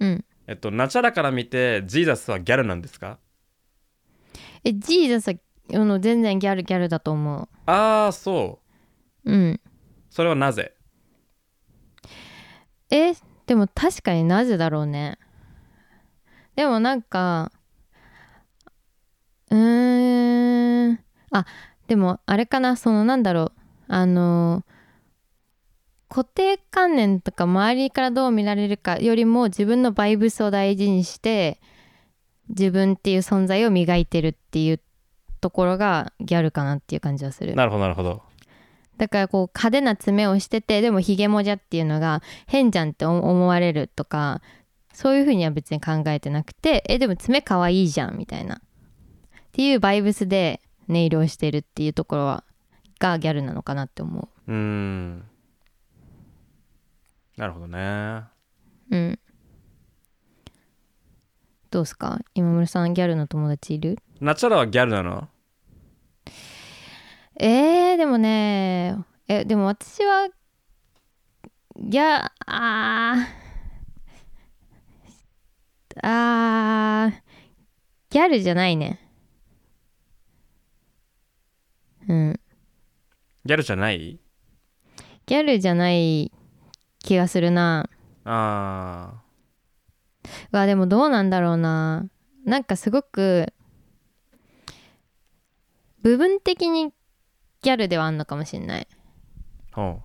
S1: うん
S2: えっとナチャラから見てジーザスはギャルなんですか
S1: えジーザスあの全然ギャルギャルだと思
S2: ああそう
S1: うん
S2: うそれはなぜ
S1: えでも確かになぜだろうねでもなんかうーんあでもあれかなそのなんだろうあの固定観念とか周りからどう見られるかよりも自分のバイブスを大事にして自分っていう存在を磨いてるっていうところがギャルかなっていう感じはする
S2: なるほどなるほど
S1: だからこう派手な爪をしててでもヒゲもじゃっていうのが変じゃんって思思われるとかそういうふうには別に考えてなくてえでも爪可愛いじゃんみたいなっていうバイブスで音色をしてるっていうところはがギャルなのかなって思
S2: うーんなるほどね
S1: ううんどうっすか今村さんギャルの友達いる
S2: ナチャラはギャルなの
S1: えー、でもねえでも私はギャあーあーギャルじゃないねうん
S2: ギャルじゃない
S1: ギャルじゃない気がするな
S2: あ
S1: うわでもどうなんだろうななんかすごく部分的にギャルではあんのかもしんない
S2: あほ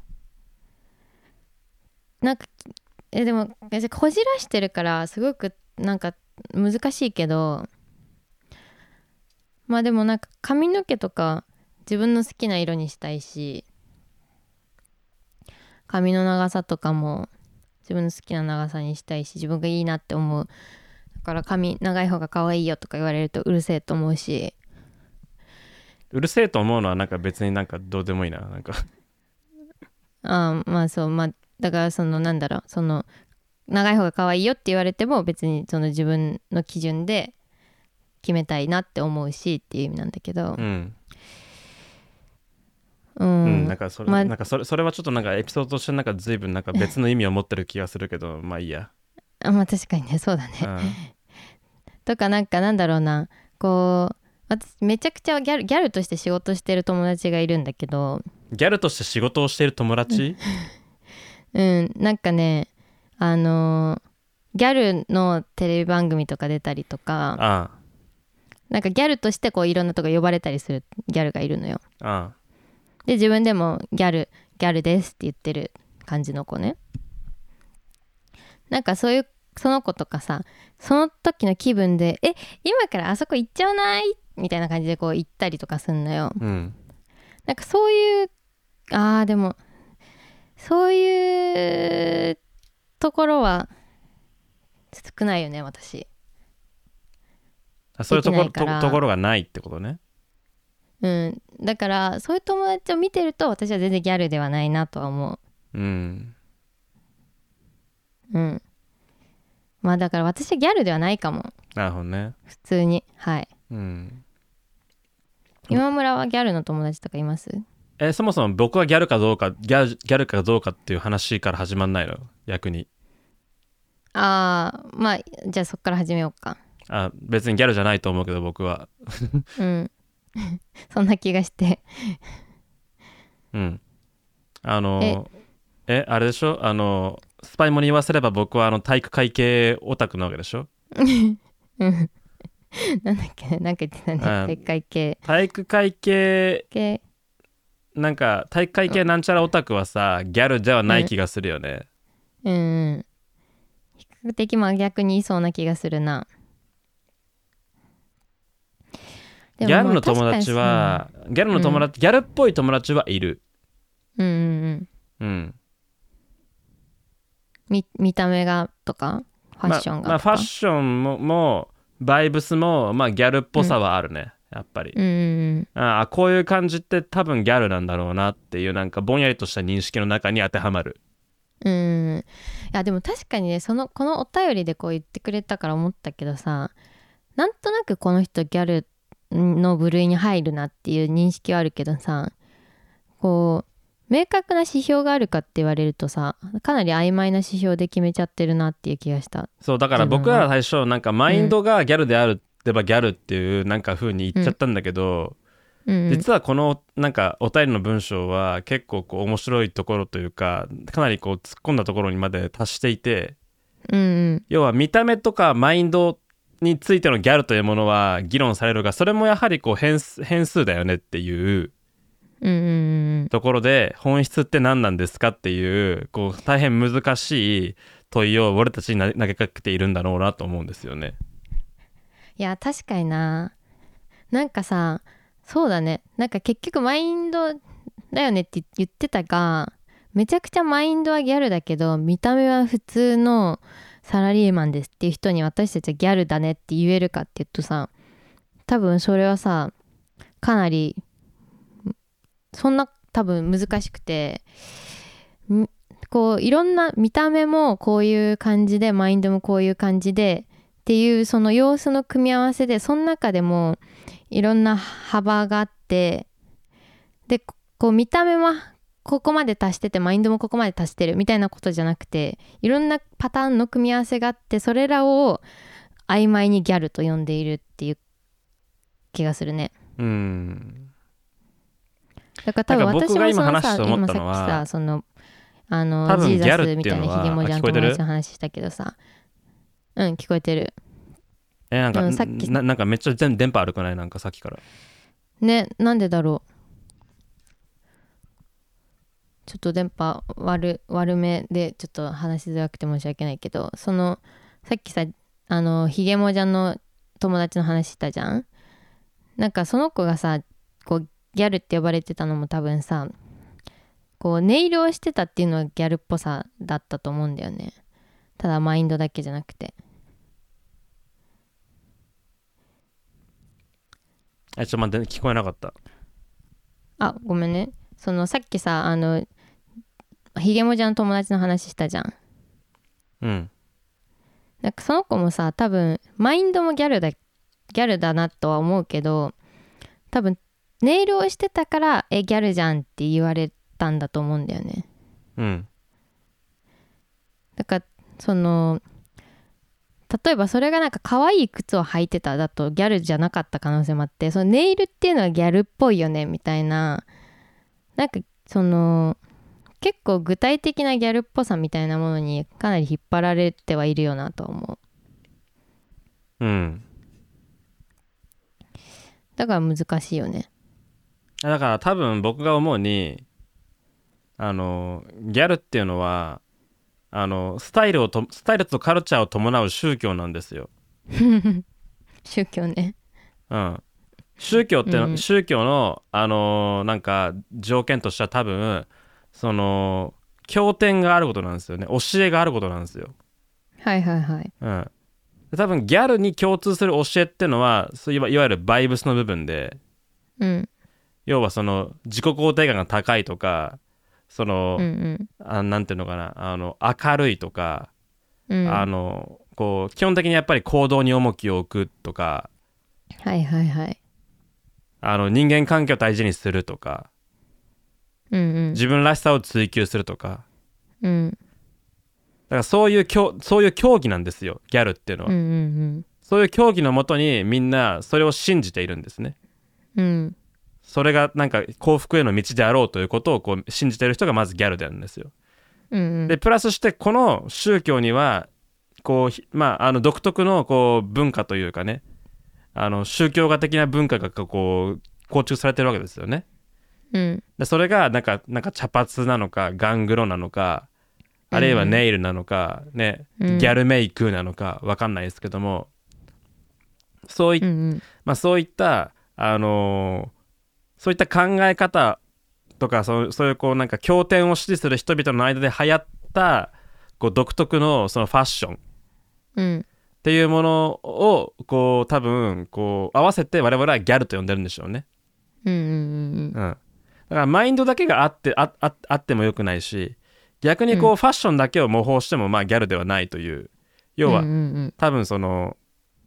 S1: なんかえでもえこじらしてるからすごくなんか難しいけどまあでもなんか髪の毛とか自分の好きな色にしたいし髪の長さとかも自分の好きな長さにしたいし自分がいいなって思うだから髪長い方が可愛いよとか言われるとうるせえと思うし
S2: ううるせえと思うのはなんか別になんかどうでもいいななんか
S1: あーまあそうまあだからそのなんだろうその長い方が可愛いよって言われても別にその自分の基準で決めたいなって思うしっていう意味なんだけど
S2: うん
S1: う、
S2: うんん、なんかそれ、
S1: まあ
S2: なんかそれそれはちょっとなんかエピソードとしてなんか随分なんか別の意味を持ってる気がするけどまあいいや、
S1: あまあ確かにねそうだ
S2: う
S1: ね
S2: ん、
S1: とかなんかなんだろうなこう私めちゃくちゃギャルギャルとして仕事してる友達がいるんだけど
S2: ギャルとして仕事をしている友達
S1: うんなんかねあのーギャルのテレビ番組とか出たりとか
S2: あ
S1: なんかギャルとしてこういろんなとこ呼ばれたりするギャルがいるのよ
S2: ああ
S1: で自分でもギャルギャルですって言ってる感じの子ねなんかそういうその子とかさその時の気分で「え今からあそこ行っちゃわない?」みたいな感じでこう行ったりとかすんのよ
S2: あうん
S1: なんかそういうあーでもそういうところは少ないよね私
S2: あそういうところ
S1: できないから
S2: とところがないってことね
S1: うんだからそういう友達を見てると私は全然ギャルではないなとは思う
S2: うん
S1: うん。まあだから私はギャルではないかも。
S2: なるほどね
S1: 普通に。はい。
S2: うんうん
S1: 今村はギャルの友達とかいます
S2: えそもそも僕はギャルかどうかギャルギャルかどうかっていう話から始まんないの逆に
S1: ああ、まあじゃあそっから始めようか。
S2: あ別にギャルじゃないと思うけど僕は
S1: *laughs* うん。そんな気がして。 *laughs*
S2: うんあのえあれでしょあのスパイもに言わせれば僕はあの体育会系オタクなわけでしょ
S1: うん。なんだっけなんか言ってたね。
S2: うん
S1: 体育会系。
S2: 体育会系
S1: 系。
S2: なんか体育会系なんちゃらオタクはさギャルではない気がするよね、
S1: うんうん。比較的真逆にいそうな気がするな。でも
S2: ギャル
S1: ま
S2: の
S1: あ確
S2: 友
S1: かに
S2: 達はギャルの友達、ギャルっぽい友達はいる
S1: そう、うんうんうん。
S2: うん
S1: み見た目がとかファッションがとか、
S2: まあまあ、ファッションももバイブスも、まあ、ギャルっぽさはあるね、やっぱり、
S1: うんうん
S2: ああこういう感じって多分ギャルなんだろうなっていうなんかぼんやりとした認識の中に当てはまる
S1: うんうんいやでも確かにねそのこのお便りでこう言ってくれたから思ったけどさなんとなくこの人ギャルの部類に入るなっていう認識はあるけどさこう明確な指標があるかって言われるとさかなり曖昧な指標で決めちゃってるなっていう気がした
S2: そうだから僕らは最初なんかマインドがギャルであるってばギャルっていうなんか風に言っちゃったんだけど、
S1: うん
S2: 実はこのなんかお便りの文章は結構こう面白いところというかかなりこう突っ込んだところにまで達していて
S1: うんうん
S2: 要は見た目とかマインドについてのギャルというものは議論されるがそれもやはりこう変数変数だよねっていう
S1: うんうん
S2: ところで本質って何なんですかっていうこう大変難しい問いを俺たちに投げかけているんだろうなと思うんですよね。
S1: いや確かにななんかさそうだねなんか結局マインドだよねって言ってたがめちゃくちゃマインドはギャルだけど見た目は普通のサラリーマンですっていう人に私たちはギャルだねって言えるかっていうとさ多分それはさかなりそんな多分難しくてんこういろんな見た目もこういう感じでマインドもこういう感じでっていうその様子の組み合わせでその中でもいろんな幅があってでここう見た目はここまで足しててマインドもここまで足してるみたいなことじゃなくていろんなパターンの組み合わせがあってそれらを曖昧にギャルと呼んでいるっていう気がするね
S2: うん
S1: だから多分
S2: なんか
S1: 私
S2: 僕
S1: も
S2: が
S1: そ
S2: 今
S1: の
S2: 話し
S1: さ
S2: て思
S1: 今
S2: った
S1: さっき
S2: のは
S1: さそのあの
S2: 多分
S1: ジー
S2: ギャ
S1: ザ
S2: ル
S1: ス
S2: っ
S1: み
S2: てい
S1: た
S2: う
S1: い
S2: のは
S1: なヒゲモジャン
S2: あ聞こえ
S1: 友
S2: てる
S1: 達の話したけどさうん聞こえてる
S2: えなんか、
S1: うんさっき
S2: ななんかめっちゃ全電波悪くないなんかさっきから
S1: ねなんでだろうちょっと電波悪悪めでちょっと話しづらくて申し訳ないけどそのさっきさあのひげもじゃの友達の話したじゃんなんかその子がさこうギャルって呼ばれてたのも多分さこうネイルをしてたっていうのはギャルっぽさだったと思うんだよねただマインドだけじゃなくて
S2: えちょっと待って聞こえなかった
S1: あごめんねそのさっきさあのひげもじゃの友達の話したじゃん
S2: うん
S1: なんかその子もさ多分マインドもギャルだギャルだなとは思うけど多分ネイルをしてたからえギャルじゃんって言われたんだと思うんだよね
S2: うん
S1: だからその例えばそれがなんか可愛い靴を履いてただとギャルじゃなかった可能性もあってそのネイルっていうのはギャルっぽいよねみたいななんかその結構具体的なギャルっぽさみたいなものにかなり引っ張られてはいるよなとは思う
S2: うん
S1: だから難しいよね
S2: だから多分僕が思うにあのギャルっていうのはあのスタイルをとスタイルとカルチャーを伴う宗教なんですよ、
S1: 宗教ね
S2: うん、宗教っての、
S1: うん
S2: 宗教のあのなんか条件としては多分その経典があることなんですよね教えがあることなんですよ
S1: はいはいはい。
S2: うん、多分ギャルに共通する教えってのはそういわいわゆるバイブスの部分で
S1: うん。
S2: 要はその自己肯定感が高いとかその、
S1: うん
S2: あなんていうのかなあの明るいとか、
S1: うん。うん。
S2: あのこう基本的にやっぱり行動に重きを置くとか
S1: はいはいはい。
S2: あの人間関係を大事にするとか
S1: うんうん。
S2: 自分らしさを追求するとか
S1: うん
S2: だからそういう競そういう競技なんですよギャルっていうのは、
S1: うんうん
S2: そういう競技のもとにみんなそれを信じているんですね
S1: うん。うん。
S2: それがなんか幸福への道であろうということをこう信じてる人がまずギャルであるんですよ。
S1: うんうん
S2: でプラスしてこの宗教にはこうひまああの独特のこう文化というかねあの宗教画的な文化がこう構築されてるわけですよね。
S1: うん。
S2: でそれがなんかなんか茶髪なのかガングロなのかあるいはネイルなのか、ね
S1: うん
S2: ギャルメイクなのかわかんないですけどもそういっ
S1: うんうん。
S2: まあ、そういった、あのーそういった考え方とかそうそういうこうなんか経典を支持する人々の間で流行ったこう独特のそのファッションっ
S1: うん。
S2: ていうものをこう多分こう合わせて我々はギャルと呼んでるんでしょうね。
S1: うんうんうん
S2: うん、だからマインドだけがあってあああってもよくないし逆にこうファッションだけを模倣してもまあギャルではないという要は
S1: うんうん
S2: 多分その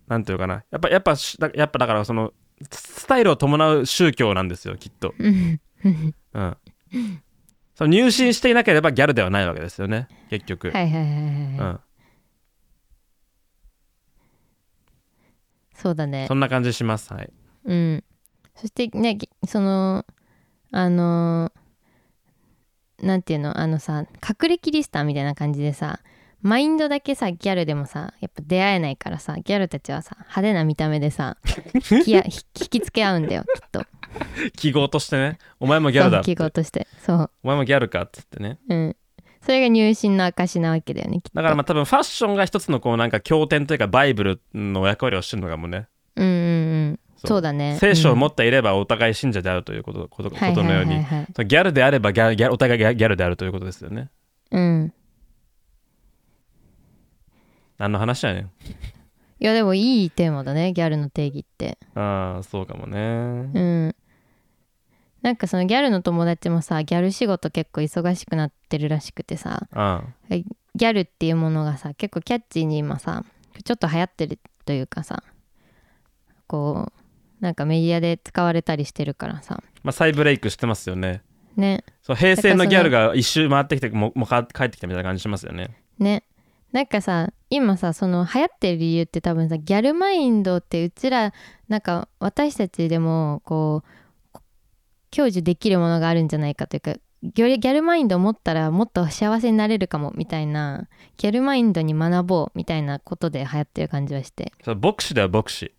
S2: なんていうかなやっぱやっぱしだやっぱだからそのススタイルを伴う宗教なんですよきっと、
S1: うん。
S2: うん、その入信していなければギャルではないわけですよね結局、
S1: はいはいはいはい。
S2: うん、
S1: そうだね
S2: そ。んな感じしますはい
S1: うん。そしてねぎそのあのなんていうのあのさ隠れキリスターみたいな感じでさマインドだけさギャルでもさやっぱ出会えないからさギャルたちはさ派手な見た目で
S2: *laughs*
S1: さ引きあ引き引きつけ合うんだよきっと
S2: 記号としてねお前もギャルだ
S1: そう記号としてそう
S2: お前もギャルかっつってね
S1: うんそれが入信の証なわけだよねきっと
S2: だからまあ多分ファッションが一つのこうなんか経典というかバイブルの役割をしてるのかもね
S1: うんうんうんそうだね
S2: 聖書を持っていればお互い信者であるということ,、こと
S1: うん
S2: ことのように、
S1: はいはいはいはい
S2: そのギャルであればギャルギャルお互いギャルギャルであるということですよね
S1: うん
S2: 何の話やねん
S1: いやでもいいテーマだねギャルの定義って
S2: ああそうかもね
S1: うんなんかそのギャルの友達もさギャル仕事結構忙しくなってるらしくてさ
S2: ああ
S1: ギャルっていうものがさ結構キャッチーに今さちょっと流行ってるというかさこうなんかメディアで使われたりしてるからさ
S2: まあ再ブレイクしてますよね
S1: ね
S2: そう平成のギャルが一周回ってきてもうもうか帰ってきたみたいな感じしますよね
S1: ねなんかさ今さその流行ってる理由って多分さギャルマインドってうちらなんか私たちでもこう享受できるものがあるんじゃないかというかギャルギャルマインドを持ったらもっと幸せになれるかもみたいなギャルマインドに学ぼうみたいなことで流行ってる感じはして
S2: そう牧師だよ牧師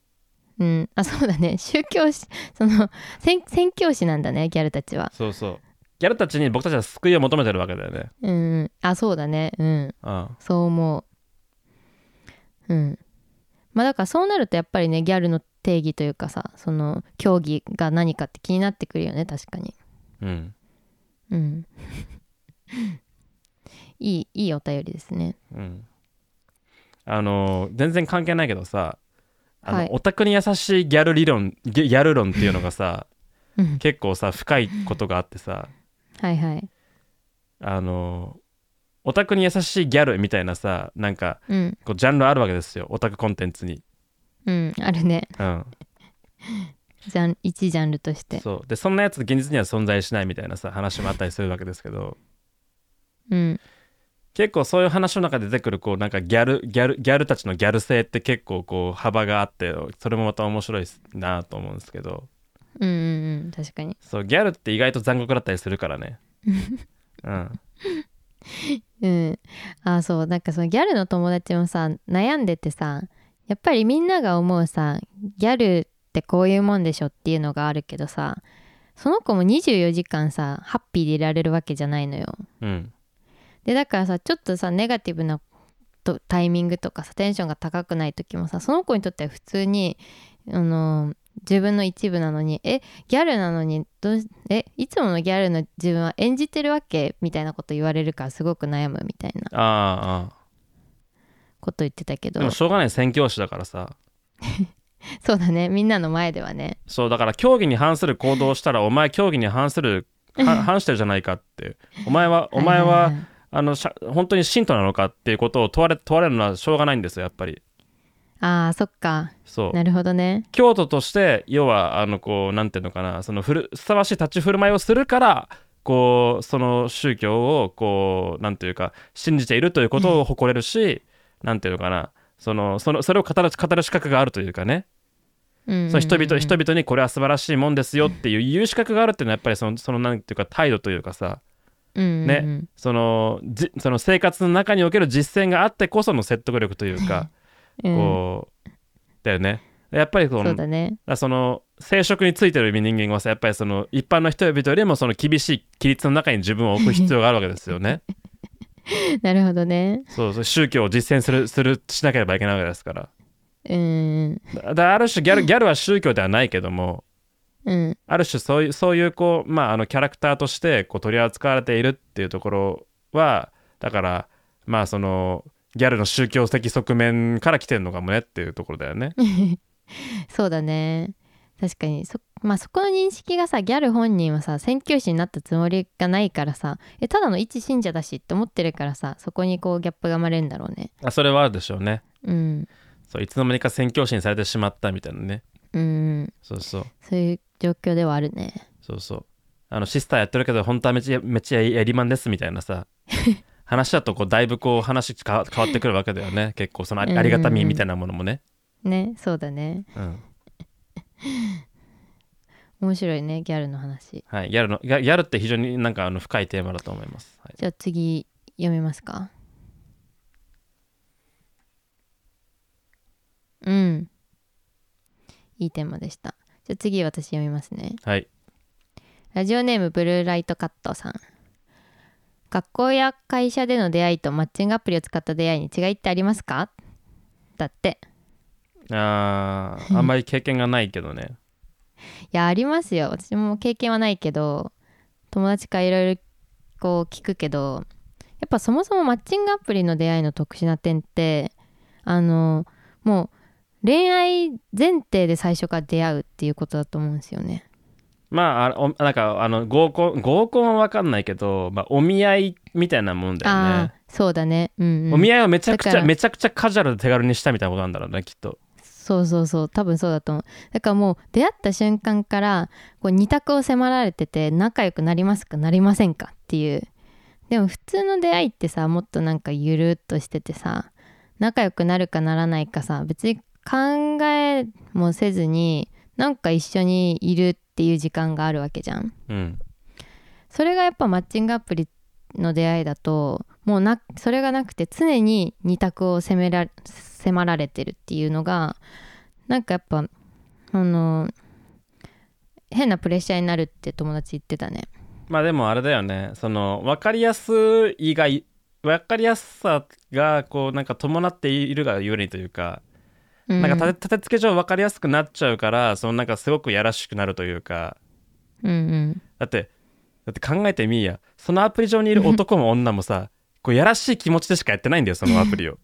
S1: うんあそうだね宗教師その宣宣教師なんだねギャルたちは
S2: そうそうギャルたちに僕たちは救いを求めてるわけだよね
S1: うんあそうだねうん
S2: あ
S1: そう思ううんまあだからそうなるとやっぱりねギャルの定義というかさその競技が何かって気になってくるよね確かに
S2: あうん
S1: うん *laughs* いいいいお便りですね
S2: うんあの全然関係ないけどさあの、
S1: はい
S2: オタクに優しいギャル理論ギャギャル論っていうのがさ
S1: うん
S2: 結構さ深いことがあってさ
S1: はいはい
S2: あのオタクに優しいギャルみたいなさなんか
S1: うん
S2: こうジャンルあるわけですよオタクコンテンツに、
S1: うんあるね
S2: うん、
S1: ジャン一ジャンルとして
S2: そうでそんなやつ現実には存在しないみたいなさ話もあったりするわけですけど
S1: うん
S2: 結構そういう話の中で出てくるこうなんかギャルギャルギャルたちのギャル性って結構こう幅があってそれもまた面白いなと思うんですけど
S1: うんうんうん確かに
S2: そうギャルって意外と残酷だったりするから *laughs* ねうん
S1: うんあそうなんかそのギャルの友達もさ悩んでてさやっぱりみんなが思うさギャルってこういうもんでしょっていうのがあるけどさその子も24時間さハッピーでいられるわけじゃないのよ
S2: うん
S1: でだからさちょっとさネガティブなとタイミングとかさテンションが高くない時もさその子にとっては普通にあの自分の一部なのにえギャルなのにどうしえいつものギャルの自分は演じてるわけみたいなこと言われるからすごく悩むみたいな
S2: あああ
S1: こと言ってたけ
S2: あ
S1: ど
S2: でもしょうがない宣教師だからさ
S1: そうだねみんなの前ではね
S2: そうだから競技に反する行動をしたらお前競技に反するは *laughs* 反してるじゃないかってお前はお前
S1: いい
S2: はいあのしゃ本当に信徒なのかっていうことを問われ問われるのはしょうがないんですよやっぱり
S1: ああそっか
S2: そう
S1: なるほどね
S2: 京都として要はあのこうなんていうのかなそのふるふさわしい立ち振る舞いをするからこうその宗教をこうなんていうか信じているということを誇れるし、なんていうのかなそのそのそれを語る語る資格があるというかね、
S1: うんうんうん
S2: その人々人々にこれは素晴らしいもんですよっていう言う資格があるっていうのはやっぱりそのそのなんていうか態度というかさ
S1: うんうんうん
S2: ねそのじその生活の中における実践があってこその説得力というか、
S1: うん
S2: こうだよねやっぱりこ
S1: そう
S2: の
S1: だね
S2: だからその生殖についてる人間はさやっぱりその一般の人々よりもその厳しい規律の中に自分を置く必要があるわけですよね
S1: なるほどね
S2: *laughs* そうそう宗教を実践するするしなければいけないわけですから
S1: うん
S2: だだからある種ギャルギャルは宗教ではないけども
S1: うん
S2: ある種そういうそういうこう、まあ、あのキャラクターとしてこう取り扱われているっていうところはだからまあそのギャルの宗教的側面から来てるのかもねっていうところだよね。
S1: そうだね確かにそまあそこの認識がさギャル本人はさ宣教師になったつもりがないからさえただの一信者だしって思ってるからさそこにこうギャップが生まれるんだろうね
S2: あそれはあるでしょうね。
S1: うん
S2: そういつの間にか宣教師にされてしまったみたいなね。
S1: うん
S2: そうそう
S1: そういう状況ではあるね
S2: そうそうあのシスターやってるけど本当はめちゃめちゃやりまんですみたい
S1: *laughs*
S2: なさ話だとこうだいぶこう話変わ変わってくるわけだよね結構そのあ
S1: うんうん
S2: り
S1: うん
S2: ありがたみみたいなものもね、
S1: ねそうだね
S2: うん、
S1: 面白いねギャルの話
S2: はい、ギャルのギャギャルって非常になんかあの深いテーマだと思います、はい、
S1: じゃあ次読みますかうんいいテーマでしたじゃあ次私読みますね
S2: はい、
S1: ラジオネームブルーライトカットさん学校や会社での出会いとマッチングアプリを使った出会いに違いってありますかだって
S2: あ
S1: *laughs*
S2: ーあんまり経験がないけどね
S1: いやありますよ私も経験はないけど友達からいろいろこう聞くけどやっぱそもそもマッチングアプリの出会いの特殊な点ってあのもう恋愛前提で最初から出会うっていうことだと思うんですよね
S2: まああおなんかあの合コン合コンは分かんないけど、まあ、お見合いみたいなもんだよ
S1: あ
S2: ね
S1: あそうだねうん、う
S2: お
S1: ん、
S2: 見合いはめちゃ
S1: だ
S2: くち
S1: か
S2: ゃ
S1: ら
S2: めちゃくちゃカジュアルで手軽にしたみたいなことなんだろうねきっと
S1: そうそうそう多分そうだと思うだからもう出会った瞬間からこう二択を迫られてて仲良くなりますかなりませんかっていうでも普通の出会いってさもっとなんかゆるっとしててさ仲良くなるかならないかさ別に考えもせずになんか一緒にいるっていう時間があるわけじゃん
S2: うん
S1: それがやっぱマッチングアプリの出会いだともうなそれがなくて常に二択を責めら迫られてるっていうのがなんかやっぱあの変なプレッシャーになるって友達言ってたね
S2: まあでもあれだよねその分かりやすいが分かりやすさがこうなんか伴っているがゆえにというか
S1: う
S2: なんか立て立て付け上分かりやすくなっちゃうからそのなんかすごくやらしくなるというか
S1: うんうん
S2: だってだって考えてみいやそのアプリ上にいる男も女もさこうやらしい気持ちでしかやってないんだよそのアプリ *laughs* を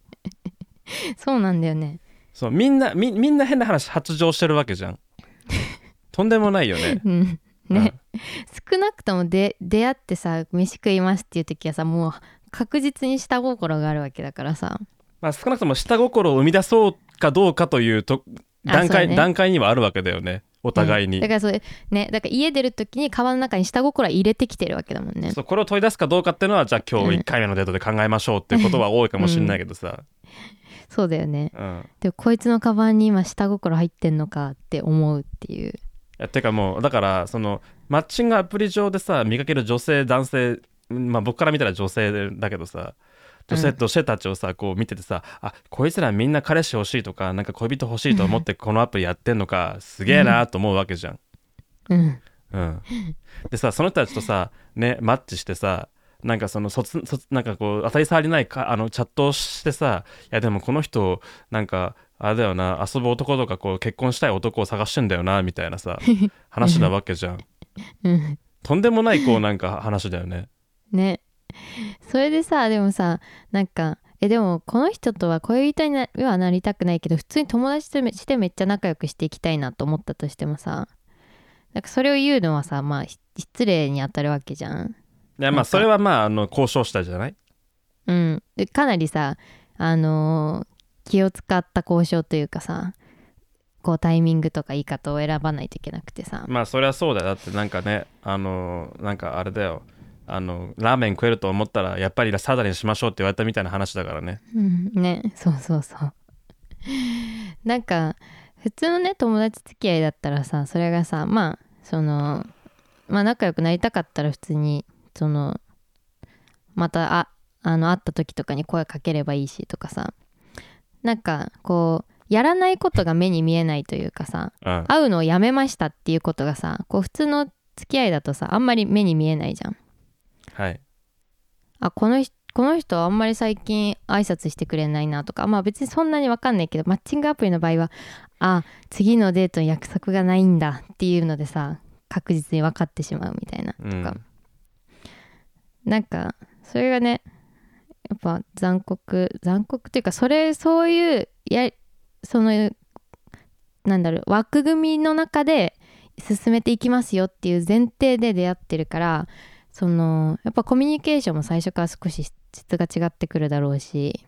S1: そうなんだよね
S2: そうみんなみみんな変な話発情してるわけじゃんとんでもないよ *laughs* ね
S1: うんね、
S2: うん
S1: 少なくともで出会ってさ飯食いますっていう時はさもう確実に下心があるわけだからさ
S2: まあ、少なくとも下心を生み出そうかどうかというと
S1: あ
S2: 段
S1: そうだ
S2: 階、
S1: ね
S2: 段階にはあるわけだよねお互いに、
S1: うんだからそれねだから家出る時に川の中に下心は入れてきてるわけだもんね
S2: そうこれを問い出すかどうかっていうのはじゃあ今
S1: うん
S2: 日1回目のデートで考えましょうっていうことは多いかもしれないけ
S1: *laughs*
S2: どさ、
S1: そうだよね
S2: うん
S1: でもこいつのカバンに今下心入ってんのかって思うっていう
S2: いやてかもうだからそのマッチングアプリ上でさ見かける女性男性まあ僕から見たら女性だけどさ女性女性たちをさこう見ててさ、あこいつらみんな彼氏欲しいとかなんか恋人欲しいと思ってこのアプリやってんのかすげえなと思うわけじゃん
S1: うん
S2: うん、でさその人たちとさねマッチしてさなんかそのそつそつなんかこう当たり障りないかあのチャットをしてさいやでもこの人なんかあれだよな遊ぶ男とかこう結婚したい男を探してんだよなみたいなさ話なわけじゃん
S1: うん
S2: とんでもないこうなんか話だよね
S1: ねそれでさでもさなんかえでもこの人とは恋人になはなりたくないけど普通に友達とめしてめっちゃ仲良くしていきたいなと思ったとしてもさなんかそれを言うのはさまあひ失礼に当たるわけじゃん
S2: い
S1: な
S2: やま
S1: んか
S2: あそれはまああの交渉したじゃない
S1: うん、でかなりさ、あのー気を使った交渉というかさこうタイミングとか言い方を選ばないといけなくてさ
S2: まあそりゃそうだよだってなんかねあのなんかあれだよあのラーメン食えると思ったらやっぱりサダにしましょうって言われたみたいな話だからね
S1: うんねそうそうそう *laughs* なんか普通のね友達付き合いだったらさそれがさまあそのまあ仲良くなりたかったら普通にそのまたああの会った時とかに声かければいいしとかさなんかこうやらないことが目に見えないというかさ
S2: うん
S1: 会うのをやめましたっていうことがさこう普通の付き合いだとさあんまり目に見えないじゃん
S2: はい
S1: あこの人この人あんまり最近挨拶してくれないなとかまあ別にそんなに分かんないけどマッチングアプリの場合はあ次のデートに約束がないんだっていうのでさ確実に分かってしまうみたいな
S2: うん
S1: かなんかそれがねやっぱ残酷残酷というかそれそういうやそのなんだろう枠組みの中で進めていきますよっていう前提で出会ってるからそのやっぱコミュニケーションも最初から少し質が違ってくるだろうし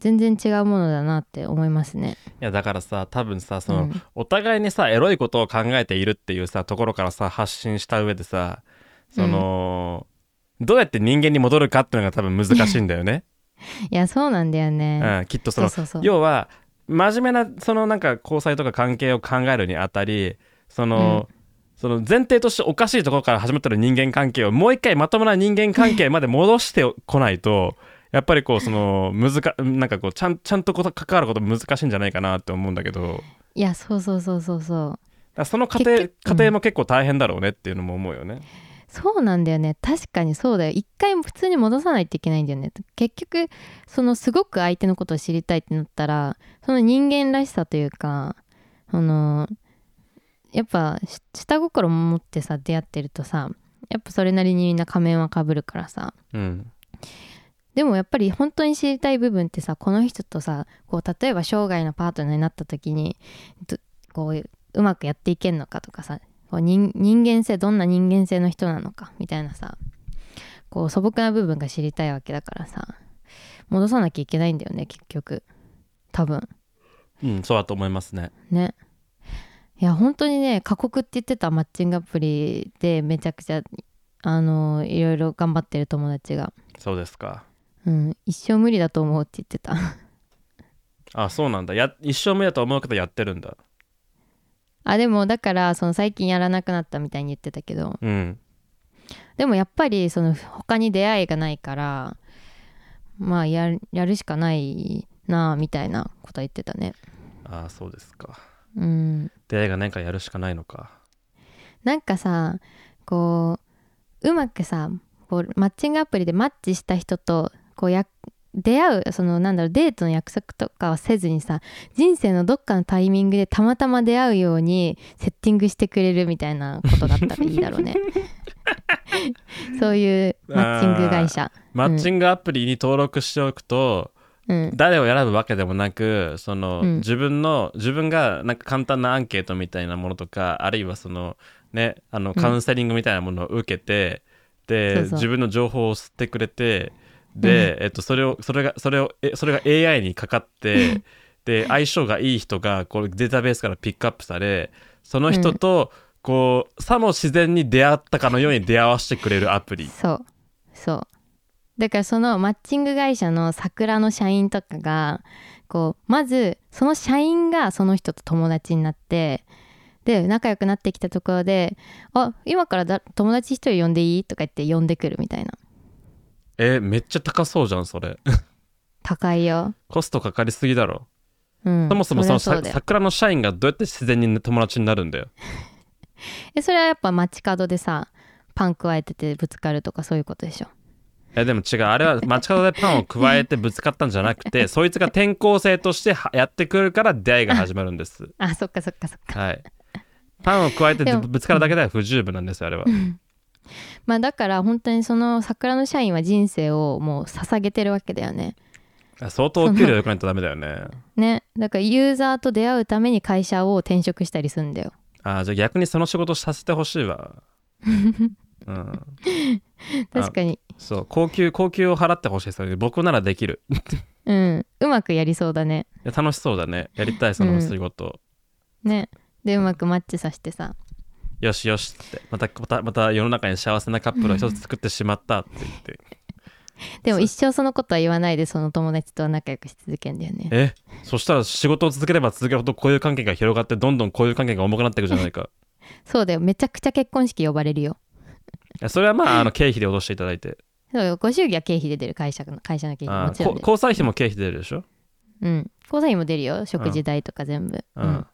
S1: 全然違うものだなって思いますね。
S2: いやだからさ多分さその、
S1: うん
S2: お互いにさエロいことを考えているっていうさところからさ発信した上でさその、どうやって人間に戻るかっていうのが多分難しいんだよね、
S1: いやそうなんだよ
S2: う
S1: ね。
S2: ん、きっとそ
S1: そう
S2: の
S1: そうそう。
S2: 要は真面目なそのなんか交際とか関係を考えるにあたりその、その前提としておかしいところから始まってる人間関係をもう一回まともな人間関係まで戻してこないとやっぱりこうその難なんかこうちゃんちゃんとこと関わること難しいんじゃないかなって思うんだけどだか
S1: いやそうそうそうそうそう
S2: らその過程
S1: 結
S2: 過程も結構大変だろうねっていうのも思うよね。
S1: そうなんだよね確かにそうだよ一回普通に戻さないといけないんだよね結局そのすごく相手のことを知りたいってなったらその人間らしさというかそのやっぱし下心持ってさ出会ってるとさやっぱそれなりにみんな仮面はかぶるからさ
S2: うん
S1: でもやっぱり本当に知りたい部分ってさこの人とさこう例えば生涯のパートナーになった時にどこううまくやっていけんのかとかさこう人人間性どんな人間性の人なのかみたいなさこう素朴な部分が知りたいわけだからさ戻さなきゃいけないんだよね結局多分
S2: うん、そうだと思いますね。
S1: ねいや本当にね過酷って言ってたマッチングアプリでめちゃくちゃあのいろいろ頑張ってる友達が、
S2: そうですか。
S1: うん、一生無理だと思うって言ってた
S2: あ、そうなんだ。や一生目だと思うけどやってるんだ。
S1: あでもだからその最近やらなくなったみたいに言ってたけど
S2: うん。
S1: でもやっぱりその他に出会いがないからまあややるしかないなあみたいなこと言ってたね
S2: あ、そうですか。
S1: うん
S2: 出会いがないからやるしかないのか。
S1: なんかさこううまくさこうマッチングアプリでマッチした人とこうや出会うそのなんだろうデートの約束とかはせずにさ人生のどっかのタイミングでたまたま出会うようにセッティングしてくれるみたいなことだったらいいだろうねそういうマッチング会社
S2: マッチングアプリに登録しておく
S1: う
S2: と、
S1: ん
S2: 誰を選ぶわけでもなくその、
S1: うん
S2: 自分の自分がなんか簡単なアンケートみたいなものとかあるいはそのねあのカウンセリングみたいなものを受けて、で
S1: そうそう
S2: 自分の情報を吸ってくれてで、えっと、それをそれがそれをえそれが AI にかか
S1: *laughs*
S2: ってで相性がいい人がこうデータベースからピックアップされその人と、こうさも自然に出会ったかのように出会わせてくれるアプリ
S1: そうそうだからそのマッチング会社の桜の社員とかがこうまずその社員がその人と友達になってで仲良くなってきたところで「あ今からだ友達一人呼んでいい?」とか言って呼んでくるみたいな
S2: えめっちゃ高そうじゃんそれ
S1: 高いよ、
S2: コストかかりすぎだろ
S1: うん、
S2: そもそもそ
S1: り
S2: の
S1: ゃう
S2: さ
S1: だよ
S2: 桜の社員がどうやって自然に友達になるんだよ。
S1: えそれはやっぱ街角でさパン加えててぶつかるとかそういうことでしょ
S2: えでも違うあれは街角でパンを加えてぶつかったんじゃなく
S1: *laughs*
S2: てそいつが転校生としてはやってくるから出会いが始まるんです。
S1: あそっかそっかそっか
S2: はい、パンを加えて
S1: でも
S2: ぶぶつかるだけでは不十分なんですよあれは。
S1: まあだから本当にその桜の社員は人生をもう捧げてるわけだよね
S2: 相当お給料良くないとダメだよね。
S1: ねだからユーザーと出会うために会社を転職したりするんだよ
S2: あーじゃあ逆にその仕事させてほしい
S1: *laughs*
S2: わ。うん、
S1: 確かに
S2: そう高級高級を払ってほしいですよね僕ならできるい
S1: うんうまくやりそうだね
S2: や楽しそうだねやりたいその仕事、
S1: ねでうまくマッチさせてさ
S2: よしよしってまたまたまた世の中に幸せなカップルを一つ作ってしまったって言って
S1: でも
S2: そう
S1: 一生そのことは言わないでその友達とは仲良くし続けんだよね
S2: えそしたら仕事を続ければ続けるほどこういう関係が広がってどんどんこういう関係が重くなっていくじゃないか
S1: そうだよめちゃくちゃ結婚式呼ばれるよ
S2: いやそれ
S1: *laughs*
S2: はまああの経費で落としていただいて
S1: そうよご祝儀は経費で出る会社の会社の経費
S2: あ
S1: もちろん
S2: こ
S1: ね
S2: 交際費も経費で出るでしょ、
S1: うん交際費も出るよ食事代とか全部
S2: うん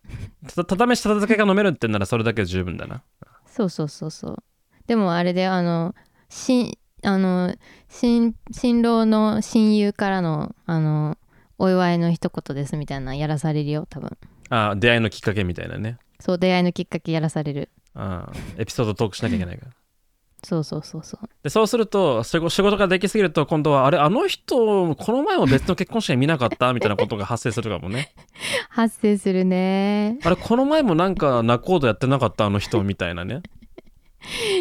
S2: たただ飯ただけが飲めるってならそれだけで十分だな
S1: そうそうそうそうでもあれであの新あの新新郎の親友からのあのお祝いの一言ですみたいなのやらされるよ多分
S2: あ出会いのきっかけみたいなね
S1: そう出会いのきっかけやらされる
S2: あエピソードトークしなきゃいけないから
S1: そうそうそうそう
S2: でそうすると仕事仕事ができすぎると今度はあれあの人この前も別の結婚式で見なかったみたいなことが発生するかもね
S1: 発生するね
S2: あれこの前もなんか仲人やってなかったあの人みたいな
S1: *laughs*
S2: ね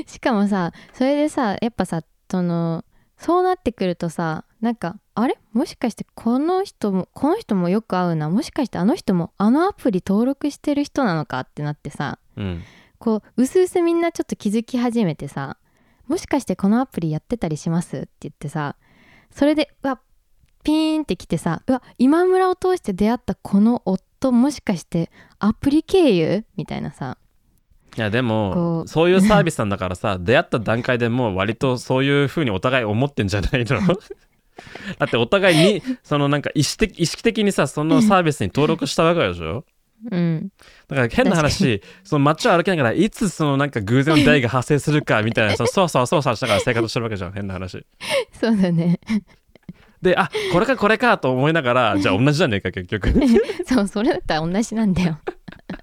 S1: しかもさそれでさやっぱさそのそうなってくるとさなんかあれもしかしてこの人もこの人もよく会うなもしかしてあの人もあのアプリ登録してる人なのかってなってさ
S2: うん
S1: こう薄々みんなちょっと気づき始めてさもしかしてこのアプリやってたりしますって言ってさそれでうわピーンってきてさうわ今村を通して出会ったこの夫もしかしてアプリ経由みたいなさ
S2: いやで
S1: こ
S2: も
S1: う
S2: そういうサービスなんだからさ *laughs* 出会った段階でもう割とそういうふうにお互い思ってんじゃないの *laughs* だってお互いにそのなんか意識的意識的にさそのサービスに登録したわけでしょ
S1: うん
S2: だから変な話その街を歩きながらいつそのなんか偶然の出会いが発生するかみたいなさそうそうそうそうしながら生活してるわけじゃん変な話
S1: *laughs* そうだね
S2: であこれかこれかと思いながらじゃあ同じじゃねえか結
S1: *laughs*
S2: 局
S1: そうそれだったら同じなんだよ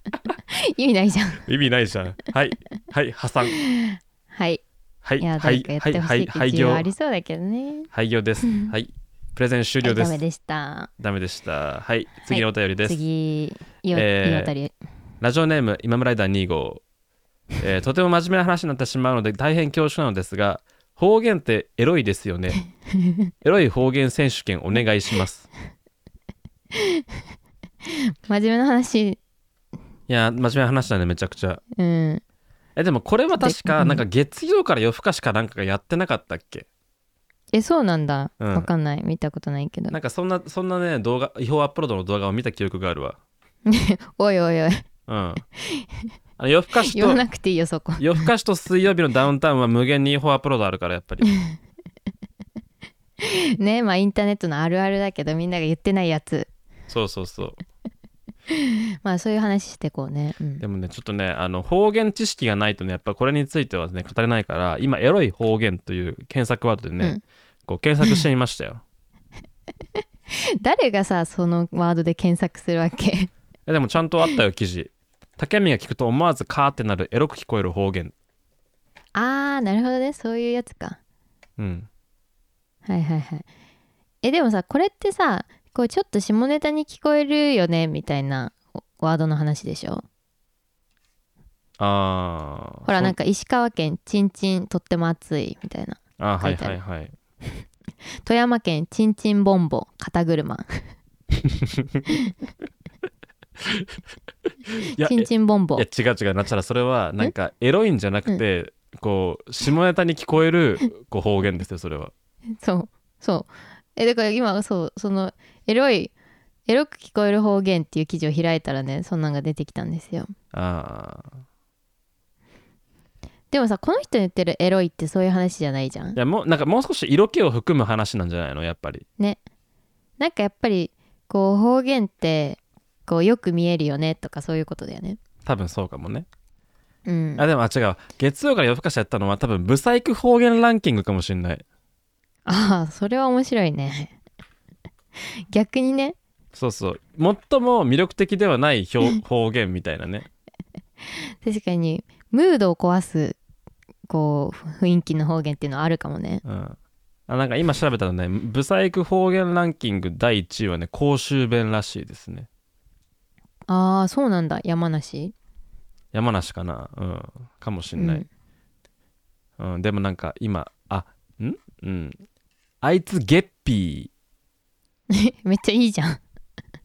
S1: *laughs* 意味ないじゃん
S2: 意味ないじゃんはいはい破産
S1: はい
S2: はい
S1: いや
S2: は
S1: 誰
S2: い
S1: かやっ
S2: はい
S1: てほ
S2: は
S1: し
S2: い
S1: い
S2: 廃
S1: 必要
S2: 業
S1: はありそうだけどね
S2: 廃業ですはいプレゼン終了で
S1: は
S2: す
S1: いダメでした
S2: ダメでした。はい、次のお便りです。
S1: 次いお、
S2: えー
S1: いいおたり
S2: ラジオネーム、今村ライダー2号、えーとても真面目な話になってしまうので、大変恐縮なのですが、方言ってエロいですよね。
S1: *laughs*
S2: エロい方言選手権お願いします。
S1: 真面目な話
S2: いや、真面目な話だね、めちゃくちゃ。
S1: うん
S2: え、でもこれは確か、
S1: で
S2: なんか月曜から夜更かしかなんかがやってなかったっけ
S1: えそうなんだ、
S2: うん
S1: わかんない見たことないけど
S2: なんかそんな、そんなね、動画、違法アップロードの動画を見た記憶があるわ。
S1: おいおいおい
S2: うん。あの夜更
S1: *laughs*
S2: かし
S1: 言
S2: と
S1: わ、なくていいよそこ
S2: 夜更かしと水曜日のダウンタウンは無限に違法アップロードあるから、やっぱり。
S1: ねまあインターネットのあるあるだけどみんなが言ってないやつ
S2: そうそうそう。
S1: まあそういう話してこうね、うん
S2: でもねちょっとねあの方言知識がないとねやっぱこれについてはね語れないから今エロい方言という検索ワードでね、
S1: うん
S2: こう検索してみましたよ
S1: 誰がさそのワードで検索するわ
S2: *laughs*
S1: け
S2: えでもちゃんとあったよ記事竹見が聞くと思わずカーってなるエロく聞こえる方言
S1: あーなるほどねそういうやつか
S2: うん
S1: はいはいはいえでもさこれってさこうちょっと下ネタに聞こえるよねみたいなワードの話でしょ
S2: あー
S1: ほら
S2: そ
S1: なんか石川県ちんちんとっても熱いみたいな
S2: あーは
S1: 書
S2: い
S1: いてあ
S2: は
S1: る
S2: いはい
S1: 富山県ちんちんボンボ肩車
S2: いや
S1: ちんちんボンボ
S2: いや違う違うなっちゃらそれはなんかエロいんじゃなくてこう下ネタに聞こえるこう方言ですよそれは
S1: そうそうえだから今そうそのエロいエロく聞こえる方言っていう記事を開いたらねそんなんが出てきたんですよ
S2: ああ
S1: でもさこの人言ってるエロいってそういう話じゃないじゃん
S2: いやもうなんかもう少し色気を含む話なんじゃないのやっぱり
S1: なんかやっぱりこう方言ってこうよく見えるよねとかそういうことだよね
S2: 多分そうかもね
S1: うん
S2: あでもあ違うわ月曜から夜更かしやったのは多分ブサイク方言ランキングかもしんない
S1: ああそれは面白いね逆にね
S2: そうそう最も魅力的ではない表方言みたいなね
S1: 確かにムードを壊すこう雰囲気の方言っていうのはあるかもね
S2: うんあなんか今調べたらねブサイク方言ランキング第1位はね甲州弁らしいですね
S1: ああそうなんだ山梨
S2: 山梨かなうんかもしんない、うんでもなんか今あんうんあいつゲッピ
S1: めっちゃいいじゃん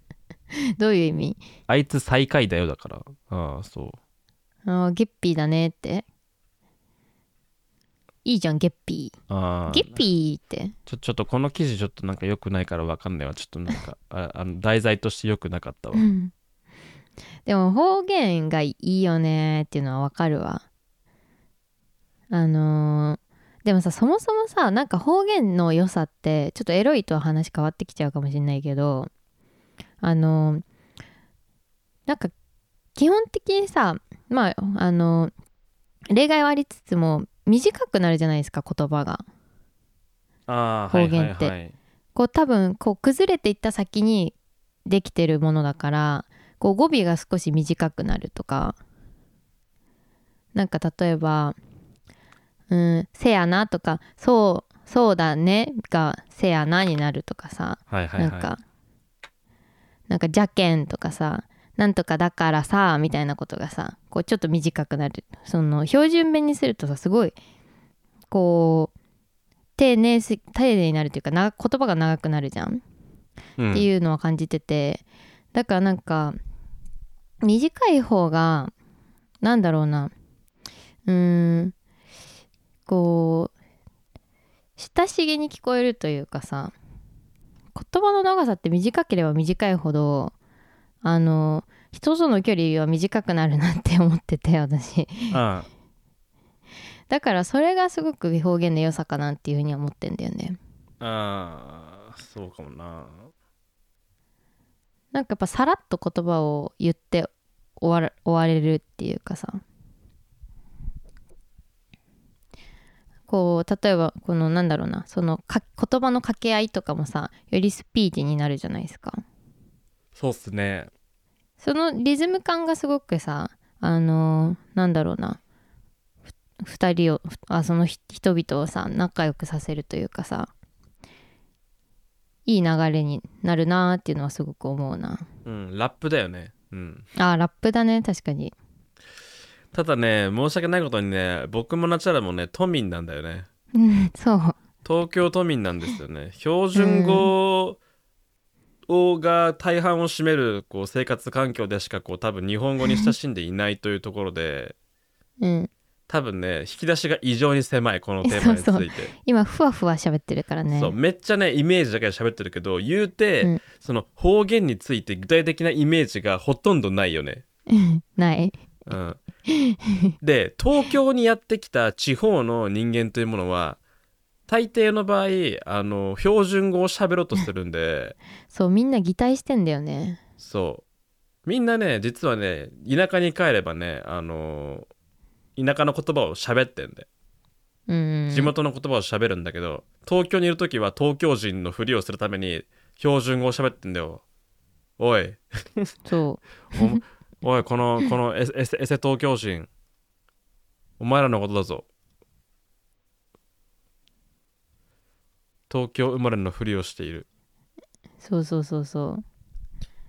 S1: *laughs* どういう意味
S2: ーあいつ最下位だよだからああそう
S1: あーゲッピーだねっていいじゃんゲッピ
S2: あ
S1: ー
S2: あ
S1: ゲッピーって
S2: ちょちょっとこの記事ちょっとなんか良くないからわかんないわちょっとな
S1: *laughs*
S2: んかああの題材として良くなかったわ
S1: うんでも方言がいいよねっていうのはわかるわあのーでもさそもそもさなんか方言の良さってちょっとエロいとは話変わってきちゃうかもしれないけどあのーなんか基本的にさまああのー例外はありつつも短くなるじゃないですか言葉が
S2: あ
S1: ーはいはいはい方
S2: いい
S1: こう多分こう崩れていった先にできてるものだからこう語尾が少し短くなるとかなんか例えば「うんせやな」とか「そうそうだね」が「せやな」になるとかさ
S2: はいはい
S1: な
S2: は
S1: ん
S2: い
S1: かなんか「じゃけん」とかさ「なんとかだからさ」みたいなことがさこうちょっと短くなるその標準弁にするとさすごいこう丁寧す丁寧になるというかな言葉が長くなるじゃん。
S2: うん
S1: っていうのは感じてて、だからなんか短い方がなんだろうなうーんこう親しげに聞こえるというかさ言葉の長さって短ければ短いほどあの人との距離は短くなるなって思ってて私
S2: うん
S1: だからそれがすごく表現の良さかなっていうふうには思ってんだよね
S2: あーそうかもな
S1: なんかやっぱさらっと言葉を言って終わら終われるっていうかさこう例えばこのなんだろうなそのか言葉の掛け合いとかもさよりスピーチになるじゃないですか
S2: そうっすね
S1: そのリズム感がすごくさあのなんだろうなふ2人をふあそのひ人々をさ仲良くさせるというかさいい流れになるなーっていうのはすごく思うな
S2: うんラップだよねうん
S1: あーラップだね確かに
S2: ただね申し訳ないことにね僕もナチャラもね都民なんだよね
S1: うんそう
S2: 東京都民なんですよ
S1: *laughs*
S2: ね標準語をが大半を占めるこう生活環境でしかこう多分日本語に親しんでいないというところで
S1: うん
S2: 多分ね引き出しが異常に狭いこのテーマについて
S1: そ
S2: *laughs* そうう
S1: そ今ふわふわ喋ってるからね
S2: めっちゃねイメージだけで喋ってるけど言うて、
S1: うん
S2: その方言について具体的なイメージがほとんどないよね。
S1: *laughs* ない
S2: うん *laughs* で東京にやってきた地方の人間というものは大抵の場合あの標準語を喋ろうとするん *laughs* で
S1: そうみんな擬態してんだよね
S2: そうみんなね実はね田舎に帰ればねあの田舎の言葉を喋ってんで
S1: うん
S2: 地元の言葉を喋るんだけど、東京にいる時は東京人のふりをするために標準語を喋ってんだよおい
S1: そ
S2: お *laughs* おいこのこのエセエセエセ東京人お前らのことだぞ東京生まれのふりをしている
S1: うそうそうそうそう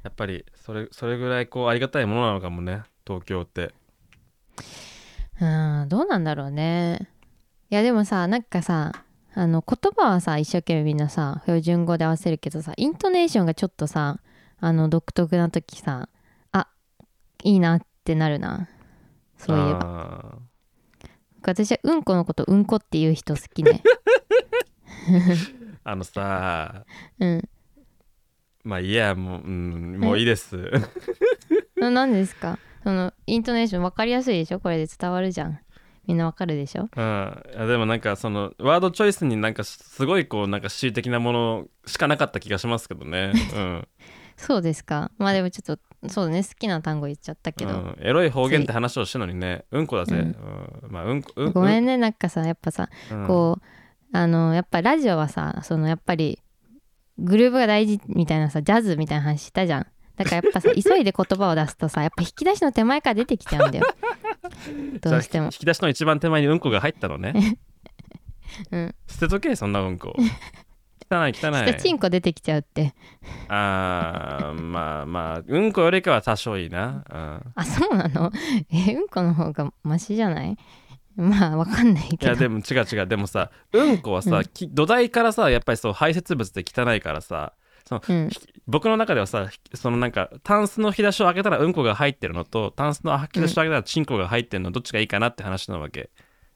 S2: やっぱりそれそれぐらいこうありがたいものなのかもね東京って
S1: うんどうなんだろうねいやでもさなんかさあの言葉はさ一生懸命みんなさ標準語で合わせるけどさイントネーションがちょっとさあの独特な時さあいいなってなるなそういえば
S2: ば
S1: 私はうんこのことうんこっていう人好き *laughs* ね
S2: あのさ
S1: うん
S2: まあいいやもう、うん、もういいです
S1: ななんですかそのイントネーション分かりやすいでしょこれで伝わるじゃんみんな分かるでしょ
S2: うん、いやでもなんかそのワードチョイスになんかすごいこうなんか恣意的なものしかなかった気がしますけど
S1: *laughs*
S2: ね、うん、
S1: そうですかまあでもちょっとそうだね好きな単語言っちゃったけど、
S2: うん、エロい方言って話をしてるのにねうんこだぜ、うんまあうんこ、う
S1: ごめ
S2: ん、
S1: んねなんかさやっぱさ
S2: うん
S1: こうあのやっぱラジオはさそのやっぱりグルーヴが大事みたいなさジャズみたいな話したじゃんだからやっ
S2: *laughs*
S1: ぱさ急いで言葉を出すとさやっぱ引き出しの手前から出てきちゃうんだ
S2: *laughs*
S1: よどうして
S2: じゃあ
S1: も
S2: 引き出しの一番手前にうんこが入ったのね
S1: *laughs* うん
S2: 捨てとけそんなうんこ汚い汚
S1: ちょっと
S2: い
S1: チンコ出てきちゃうって
S2: あーまあまあうんこよりかは多少いいな、
S1: あそうなの *laughs* えうんこの方がマシじゃないまあわかんない
S2: うん、い
S1: け
S2: や
S1: ど
S2: でも違う違うでもさうんこはさ、
S1: うん
S2: き土台からさやっぱりそう排泄物って汚いからさ
S1: うん
S2: 僕の中ではさそのなんかタンスの引き出しを開けたらうんこが入ってるのとタンスの引き出しを開けたらチンコが入ってるのどっちがいいかなって話なわけ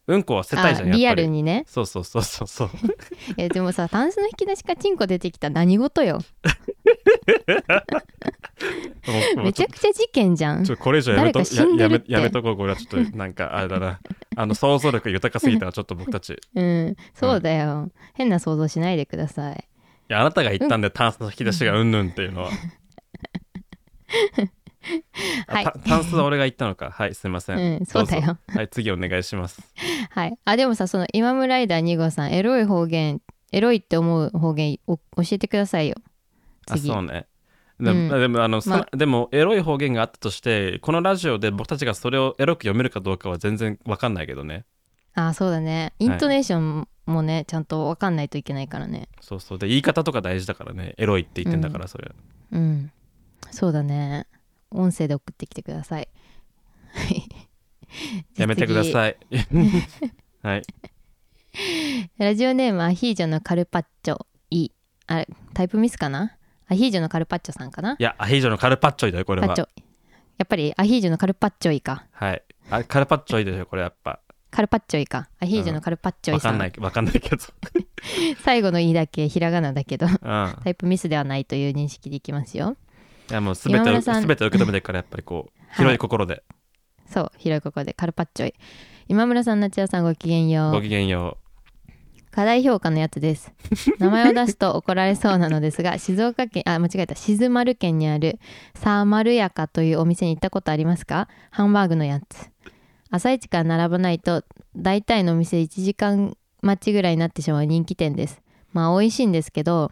S2: うんこは捨てたい
S1: あ
S2: じゃんやっぱり
S1: リアルにね
S2: そうそうそうそうそう
S1: いやでも
S2: *laughs*
S1: さタンスの引き出しからチンコ出てきたら何事よ
S2: もう
S1: *laughs* めちゃくちゃ事件じゃん
S2: ちょっとこれ以上やめと
S1: 誰か死んで
S2: や
S1: る
S2: や
S1: って
S2: めやめとこうこれはちょっとなんかあれだなあの想像力豊かすぎたらちょっと僕たちい
S1: うんそうだよ、変な想像しないでください
S2: やあなたが言ったんでタンスの引き出しがうんぬんっていうの
S1: *laughs*
S2: はあ
S1: はい
S2: たタンスは俺が言ったのかはいすいません、
S1: うんそうだよ
S2: どぞはい次お願いします
S1: はい、あでもさその今村ライダー2号さんエロい方言エロいって思う方言お教えてくださいよ
S2: あ
S1: 次
S2: そうねで
S1: うん
S2: も、でもあのそ
S1: ま
S2: でもエロい方言があったとしてこのラジオで僕たちがそれをエロく読めるかどうかは全然わかんないけどね
S1: あそうだねイントネーションもね、ちゃんと分かんないといけないからね
S2: そうそうで言い方とか大事だからねエロいって言ってんだから、それ
S1: うんそうだね音声で送ってきてくださいはい
S2: やめてください *laughs* はい
S1: 次ラジオネームアヒージョのカルパッチョいあれタイプミスかなアヒージョのカルパッチョさんかない
S2: やアヒージョのカルパッチョイだよこれ
S1: パッ
S2: は
S1: チョやっぱりアヒージョのカルパッチョいか
S2: はいあカルパッチョイだよこれやっぱ
S1: カルパッチョイかアヒージョのカルパッチョ
S2: わ
S1: イさ
S2: か
S1: ん,、
S2: んないわかんないけど
S1: 最後の「い」だけひらがなだけど *laughs*
S2: うん
S1: タイプミスではないという認識でいきますよ
S2: いやもう全て
S1: 今
S2: を
S1: 村さん
S2: 全てを受け止めてるからやっぱりこう広い心で、
S1: そう広いここでカルパッチョイ今村さん夏也さんごきげんよう
S2: ごきげんよ
S1: 課題評価のやつです名前を出すと怒られそうなのですが静岡県あ間違えた静丸県にあるサーマルヤカというお店に行ったことありますかハンバーグのやつ朝一から並ばないと大体のお店1時間待ちぐらいになってしまう人気店ですまあ美味しいんですけど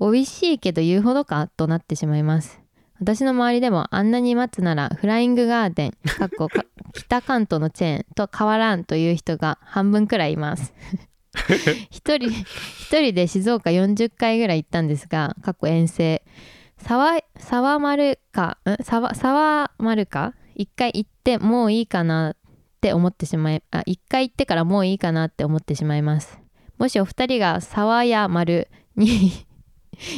S1: 美味しいけど言うほどかとなってしまいます私の周りでもあんなに待つならフライングガーデンかっこか北関東のチェーンと変わらんという人が半分くらいいます一人一人で静岡40回ぐらい行ったんですがかっこ遠征沢沢丸かん沢沢丸か一回行ってもういいかなって思ってしまいあ一回行ってからもういいかなって思ってしまいますもしお二人が沢や丸に *laughs*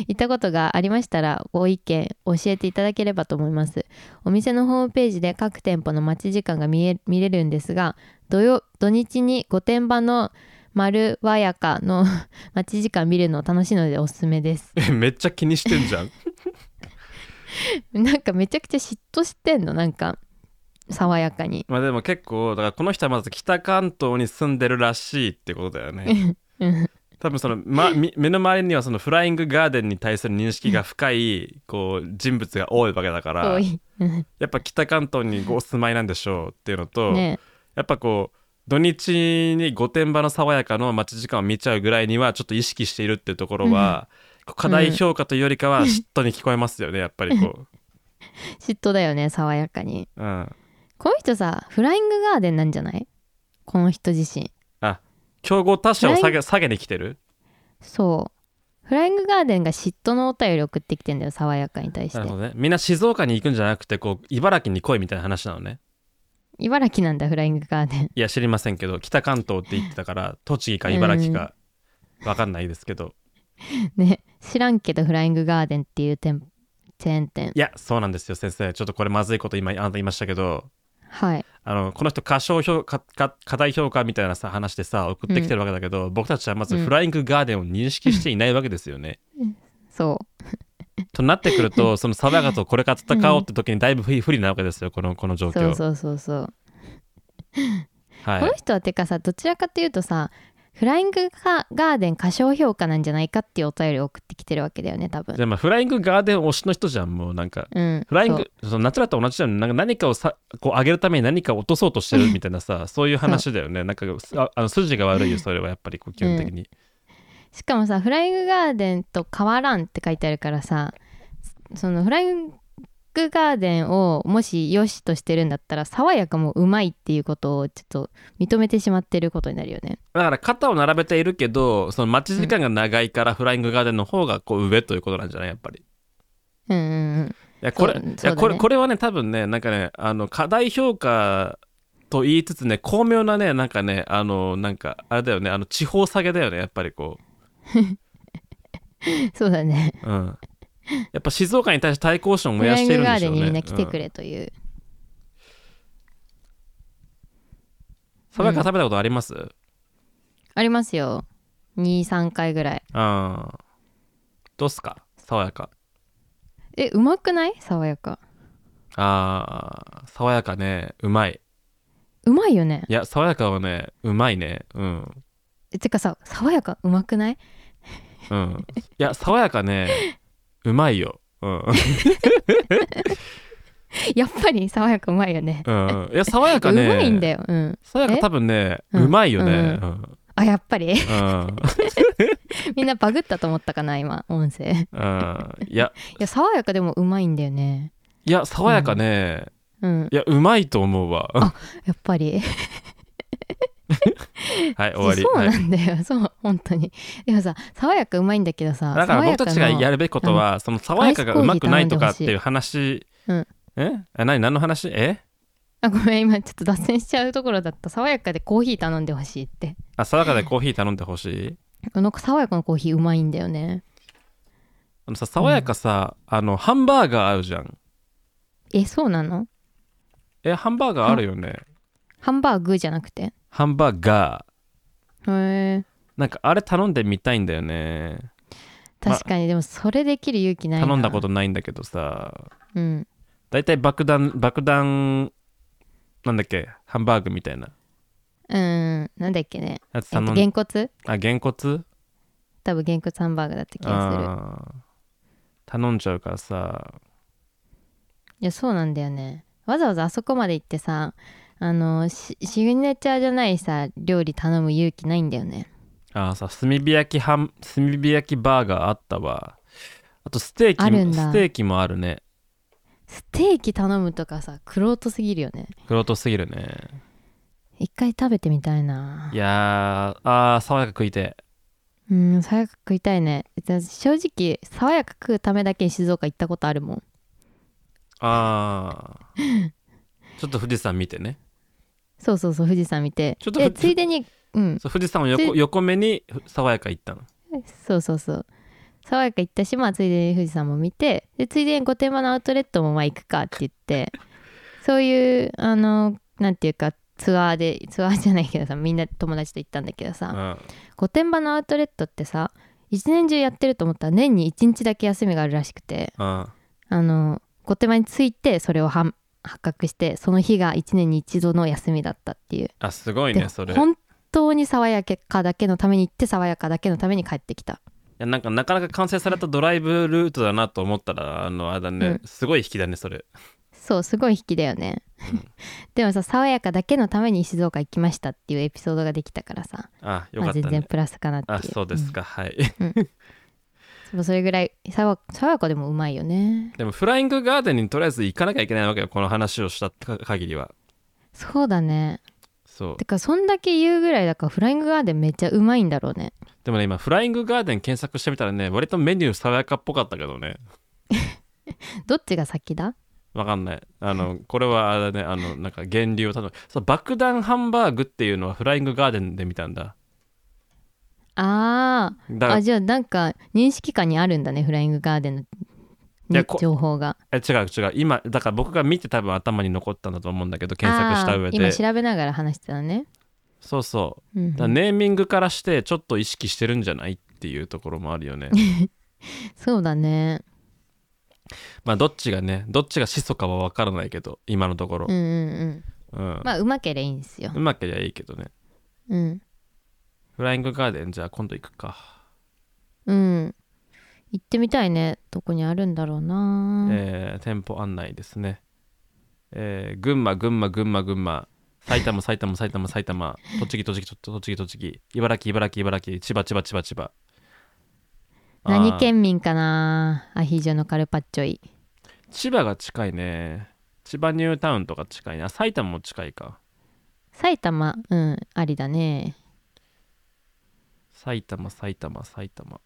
S1: 行ったことがありましたらご意見教えていただければと思いますお店のホームページで各店舗の待ち時間が見え見れるんですが土曜土日に御殿場の丸和やかの *laughs* 待ち時間見るの楽しいのでおすすめです
S2: *laughs* うえめっちゃ気にしてんじゃん
S1: なんかめちゃくちゃ嫉妬してんのなんか爽やかに
S2: まあでも結構だからこの人はまず北関東に住んでるらしいってことだ
S1: *laughs*
S2: よね
S1: うん
S2: 多分その、ま、み目の周りにはそのフライングガーデンに対する認識が深いこう人物が多いわけだから
S1: 多いうん
S2: やっぱ北関東にお住まいなんでしょうっていうのと、
S1: ね
S2: やっぱこう土日に御殿場の爽やかの待ち時間を見ちゃうぐらいにはちょっと意識しているっていうところは、こう課題評価というよりかは嫉妬に聞こえますよねやっぱりこ
S1: 嫉妬だよね爽やかに *laughs*
S2: う、うん、
S1: この人さフライングガーデンなんじゃないこの人自身
S2: 競合他社を下げ下げに来てる
S1: そうフライングガーデンが嫉妬のお便り送ってきてんだよ爽やかに対し
S2: なるほ
S1: て
S2: どねみんな静岡に行くんじゃなくてこう茨城に来いみたいな話なのね
S1: 茨城なんだフライングガーデン *laughs*
S2: いや知りませんけど北関東って言ってたから栃木か茨城か分かんないですけど、
S1: ね知らんけどフライングガーデンっていう店チェーン店
S2: いやそうなんですよ先生ちょっとこれまずいこと今あなた言いましたけど
S1: はい
S2: あのこの人過小評価か課題評価みたいなさ話でさ送ってきてるわけだけど、僕たちはまず
S1: うん
S2: フライングガーデンを認識していないわけですよね。
S1: そ
S2: となってくるとその爽やかとこれから戦おうって時にだいぶ不利不利なわけですよこのこの状
S1: う
S2: 況。
S1: そうそうそうそうこ
S2: は
S1: の
S2: い、
S1: 人はてかさどちらかというとさフライングガガーデン過小評価なんじゃないかっていうお便りを送ってきてるわけだよね多分
S2: じゃあまあフライングガーデン推しの人じゃんもうなんか。
S1: うん
S2: フライン
S1: そ
S2: グその夏だと同じじゃんなんか何かをさこう上げるために何かを落とそうとしてるみたいなさそういう話だよねなんかああの筋が悪いよそれはやっぱりこう基本的に、
S1: うしかもさフライングガーデンと変わらんって書いてあるからさそのフライングガーデンをもし良しとしてるんだったら爽やかもうまいっていうことをちょっと認めてしまってることになるよね
S2: だから肩を並べているけどその待ち時間が長いからフライングガーデンの方がこう上ということなんじゃないやっぱり
S1: うんうんうん
S2: いやこれ,、
S1: そう
S2: い
S1: そうだ
S2: や
S1: ね
S2: これこれはね多分ねなんかねあの課題評価と言いつつね巧妙なねなんかねあのなんかあれだよねあの地方下げだよねやっぱりこ
S1: そうだね
S2: う、うん、やっぱ静岡に対して対抗心を
S1: フ
S2: 燃や
S1: ライ
S2: し
S1: ン
S2: てい
S1: グ
S2: るん
S1: ガー
S2: でし
S1: デ
S2: ょ
S1: ン
S2: う
S1: にみん
S2: ね
S1: な来てくれという、
S2: サバイカ食べたことあります、
S1: ありますよ23回ぐらい
S2: ああどうっすか爽やか
S1: えうまくない爽やか
S2: あー爽やかねうまいう
S1: まいよね
S2: いや爽やかはねうまいねうん
S1: えてかさ爽やかうまくない *laughs*
S2: うん。いや、爽やかね、うまいよ。うん。
S1: やっぱり爽やかうまいよね
S2: うん、いや、爽やかね、
S1: うまいんだようん
S2: 爽やか
S1: え
S2: 多分ね、
S1: うん
S2: うまいよね。
S1: う
S2: うん。
S1: あやっぱり *laughs*
S2: うん。
S1: みんなバグったと思ったかな今音声い
S2: うんいや、
S1: や爽やかでもうまいんだよね
S2: いや、爽やかね、
S1: うん
S2: いや、うまいと思うわ。は
S1: やっぱり
S2: い、終わ
S1: *laughs*
S2: り。
S1: そう
S2: はい
S1: なんだよ、そう本当にでもさ爽やかうまいんだけどさ
S2: だから
S1: 爽や
S2: 僕
S1: か
S2: たちがや
S1: る
S2: るべきことは、その爽やかがうまくないとかっていう話、
S1: アイス
S2: えあ何何の話え
S1: あごめん今ちょっと脱線しちゃうところだった爽やかでコーヒー頼んでほしいって
S2: あ爽やかでコーヒー頼んでほしい
S1: この爽やかのコーヒーうまいんだよね
S2: あのさ爽やかさ、あのハンバーガーあるじゃん
S1: えそうなの
S2: えハンバーガーあるよね
S1: ハンバーグじゃなくて
S2: ハンバーガー
S1: へえ
S2: なんかあれ頼んでみたいんだよね
S1: 確かに、でもそれできる勇気ないな
S2: 頼んだことないんだけどさ
S1: うん
S2: 大体爆弾爆弾なんだっけハンバーグみたいな
S1: うんなんだっけね
S2: やつ
S1: えっ
S2: 頼
S1: と
S2: ん
S1: げんこつ
S2: あげんこつ
S1: 多分げんこつハンバーグだった気がする
S2: あー頼んじゃうからさ
S1: いやそうなんだよねわざわざあそこまで行ってさあのシシグネチャーじゃないさ料理頼む勇気ないんだよね
S2: あーさ炭火焼きハン炭火焼きバーガーあったわあとステーキ
S1: あるん
S2: も
S1: だ
S2: ステーキもあるね
S1: ステーキ頼むとかさくろうとすぎるよね
S2: 黒とすぎるね
S1: 一回食べてみたいない
S2: やーあー爽やか食いて
S1: うん爽やか食いたいねだ正直爽やか食うためだけに静岡行ったことあるもん
S2: えあーちょっと富士山見てね
S1: そうそうそう富士山見て
S2: ちょっと
S1: で
S2: ふ
S1: ついでにうん
S2: そう富士山を横
S1: つい
S2: 横目に爽やか行ったの
S1: そうそうそう爽やか行ったしまあついでに富士山も見てでついでに御殿場のアウトレットもまあ行くかって言ってそういうあのなんていうかツアーでツアーじゃないけどさみんな友達と行ったんだけどさ、
S2: うん
S1: 御殿場のアウトレットってさ一年中やってると思ったら年に一日だけ休みがあるらしくて
S2: うん
S1: あの御殿場に着いてそれをはん発覚してその日が1年に一度の休みだったっていう
S2: あすごい
S1: で
S2: ねそれい
S1: 本当に爽やかだけのために行って爽やかだけのために帰ってきた
S2: やなんかなかなか完成されたドライブルートだなと思ったらあのあれだね、すごい引きだねそれ
S1: そうすごい引きだよねでもさ爽やかだけのために静岡行きましたっていうエピソードができたからさ、
S2: あよ
S1: まあ、
S2: かった
S1: 全然
S2: ね
S1: プラスかなっていう
S2: あそうですか、はい
S1: う
S2: *laughs*
S1: んそれぐらい爽や爽やかでもうまいよね
S2: でもフライングガーデンにとりあえず行かなきゃいけないわけよこの話をしたか限りは
S1: そうだね
S2: そう
S1: てかそんだけ言うぐらいだからフライングガーデンめっちゃうまいんだろうね
S2: でもね今フライングガーデン検索してみたらね割とメニュー爽やかっぽかったけどね
S1: どっちが先だ
S2: わかんないあのこれはあれだねあのなんか源流をたどそう爆弾ハンバーグっていうのはフライングガーデンで見たんだ
S1: あー
S2: だから
S1: あ
S2: い
S1: じゃあなんか認識下にあるんだねフライングガーデンの
S2: や
S1: ね
S2: こ
S1: 情報が
S2: や違う違う今だから僕が見て多分頭に残ったんだと思うんだけど検索した上
S1: あー今
S2: で
S1: 調べながら話してたのね、
S2: そうそう
S1: うん
S2: だからネーミングからしてちょっと意識してるんじゃないっていうところもある
S1: *laughs*
S2: よね
S1: そうだね
S2: まあどっちがねどっちが質素かは分からないけど今のところ
S1: うん、うんうん
S2: うん
S1: まあうまければいいんですよ
S2: うまけりゃいいけどね
S1: うん
S2: フライングガーデンじゃあ今度行くか、
S1: うん行ってみたいねどこにあるんだろうな、
S2: えー店舗案内ですね、えー群馬群馬群馬群馬埼玉埼玉埼玉埼玉栃木栃木栃木栃木茨城茨城茨城千葉千葉千葉千葉あー
S1: 何県民かなアヒージョのカルパッチョイ
S2: 千葉が近いね千葉ニュータウンとか近いな埼玉も近いか
S1: 埼玉うんありだね
S2: 埼玉埼玉埼玉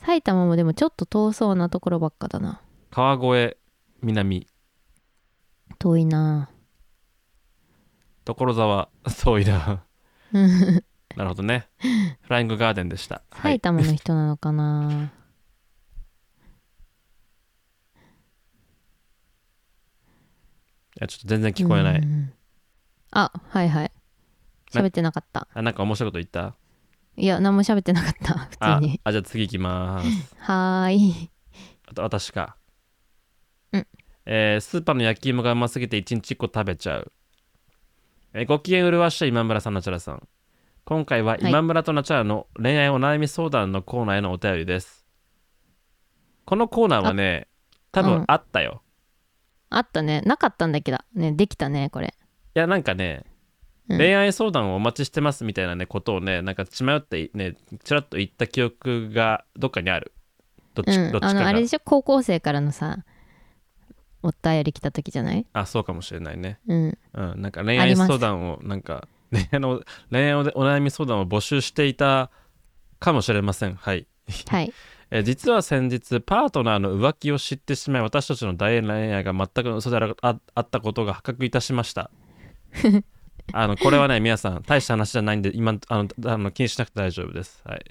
S1: 埼玉もでもちょっと遠そうなところばっかだな
S2: 川越南
S1: 遠いな
S2: 所沢そういな
S1: *laughs*
S2: なるほどねフライングガーデンでしたは
S1: 埼
S2: い
S1: 玉の人なのかな、
S2: いやちょっと全然 *laughs* 聞こえない
S1: うんあはいはい
S2: な
S1: 喋ってなかった
S2: あなんか面白いこと言った
S1: いや何も喋ってなかった *laughs* 普
S2: あ
S1: 通に
S2: あじゃあ次行きます
S1: *laughs* はーい
S2: あと私か
S1: うん
S2: えースーパーの焼き芋がうますぎて1日1個食べちゃう、えーご機嫌麗しい今村さんなちゃらさん今回は今村となちゃらの恋愛お悩み相談のコーナーへのお便りです、このコーナーはね多
S1: うん
S2: 分あったよ、
S1: あったねなかったんだけどねできたねこれ
S2: いやなんかね、
S1: うん
S2: 恋愛相談をお待ちしてますみたいなねことをねなんか血迷ってねちらっと言った記憶がどっかにあるどっ
S1: う
S2: ち,、
S1: ん
S2: どっち
S1: あ
S2: か
S1: の
S2: が
S1: あれでしょ高校生からのさお便り来た時じゃない
S2: あそうかもしれないね
S1: うん
S2: うん、なんか恋
S1: あり
S2: 愛
S1: ます
S2: 相談をなんか恋愛の恋愛お悩み相談を募集していたかもしれませんはい
S1: はい
S2: え実は先日パートナーの浮気を知ってしまい私たちの大恋愛が全く嘘であらああったことが発覚いたしました
S1: *laughs*
S2: あのこれはね皆さん大した話じゃないんで今あのあの気にしなくて大丈夫ですはい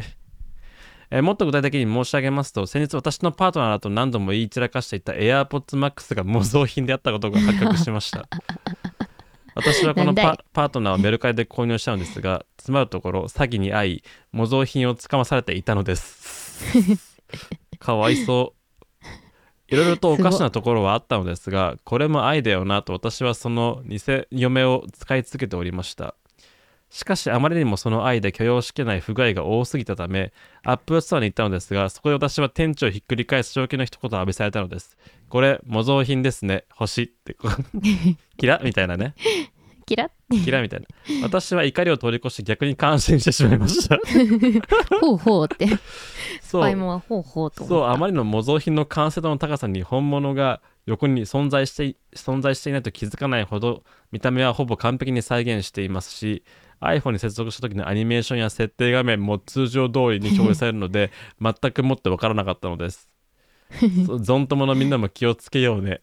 S2: えもっと具体的に申し上げますと先日私のパートナーと何度も言
S1: *laughs*
S2: い散らかしていた AirPods Max が模造品であったことが発覚しました私はこの
S1: なんだ
S2: パ
S1: い
S2: パートナーをメルカリで購入したのですがつまるところ詐欺に遭い模造品をつかまされていたのですかわいそういろいろとおかしなところはあったのですがこれも愛だよなと私はその偽嫁を使い続けておりましたしかしあまりにもその愛で許容しきれない不具合が多すぎたためアップルストアに行ったのですがそこで私は店長をひっくり返す正気の一言を浴びされたのですこれ模造品ですね星って *laughs* こうキラみたいなね
S1: キラッ
S2: キラみたいな私は怒りを通り越して逆に感心してしまいました
S1: ほうほうってス
S2: *laughs* そ
S1: パ
S2: う
S1: イもはほうほうと
S2: そう
S1: 思
S2: あ
S1: った
S2: まりの模造品の完成度の高さに本物が横に存在してい存在していないと気づかないほど見た目はほぼ完璧に再現していますし iPhone に接続した時のアニメーションや設定画面も通常通りに表示される
S1: *laughs*
S2: ので全くもって分からなかったのです。そうゾン友のみんなも気をつけようね。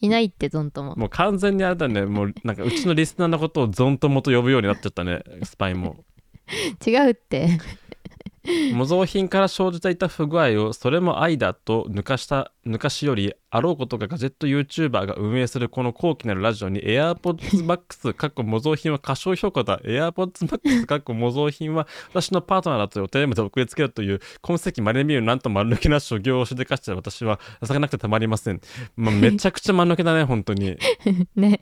S1: いないってゾンとも
S2: もう完全にあれだね。もうなんかうちのリスナーのことをゾン友と呼ぶようになっちゃったね。スパイも。
S1: 違うって *laughs*
S2: 模造品から生じていた不具合をそれも愛だと抜かした抜かしよりあろうことかガジェット YouTuber が運営するこの高貴なるラジオに AirPods Max かっこ模造品は過小評価だ AirPods Max かっこ模造品は私のパートナーだというお手紙で送りつけるという今世紀まれに見るなんと丸抜けな所業をしでかして私は情けなくてたまりません、まあ、めちゃくちゃ丸抜けだね本当に、
S1: ね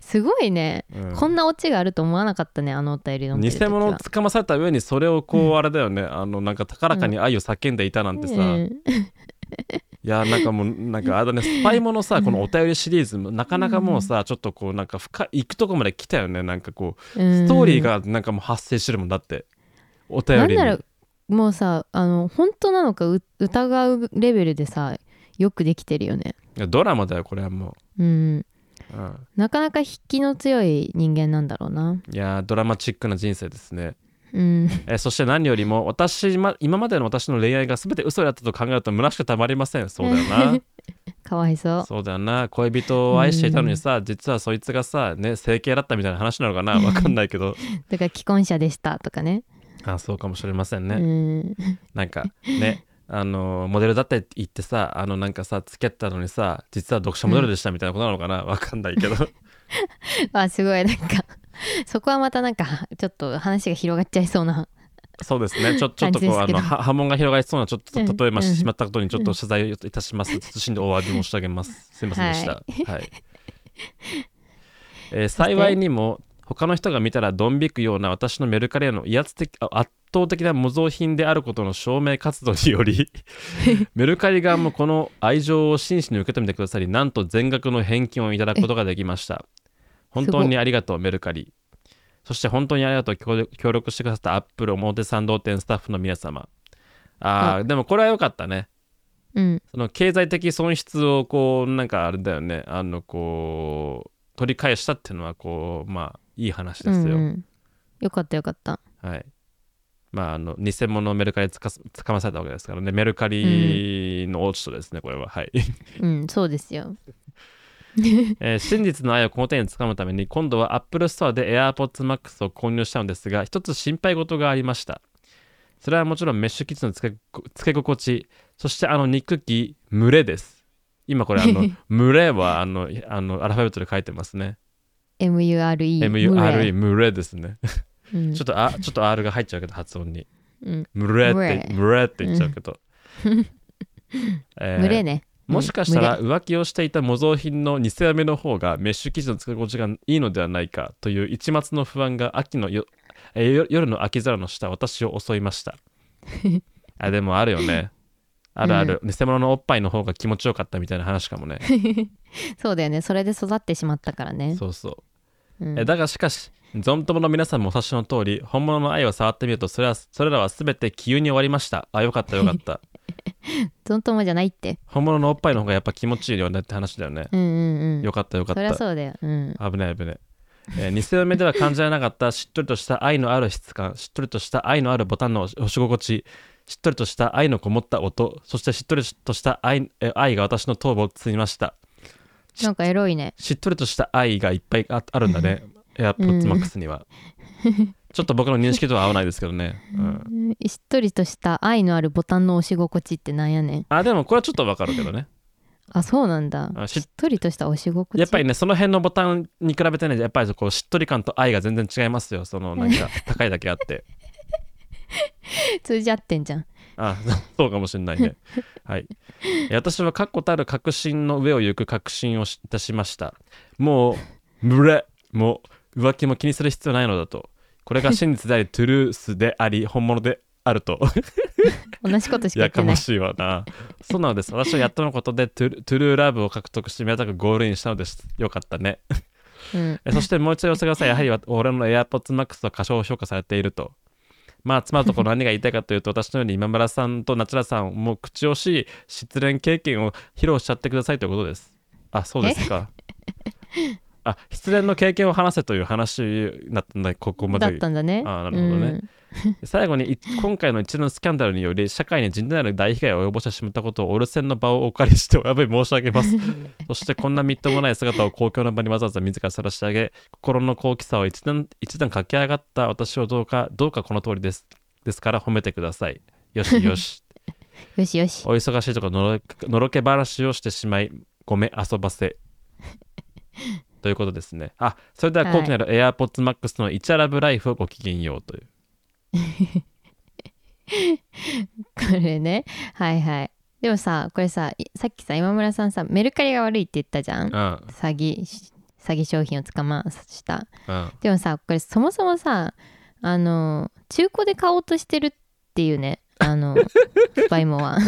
S1: すごいね、
S2: うん
S1: こんなオチがあると思わなかったねあのお便りの
S2: 偽物をつかまされた上にそれをこう、あれだよねあのなんか高らかに愛を叫んでいたなんてさ、いやーなんかもうなんかあれだねスパイものさこのお便りシリーズもなかなかもうさちょっとこうなんか深い行くとこまで来たよねなんかこうス
S1: ス
S2: トーリーがなんかもう発生してるもんだってお便
S1: なん
S2: り
S1: な
S2: に
S1: らもうさあの本当なのかう疑うレベルでさよくできてるよね
S2: いやドラマだよこれはも
S1: うん
S2: う、うん、
S1: なかなか引きの強い人間なんだろうない
S2: やードラマチックな人生ですね
S1: うん
S2: えーそして何よりも私、ま、今までの私の恋愛が全て嘘だったと考えると虚しくたまりませんそうだよ *laughs* な
S1: かわいそう
S2: そうだよな恋人を愛していたのにさ、実はそいつがさね整形だったみたいな話なの *laughs* かなわかんないけど
S1: だから既婚者でしたとかね
S2: あそうかもしれませんね、
S1: うん
S2: なんかねあのモデルだったって言ってさあのなんかさ付き合ったのにさ実は読者モデルでしたみたいなことなのかな、わかんないけど
S1: *laughs* あすごいなんか *laughs* そこはまたなんかちょっと話が広がっちゃいそうな
S2: そうですねちょちょっとこう
S1: 感
S2: あ
S1: じですけど
S2: のは波紋が広がりそうなちょっと
S1: うん
S2: 例えば
S1: うん
S2: しまったことにちょっと謝罪をい
S1: *laughs*
S2: たします謹んでお詫び申し上げますすいませんでしたは、
S1: はい
S2: えー幸いにも他の人が見たらドン引くような私のメルカリへの威圧的あ圧倒的な模造品であることの証明活動によりメルカリ側もこの愛情を真摯に受け止めてくださり、なんと全額の返金をいただくことができました。本当にありがとう、メルカリ。そして本当にありがとう、協力協力してくださったアップル表参道店スタッフの皆様。ああ、でもこれは良かったね。
S1: うん
S2: その経済的損失をこう、なんかあれだよね、あの、こう、取り返したっていうのは、こう、まあ、いい話ですよ。
S1: うんうんよかったよかった
S2: はい。まあ、あの、偽物をメルカリでつかすつかまされたわけですからね、メルカリのオチとですね、これは。はい。
S1: うんそうですよ
S2: えー真実の愛をこの手につかむために今度は Apple Store で AirPods Max を購入したのですが一つ心配事がありましたそれはもちろんメッシュキッズのつけつけ心地そしてあの肉機群れです今これあ
S1: *laughs*
S2: の群れはあのあのアルファベットで書いてますね
S1: MURE
S2: MURE 群れですね
S1: うん
S2: ちょっとあちょっと R が入っちゃうけど発音に
S1: うん
S2: 群れっ
S1: 群
S2: て
S1: れ
S2: 群れって言っちゃう
S1: *laughs*
S2: けど、えー
S1: 群れね
S2: もしかしたら浮気をしていた模造品の偽飴の方がメッシュ生地の作り心地がいいのではないかという一抹の不安が秋のよえーよ夜の秋空の下私を襲いました
S1: *laughs*
S2: あでもあるよねあるある、偽物のおっぱいの方が気持ちよかったみたいな話かもね
S1: そうだよねそれで育ってしまったからね
S2: そうそう
S1: うん
S2: えだがしかしゾントモの皆さんもお察しの通り本物の愛を触ってみるとそれはそれらは全て気に終わりましたあよかったよかった
S1: *laughs* ゾントモじゃないって
S2: 本物のおっぱいの方がやっぱ気持ちいいよねって話だよね
S1: うんうんうん
S2: よかったよか
S1: そ
S2: った
S1: りゃそうだようん
S2: 危ない危ない、えー、偽嫁では感じられなかったしっとりとした愛のある質感しっとりとした愛のあるボタンの押し心地しっとりとした愛のこもった音そしてしっとりとした愛えー愛が私の頭部を包みました
S1: なんかエロいね
S2: しっとりとした愛がいっぱいああるんだね AirPods Max には、ちょっと僕の認識とは合わないですけどね、うん、
S1: うんしっとりとした愛のあるボタンの押し心地ってなんやねん
S2: あでもこれはちょっとわかるけどね
S1: あそうなんだ
S2: あ
S1: し
S2: し
S1: っとりとした押し心地
S2: やっぱりねその辺のボタンに比べてねやっぱりこうしっとり感と愛が全然違いますよそのなんか高いだけあって
S1: 通じ合ってんじゃん
S2: あ *laughs* そうかもしれないねはいえ私は確固たる確信の上を行く確信をしいたしましたもう群れもう浮気も気にする必要ないのだとこれが真実でありトゥルースであり本物であると
S1: 同じことしか言
S2: や
S1: って
S2: か
S1: な
S2: ま
S1: い
S2: しいわな。そうなのです。私はやっとのことでトゥルトゥルーラブを獲得して、宮田くゴールインしたのです。よかったね。
S1: うん
S2: えそしてもう一度寄せてく
S1: *laughs*
S2: ださい。やはりわ俺の AirPods Max は過小評価されていると。まあ、つまるところ何が言いたいかというと、私のように今村さんと夏らさんをもう口惜しい失恋経験を披露しちゃってくださいということです。あ、そうで
S1: *laughs*
S2: すか。あ、失恋の経験を話せという話だったんだ、ここま
S1: だ
S2: で
S1: ったんだね
S2: あーなるほどね最後にい今回の一連のスキャンダルにより社会に甚大なる大被害を及ぼしてしまったことをオルセンの場をお借りしてお詫び申し上げ *laughs* ますそしてこんなみっともない姿を公共の場にわざわざ自ら晒してあげ心の高貴さを一段一段駆け上がった私をどうかどうかこの通りですですから褒めてくださいよしよ *laughs* し
S1: うんよしよし
S2: お忙しいところのろけのろけ話をしてしまいごめん遊ば *laughs* せということですねあそれでは後期なる AirPods Max のイチャラブライフをごきげんようという
S1: これねはいはいでもさこれさいさっきさ今村さんさメルカリが悪いって言ったじゃん
S2: うん
S1: 詐欺し詐欺商品を捕ました
S2: うん
S1: でもさこれそもそもさあの中古で買おうとしてるっていうねあのスパイモは、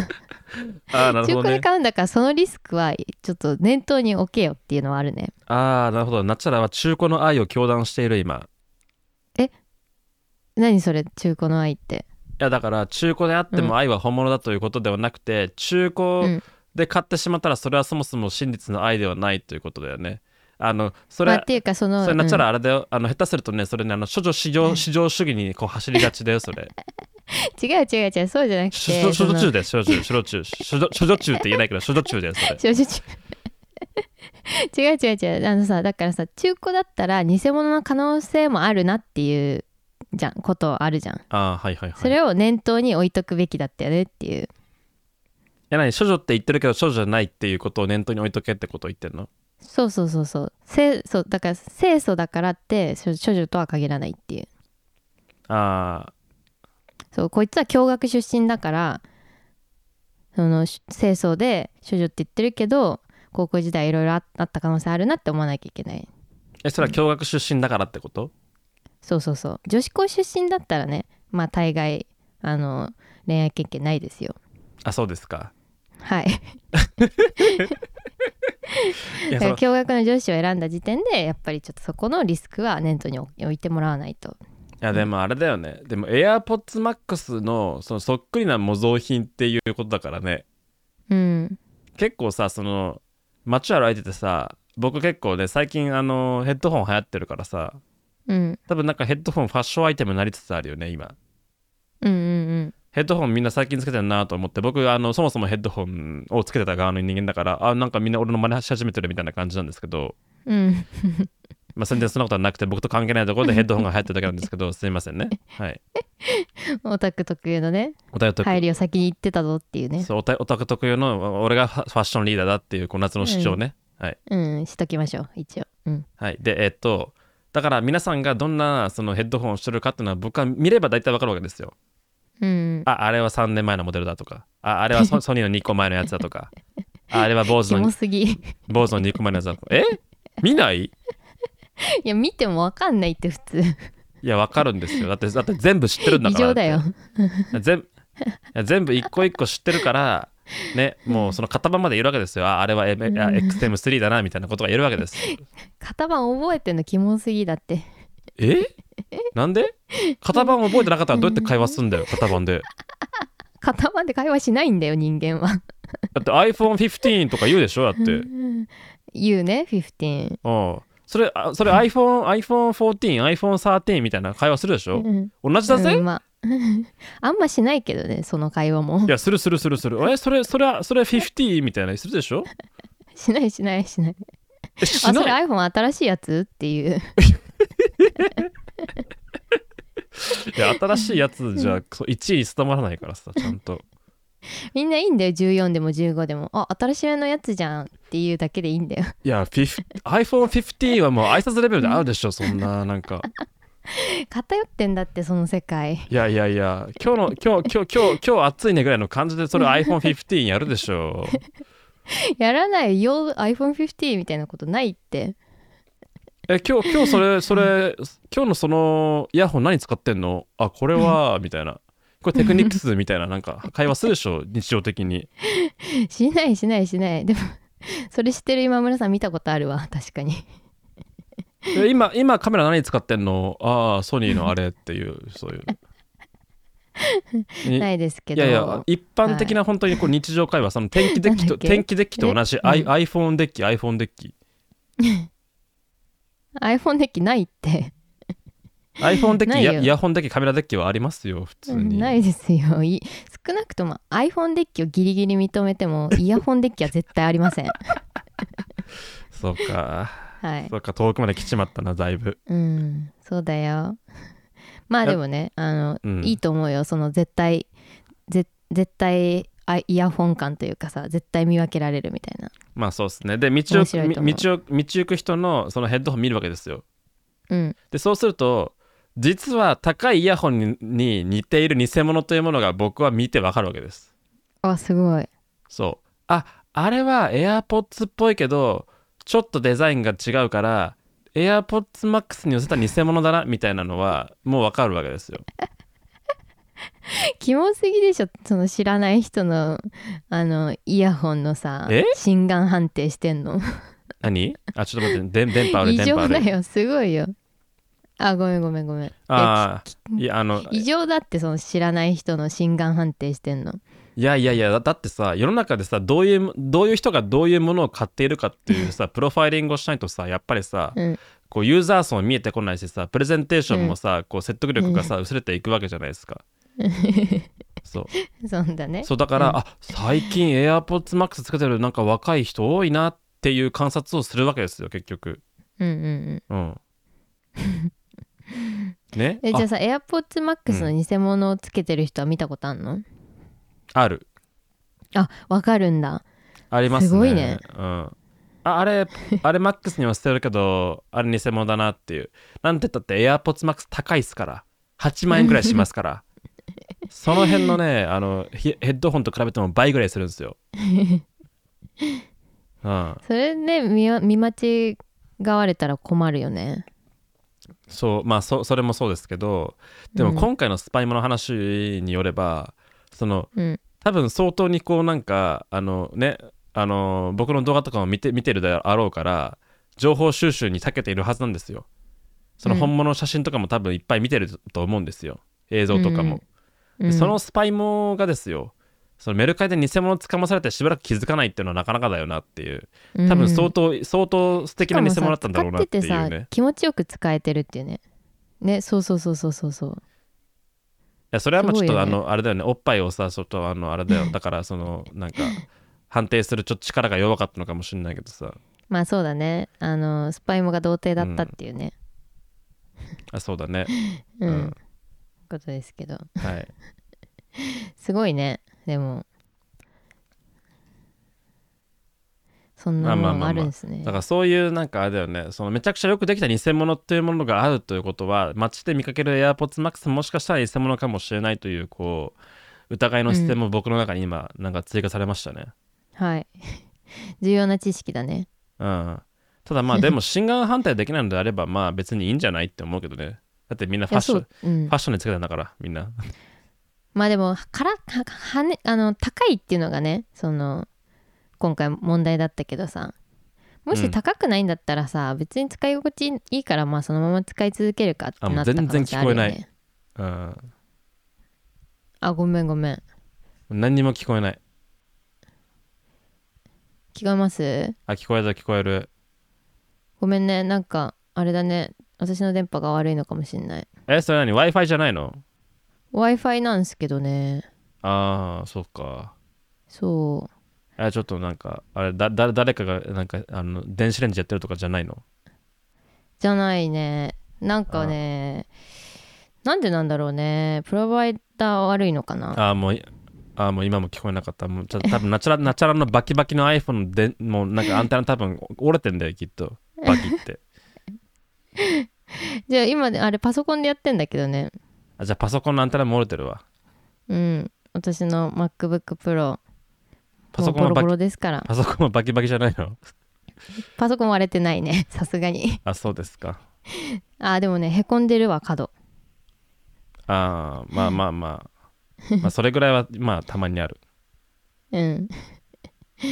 S2: ああ、なる
S1: 中古
S2: ほど
S1: で
S2: ね。
S1: 買うんだからそのリスクはちょっと念頭に置けよっていうのはあるね
S2: ああ、なるほど。ナチュラは中古の愛を教団している今。
S1: 何それ中古の愛って
S2: いや、だから中古であって
S1: うん
S2: も愛は本物だということではなくて、中
S1: うん
S2: 古で買ってしまったらそれはそもそも真実の愛ではないということだよね。あの、それ、
S1: まあ、っていうかその
S2: それナチュ
S1: うん
S2: ラあれだよ。あの、下手するとね、それね、あの、諸女至上至上主義にこう走りがちだよ、
S1: *laughs*
S2: それ。
S1: 違う違う違うそうじゃなくて
S2: 諸女諸
S1: そ
S2: 女
S1: の
S2: 中だよ、諸女中。諸女中。諸女諸女中って言えないけど、諸女中だよ、
S1: *laughs*
S2: それ。
S1: 違う違う違う違う違う違うあのさだからさ中古だったら偽物の可能性もあるなっていうじゃんことあるじゃん
S2: ああ、はいはいはい。
S1: そ
S2: い
S1: れを念頭に置いとくべきだったよねっていう
S2: や、何、諸女って言ってるけど、諸女じゃないっていうことを念頭に置いとけってことを言ってんの
S1: そうそうそうそう清楚だから清楚だからって処処女とは限らないっていう
S2: ああ、
S1: そうこいつは共学出身だからそのし清楚で処女って言ってるけど高校時代いろいろああった可能性あるなって思わなきゃいけない
S2: え、それは共学出身だからってこと
S1: そうそうそう女子校出身だったらねまあ大概あの恋愛経験ないですよ
S2: あそうですか。
S1: はいだか
S2: いやそ
S1: ら
S2: の
S1: 共学の女子を選んだ時点でやっぱりちょっとそこのリスクは念頭に置いてもらわないと
S2: いやでもあれだよね。でも AirPods Max のそのそっくりな模造品っていうことだからね。
S1: うん
S2: 結構さその街を歩いててさ僕結構ね最近あのヘッドホン流行ってるからさ
S1: うん
S2: 多分なんかヘッドホンファッションアイテムになりつつあるよね今。
S1: うんうん
S2: ヘッドホンみんな最近つけてるなと思って僕あのそもそもヘッドホンをつけてた側の人間だからあなんかみんな俺の真似し始めてるみたいな感じなんですけど、
S1: うんうん *laughs*
S2: まあ、全然そんなことはなくて僕と関係ないところでヘッドホンが流行ってるだけなんですけどすいませんね。はい、
S1: オタク特有のね
S2: お便りと
S1: 入りを先に言ってたぞっていうね
S2: そうオタオタク特有の俺がファファッションリーダーだっていうこの夏の主張ね、はい、
S1: うんしときましょう一応うん
S2: はい、でえっとだから皆さんがどんなそのヘッドホンをしてるかっていうのは僕は見れば大体わかるわけですよ
S1: うん
S2: ああれは3年前のモデルだとかああれはソソニーの2個前のやつだとかああれは坊主
S1: キモ
S2: の
S1: すぎ *laughs* い
S2: 坊主の2個前のやつだとかえ見ない
S1: や見てもわかんないって普通
S2: いやわかるんですよだってだって全部知ってるんだ
S1: 異
S2: から
S1: 常だよ
S2: 全部全部一個一個知ってるからねもうその型番まで言えるわけですよああれは M- あ XM3 だなみたいなことが言えるわけです
S1: 型番覚えてんのキモすぎだって
S2: えなんで型番覚えてなかったらどうやって会話すんだよ型番で
S1: 型番で会話しないんだよ人間は
S2: だって iPhone15 とか言うでしょだってうん
S1: 言うね15
S2: それあそれ iPhoneiPhone14iPhone13 みたいな会話するでし
S1: う
S2: ょ
S1: ん
S2: 同じだぜ、
S1: う
S2: い
S1: んまあ *laughs* あんましないけどねその会話も
S2: やするするするするえそれそれはそれは50みたいなのするでしょ
S1: しないしないしない
S2: えし
S1: あそれ
S2: ない
S1: iPhone 新しいやつっていう *laughs*
S2: いや新しいやつじゃそう1位に務まらないからさちゃんと
S1: みんないいんだよ14でも15でもあ新しめのやつじゃんっていうだけでいいんだよ *laughs*
S2: いや、iPhone15 はもう挨拶レベルであるでしょ、そんな、なんか。
S1: 偏ってんだってその世界 *laughs*
S2: いやいやいや、今日の、今日、今日、今日、今日暑いねぐらいの感じで、それ iPhone15 やるでしょ。
S1: やらないよ iPhone50 みたいなことないって *laughs*
S2: え、今日、今日それ、それ、今日のそのイヤホン何使ってんのあ、これは、みたいな。これテクニックスみたいな、なんか会話するでしょ、日常的に。
S1: しないしないしないでもそれ知ってる今村さん見たことあるわ確かに
S2: え今、今カメラ何使ってんのああ、ソニーのあれっていう、そういう。に
S1: ないですけ
S2: い
S1: ど
S2: やいや一般的な本当にこう日常会話、その天気デッキ
S1: な
S2: と
S1: んだっけ
S2: 天気デッキと同じ、
S1: え
S2: I
S1: う
S2: iPhone デッキ iPhone デッキ
S1: iPhone デッキないって
S2: iPhone デッキ
S1: ない
S2: イ
S1: よ
S2: ヤイヤホンデッキカメラデッキはありますよ普通に
S1: ないですよ *laughs* い少なくとも iPhone デッキをギリギリ認めて
S2: *laughs*
S1: もイヤホンデッキは絶対ありません
S2: そうか
S1: はい
S2: そうか遠くまで来ちまったなだいぶ、
S1: うんそうだよ *laughs* まあでもねあの、
S2: うん、
S1: いいと思うよその絶対ぜ絶対あイヤホン感というかさ絶対見分けられるみたいな
S2: まあそうですねで道を
S1: 面白いと思う
S2: み道を道行く人のそのヘッドホン見るわけですよ
S1: うん
S2: でそうすると実は高いイヤホンにに似ている偽物というものが僕は見てわかるわけです
S1: あすごい *laughs*
S2: そうああれは AirPods っぽいけどちょっとデザインが違うから AirPods Max に寄せた偽物だなみたいなのはもうわかるわけですよ
S1: キモすぎでしょその知らない人のあのイヤホンのさ
S2: え
S1: 心眼判定してんの
S2: 何あちょっと待ってで電波悪い
S1: 異
S2: 電波
S1: 常
S2: 悪
S1: だ
S2: い
S1: よすごいよあごめんごめんごめん
S2: ああいやあの
S1: 異常だってその知らない人の心眼判定してんの
S2: いやいやいやだだってさ世の中でさどういうどういう人がどういうものを買っているかっていうさプロファイリングをしないとさやっぱりさ、
S1: うん
S2: こうユーザー層見えてこないしさプレゼンテーションもさ、こう説得力がさ薄れていくわけじゃないですか。そう
S1: そうだね
S2: そうだから、
S1: うん
S2: あ最近 AirPods Max つけてるなんか若い人多いなっていう観察をするわけですよ結局
S1: うんうんうん *laughs*
S2: うんね
S1: えじゃあさ AirPods Max の偽物をつけてる人は見たことあんの、
S2: あある
S1: あわかるんだ
S2: ありますね
S1: すごいね
S2: うん、ああれあれ Max には捨てるけどあれ偽物だなっていうなんて言ったって AirPods Max 高いっすから8万円ぐらいしますから
S1: *laughs*
S2: その辺のねあのヘヘッドホンと比べても倍ぐらいするんで
S1: *laughs*
S2: すようん
S1: それで見わ見間違われたら困るよね
S2: そうまあそそれもそうですけどでも
S1: うん
S2: 今回のスパイモの話によれば、その
S1: うん
S2: 多分相当にこうなんかあのねあの僕の動画とかも見て見てるであろうから情報収集に長けているはずなんですよその
S1: うん
S2: 本物の写真とかも多分いっぱい見てると思うんですよ映像とかも、
S1: うん
S2: でそのスパイモがですよそのメルカリで偽物つかまされてしばらく気づかないっていうのはなかなかだよなっていう多分相
S1: う
S2: 当、相当素敵な偽
S1: しかも
S2: 物だ
S1: さ
S2: ったんだろうなっていう
S1: 使ってて
S2: ね
S1: さ気持ちよく使えてるっていうねねそうそうそうそうそうそう
S2: いやそれはまあちょっ
S1: す
S2: と
S1: ご
S2: あ
S1: いよね
S2: の、あれだよねおっぱいをさちょっとあのあれだよだからそのなん
S1: *laughs*
S2: か判定するちょっと力が弱かったのかもしれないけどさ
S1: まあそうだねあのスパイモが童貞だったっていうね
S2: あそうだね
S1: うん、
S2: うん
S1: ことですけど
S2: はい
S1: すごいねでもそんな
S2: ま
S1: も
S2: あまあ
S1: の
S2: まあまあ
S1: があるんですね、
S2: だからそういうなんかあれだよねそのめちゃくちゃよくできた偽物っていうものがあるということは街で見かける AirPodsMax もしかしたら偽物かもしれないというこう疑いの視点も僕の中に今なんか追加されましたね
S1: はい *laughs* 重要な知識だね
S2: うんただ
S1: *laughs*
S2: まあでも心眼判定できないのであればまあ別にいいんじゃないって思うけどねだってみんなフ
S1: い
S2: ァッ
S1: や
S2: ショ
S1: そ
S2: ン
S1: う
S2: フ、
S1: うん
S2: ァッ、ションにつけたんだからみんな
S1: まあでもからははねあの高いっていうのがねその今回問題だったけどさも
S2: う
S1: し
S2: ん
S1: 高くないんだったらさ、別に使い心地いいからまあそのまま使い続けるかって
S2: あもう
S1: なった可能
S2: 全
S1: 性
S2: 然
S1: あ
S2: 聞
S1: る
S2: こえ
S1: よ
S2: ない
S1: ね
S2: うん
S1: あごめんごめん
S2: 何にも聞こえない
S1: 聞こえます
S2: あ聞こえる聞こえる
S1: ごめんねなんかあれだね私の電波が悪いのかもしんない
S2: えそれ何 w i f i じゃないの
S1: w i f i なんですけどね
S2: ああそうか
S1: そ
S2: あちょっとなんかあれだだ誰かがなんかあの電子レンジやってるとかじゃないの
S1: うじゃないねなんかねなんでなんだろうねプロバイダー悪いのかな
S2: あーもういあもう今も聞こえなかった。もうちょ多分ナチュラルナチュラルのバキバキの iPhone で、もうなんかアンテナ多分折れてんだよ、きっと。バキって。
S1: じゃあ今ねあれパソコンでやってんだけどね
S2: あじゃあパソコンのアンテナも折れてるわ。
S1: うん私の MacBookPro
S2: パソコン
S1: も
S2: は
S1: うボロ
S2: バキ
S1: ボロですから
S2: パソコンはバキバキじゃないの
S1: パソコン割れてないね *laughs* さすがに
S2: あ、そうですか。
S1: あーでもねへこんでるわ角
S2: あーまあまあまあ。まあそれぐらいはまあたまにある。
S1: うん *laughs*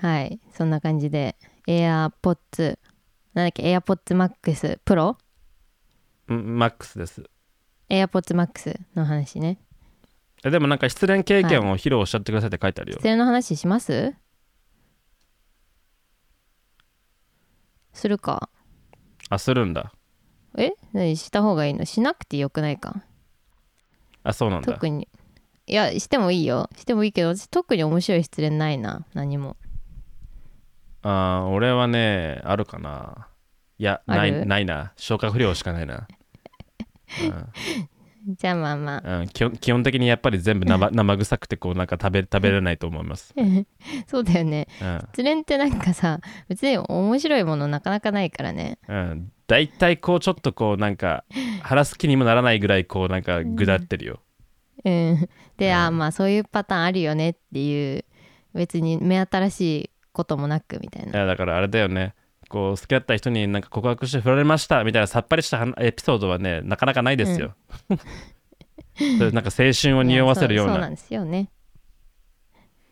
S1: はいそんな感じで AirPods なんだっけ AirPodsMax Pro
S2: うんマックスです。
S1: AirPodsMax の話ね
S2: えでもなんか失恋経験を披露しちゃってくださいって書いてあるよ
S1: 失。恋の話しますするか
S2: あ、するんだ。
S1: え何した方がいいのしなくてよくないか
S2: あ、そうなんだ。
S1: 特にいやしてもいいよしてもいいけど私特に面白い失恋ないな何も
S2: あー俺はね、あるかな。いや、な
S1: ある
S2: いないな。消化不良しかないな。
S1: じゃあまあまあ
S2: うん、基本基本的にやっぱり全
S1: *laughs*
S2: 部生生臭くてこうなんか食べ食べれないと思います、
S1: そうだよね
S2: うん
S1: 失恋ってなんかさ別に面白いものなかなかないからね
S2: うん、だいたいこうちょっとこうなんか腹すきにもならないぐらいこうなんかぐだってるよ、
S1: うんで、あー
S2: う
S1: まあそういうパターンあるよねっていう別に目新しいこともなくみたい
S2: い
S1: な
S2: やだからあれだよねこう好きだった人になんか告白して振られましたみたいなさっぱりした話エピソードはねなかなかないですよ、 *laughs* それなんか青春を匂わせるよう
S1: いや *laughs* そうそう
S2: な
S1: なんですよね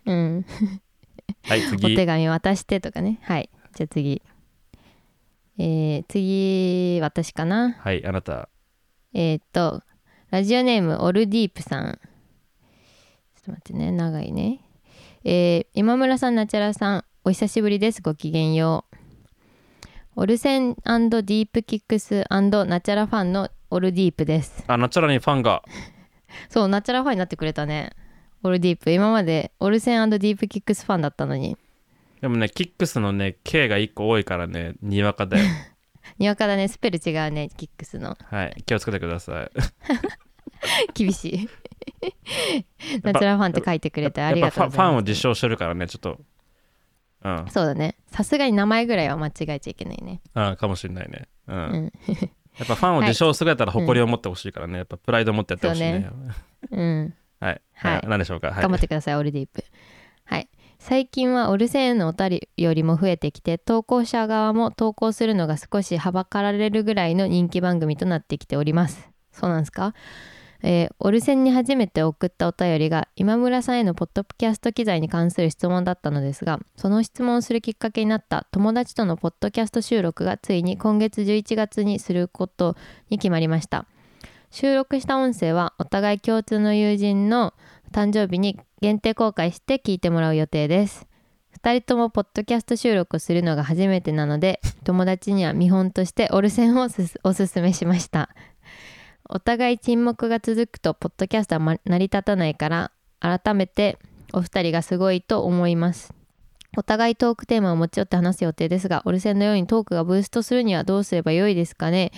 S1: うん
S2: はい
S1: お手
S2: 次
S1: 紙渡してとかねはいじゃあ次えー、次私かな
S2: はいあなた
S1: えーっと、ラジオネーム、オルディープさん。ちょっと待ってね、長いね。えー今村さん、ナチャラさん、お久しぶりです。ごきげんよう。オルセンディープキックスナチャラファンのオルディープです。
S2: あナチュラルにファンが
S1: そう、ナチャラファンになってくれたね。オルディープ。今までオルセンディープキックスファンだったのに。
S2: でもねキックスのね K が1個多いからねに
S1: *laughs*
S2: わかだよ
S1: にわかだね、スペル違うね、キックスの。
S2: はい気をつけてください
S1: 厳
S2: *laughs*
S1: しい。
S2: ぱ
S1: ナチャラファンって書いてくれてあり
S2: や
S1: が
S2: っ
S1: とう
S2: ぱ
S1: ご
S2: フ
S1: ざ
S2: ァファ
S1: い
S2: ンを
S1: ます。
S2: 実証してるからねちょっとうん
S1: そうだね。さすがに名前ぐらいは間違えちゃいけないね。
S2: あかもしれないね。うん。
S1: うん
S2: やっぱファンを自称するやったら誇りを持ってほしいからね。やっぱプライドを持ってやってほしいね。
S1: うん。
S2: はい。
S1: はい
S2: はい。何でしょうか。はい。
S1: 頑張ってください、オルディープ。はい。最近はオルセーヌのお便りよりも増えてきて投稿者側も投稿するのが少しはばかられるぐらいの人気番組となってきておりますそうなんですか、えーオルセンに初めて送ったお便りが今村さんへのポッドキャスト機材に関する質問だったのですがその質問をするきっかけになった友達とのポッドキャスト収録がついに今月11月にすることに決まりました収録した音声はお互い共通の友人の誕生日に限定公開して聞いてもらう予定です2人ともポッドキャスト収録をするのが初めてなので *laughs* 友達には見本としてオルセンをすすおすすめしましたお互い沈黙が続くとポッドキャストはま成り立たないから改めてお二人がすごいと思いますお互いトークテーマを持ち寄って話す予定ですがオルセンのようにトークがブーストするにはどうすればよいですかね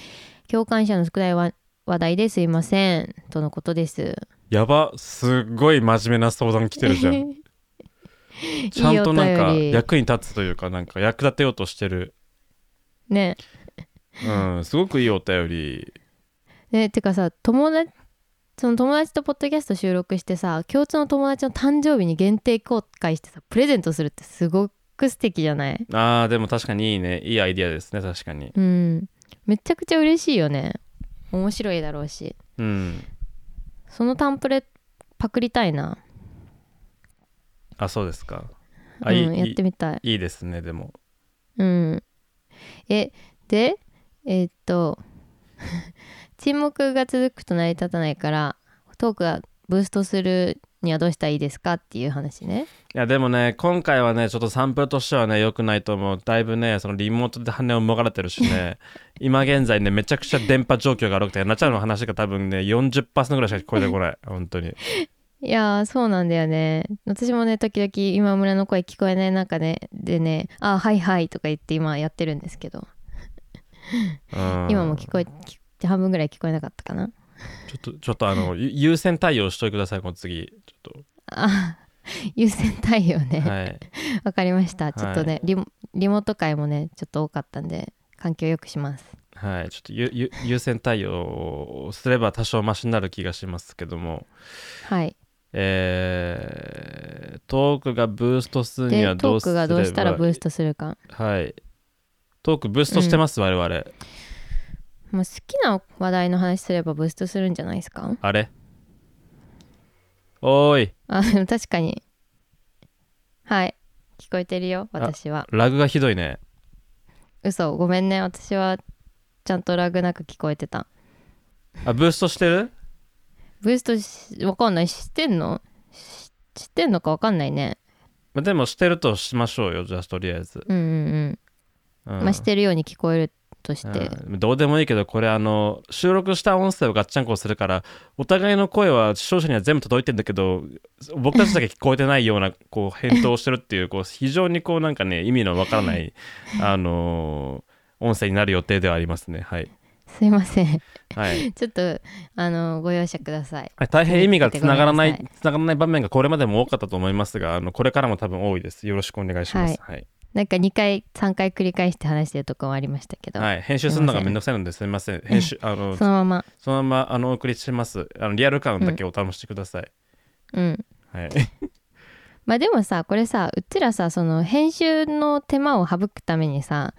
S1: 共感者の少ないわ話題ですいませんとのことです
S2: やば、すっごい真面目な相談来てるじゃ
S1: *laughs*
S2: ん。ちゃんとなんか
S1: いいお便り
S2: 役に立つというか、なんか役立てようとしてる。
S1: ね
S2: うん。すごくいいお便り。
S1: ねてかさ友達その友達とポッドキャスト収録してさ共通の友達の誕生日に限定公開してさプレゼントするってすごく素敵じゃない
S2: あー、でも確かにいいね。いいアイディアですね。確かに。
S1: うんめちゃくちゃ嬉しいよね面白いだろうし
S2: うん。
S1: そのタンプレパクりたいな、
S2: あ、そうですか。
S1: う
S2: あ、いい
S1: ん、やっ
S2: い
S1: てみたい
S2: いいいですね。でも。
S1: うんえでえーっと *laughs* 沈黙が続くと成り立たないからトークがブーストするにはどうしたらいいですかっていう話ね
S2: いやでもね、今回はね、ちょっとサンプルとしてはね、良くないと思う。だいぶね、そのリモートで羽をもがれてるし
S1: *laughs*
S2: ね、今現在ね、めちゃくちゃ電波状況が悪くて、ナチャラの話が多分ね、40%ぐらいしか聞こえてこない。本当に。
S1: いやーそうなんだよね私もね時々今村の声聞こえない中ででね「あーはいはい」とか言って今やってるんですけど
S2: うん
S1: 今も聞こえき半分ぐらい聞こえなかったかな *laughs*
S2: ちょっと、ちょっとあの、ゆ優先対応しといてください、この次。ちょっと。
S1: あ優先対応ね、
S2: はい、
S1: わかりましたちょっとね、
S2: はい
S1: リモリモート会もねちょっと多かったんで環境良くします
S2: はい、ちょっとゆゆ優先対応をすれば多少マシになる気がしますけども、
S1: はい
S2: えートークがブーストするに
S1: で
S2: はど
S1: ト
S2: う
S1: ー
S2: すれ
S1: ク
S2: ば
S1: がどうしたらブーストするか
S2: はいトークブーストしてます、我々
S1: もう好きな話題の話すればブーストするんじゃないですか
S2: あれおーい
S1: あでも確かにはい聞こえてるよ私は
S2: ラグがひどいね
S1: 嘘ごめんね私はちゃんとラグなく聞こえてた
S2: あブーストしてる
S1: ブーストしわかんないしてんのししてんのかわかんないね
S2: まあでもしてるとしましょうよじゃあとりあえず、
S1: うんうん
S2: う
S1: うんん、まあしてるように聞こえるとして、
S2: うんどうでもいいけどこれあの収録した音声をガッチャンコするからお互いの声は視聴者には全部届いてんだけど僕たちだけ聞こえてないようなこう返答をしてるっていうこう非常にこうなんかね意味のわからないあのー音声になる予定ではありますねはい、
S1: すいません *laughs*
S2: はい、
S1: ちょっとあのご容赦ください
S2: 大変意味がつながらない
S1: ごめんな
S2: つながらない場面がこれまでも多かったと思いますがあのこれからも多分多いですよろしくお願いしますはい、
S1: なんか2回3回繰り返して話してるとこもありましたけど、
S2: はい、編集するのがめんどくさいのですみません編集あの
S1: そのまま
S2: そのままあのお送りしますあのリアル感だけお楽しみください、
S1: うん
S2: はい、
S1: まあでもさこれさうちらさその編集の手間を省くためにさ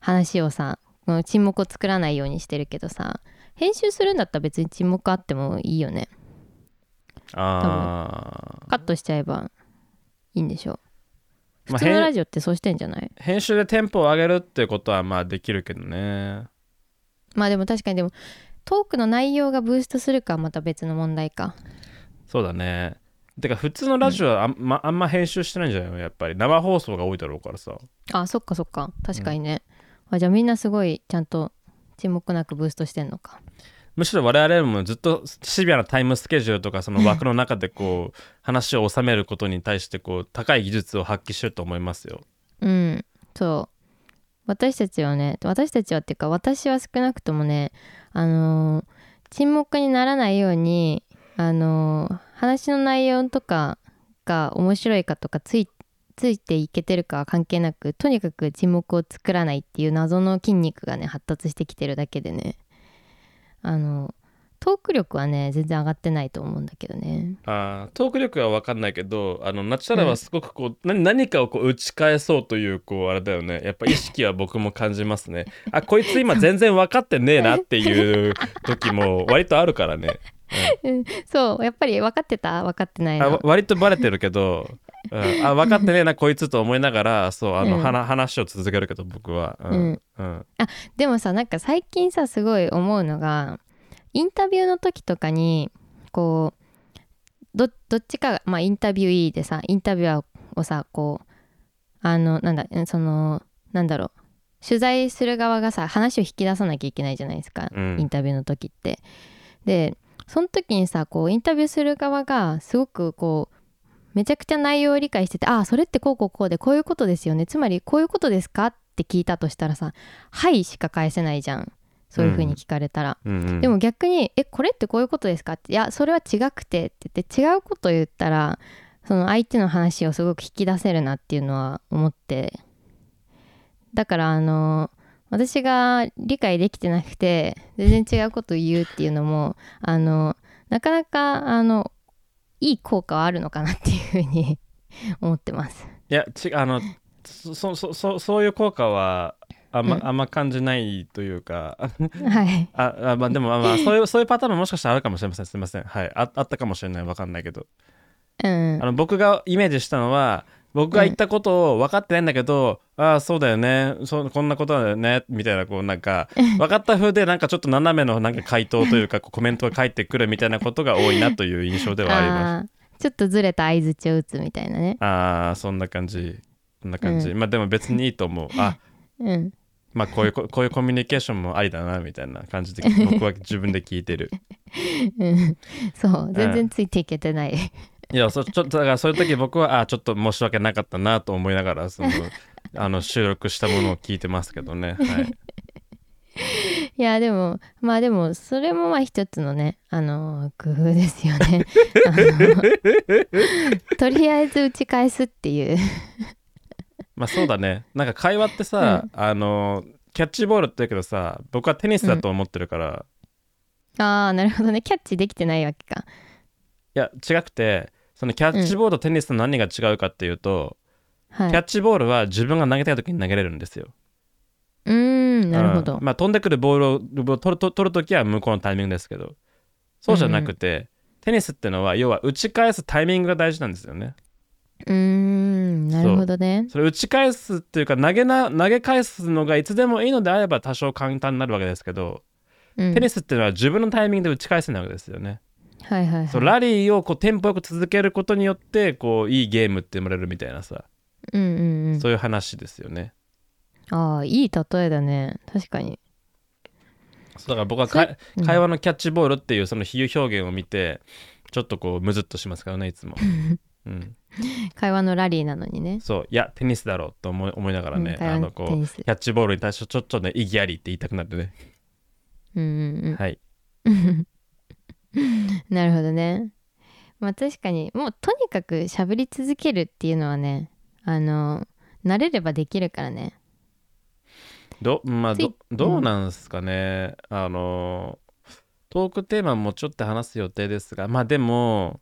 S1: 話をさこの沈黙を作らないようにしてるけどさ編集するんだったら別に沈黙あってもいいよね
S2: あ
S1: カットしちゃえばいいんでしょ
S2: まあ
S1: 普通のラジオってそうしてんじゃない
S2: ー編集でテンポを上げるってことはまあできるけどね
S1: まあでも確かにでもトークの内容がブーストするかはまた別の問題か
S2: そうだねてか普通のラジオはあん,、まあんま編集してないんじゃないのやっぱり生放送が多いだろうからさ
S1: あそっかそっか確かにね、あじゃあみんなすごいちゃんと沈黙なくブーストしてんのか
S2: むしろ我々もずっとシビアなタイムスケジュールとかその枠の中でこう話を収めることに対してこう高い技術を発揮してると思いますよ
S1: うんそう私たちはね私たちはっていうか私は少なくともねあのー沈黙にならないようにあのー話の内容とかが面白いかとかついついていけてるかは関係なくとにかく沈黙を作らないっていう謎の筋肉がね発達してきてるだけでねあのトーク力はね全然上がってないと思うんだけどね *laughs*
S2: あートーク力は分かんないけどあのナチュラルはすごくこう、何何かをこう打ち返そうというこうあれだよねやっぱ意識は僕も感じますねあこいつ今全然分かってねえなって *laughs* いう時も割とあるからね
S1: そうやっぱり分かってた分かってない
S2: あ
S1: の
S2: わ割とバレてるけど、うん、あ分かってねえなこいつと思いながらそうあの、
S1: うん
S2: はな話を続けるけど僕はうん、
S1: うん
S2: うん
S1: でもさなんか最近さすごい思うのがインタビューの時とかにこうどどっちかが、まあ、インタビューイーでさインタビュアーをさこうあのなんだうんそのなんだろう取材する側がさ話を引き出さなきゃいけないじゃないですか、
S2: うん
S1: インタビューの時って。でその時にさこうインタビューする側がすごくこうめちゃくちゃ内容を理解してて「ああそれってこうこうこうでこういうことですよねつまりこういうことですか?」って聞いたとしたらさ「はい」しか返せないじゃんそういうふうに聞かれたら。
S2: うんうん
S1: でも逆に「えこれってこういうことですか?」って「いやそれは違くて」って言って違うこと言ったらその相手の話をすごく引き出せるなっていうのは思ってだからあの私が理解できてなくて全然違うこと言うっていうのもあのなかなかあのいい効果はあるのかなっていうふうに *laughs* 思ってます。
S2: いやちあのそそそそそういう効果はあんま,、
S1: うん
S2: あんま感じないというか
S1: はい、
S2: ああまあでもまあまあそう
S1: *laughs*
S2: いうそういうパターンももしかしたらあるかもしれませんすみませんはいああったかもしれないわかんないけど
S1: うん
S2: あ、の僕がイメージしたのは僕が言ったことを分かってないんだけど、ああそうだよねそうこんなことだよねみたいなこうなんか分かった風でなんかちょっと斜めのなんか回答というかこうコメントが返ってくるみたいなことが多いなという印象ではあります
S1: *laughs* あーちょっとずれた相づちを打つみたいなね。
S2: ああそんな感じそんな感じ、
S1: う
S2: まあでも別にいいと思うあ
S1: うん
S2: まあこういうここういうコミュニケーションもありだなみたいな感 *laughs* じで僕は自分で聞いてる
S1: うん、そう全然ついていけてない、
S2: いやそちょっとだからそういう時僕はあちょっと申し訳なかったなと思いなが *laughs* らそのあの収録したものを聞いてますけどね、はい、
S1: いやでもまあでもそれもまあ一つのねあのー工夫ですよねあのとりあえず打ち返すっていう
S2: まあそうだねなんか会話ってさ、あのキャッチボールって言うけどさ僕はテニスだと思ってるから、
S1: ああなるほどねキャッチできてないわけか
S2: いや違くてそのキャッチボールとテニスと何が違うかっていうと、
S1: はい
S2: キャッチボールは自分が投げたい時に投げれるんですよ
S1: うーんなるほど、
S2: うんまあ、飛んでくるボールをルボールを取ると取る時は向こうのタイミングですけどそうじゃなくて、テニスってのは要は打ち返すタイミングが大事なんですよね
S1: うーんなるほどね
S2: それ打ち返すっていうか投げな投げ返すのがいつでもいいのであれば多少簡単になるわけですけど、
S1: うん
S2: テニスってのは自分のタイミングで打ち返せないわけですよね、
S1: はいはいはい
S2: そうラリーをこうテンポよく続けることによってこういいゲームって生まれるみたいなさ、
S1: うんうんうん
S2: そういう話ですよね
S1: ああいい例えだね確かに
S2: そうだから僕はかい
S1: うん
S2: 会話のキャッチボールっていうその比喩表現を見てちょっとこうムズっとしますからねい
S1: *laughs*
S2: つも、うん、
S1: 会話のラリーなのにね
S2: そういやテニスだろうと思い思いながらね、
S1: うん会
S2: あ
S1: 話
S2: の
S1: の
S2: こ
S1: テ
S2: う
S1: ニス
S2: キャッチボールに対してちょっとね意義ありって言いたくなってね、
S1: うんうんうん
S2: はい
S1: なるほどね。まあ確かにもうとにかく喋り続けるっていうのはねあの慣れればできるからね。 *laughs*
S2: ど,、まあ、
S1: つい
S2: どどうなんすかね、あのトークテーマもちょっと話す予定ですがまあでも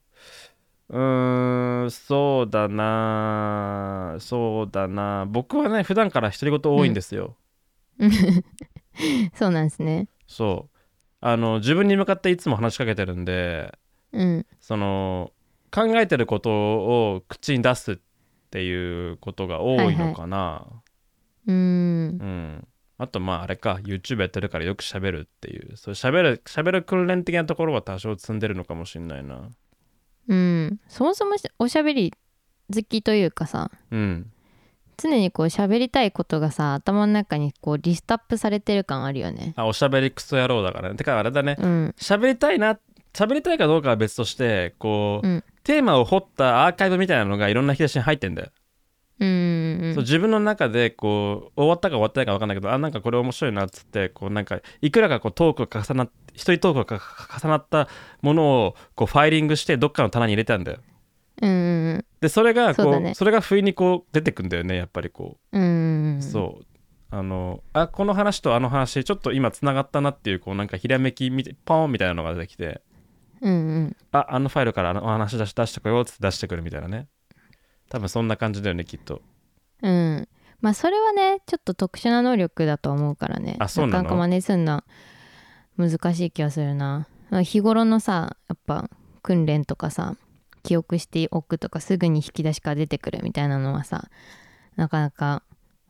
S2: うーんそうだなそうだな僕はね普段から独り言多いんですよ、
S1: そうなんですね。
S2: そうあの自分に向かっていつも話しかけてるんで
S1: うん
S2: その考えてることを口に出すっていうことが多いのかな、
S1: うーん
S2: うんあとまああれか YouTube やってるからよく喋るっていうそう喋る喋る訓練的なところは多少積んでるのかもしんないな
S1: うんそもそもしおしゃべり好きというかさ
S2: うん
S1: 常にこう喋りたいことがさ頭の中にこうリストアップされてる感あるよね。
S2: あおしゃべりクソ野郎だからねてかあれだね
S1: うん
S2: 喋りたいな喋りたいかどうかは別としてこう、
S1: うん
S2: テーマを掘ったアーカイブみたいなのがいろんな引き出しに入ってんだよ
S1: うんうんうん
S2: そう自分の中でこう終わったか終わってないか分かんないけどあなんかこれ面白いなっつってこうなんかいくらかこうトークが重なっ一人トークが重なったものをこうファイリングしてどっかの棚に入れたんだよ
S1: うんうん
S2: でそれがこう
S1: そう
S2: そ
S1: だね
S2: れが不意にこう出てくんだよねやっぱりこ
S1: うんうんう
S2: う、
S1: ん
S2: そうあのあこの話とあの話ちょっと今つながったなっていうこうなんかひらめきみてポーンみたいなのが出てきて
S1: うんうん
S2: ああのファイルからあのお話出し出してこようっつって出してくるみたいなね多分そんな感じだよねきっと
S1: うんまあそれはねちょっと特殊な能力だと思うからね
S2: あそうな
S1: か
S2: の
S1: なか真似すんの難しい気がするなまあ日頃のさやっぱ訓練とかさ記憶しておくとかすぐに引き出しから出てくるみたいなのはさなかなか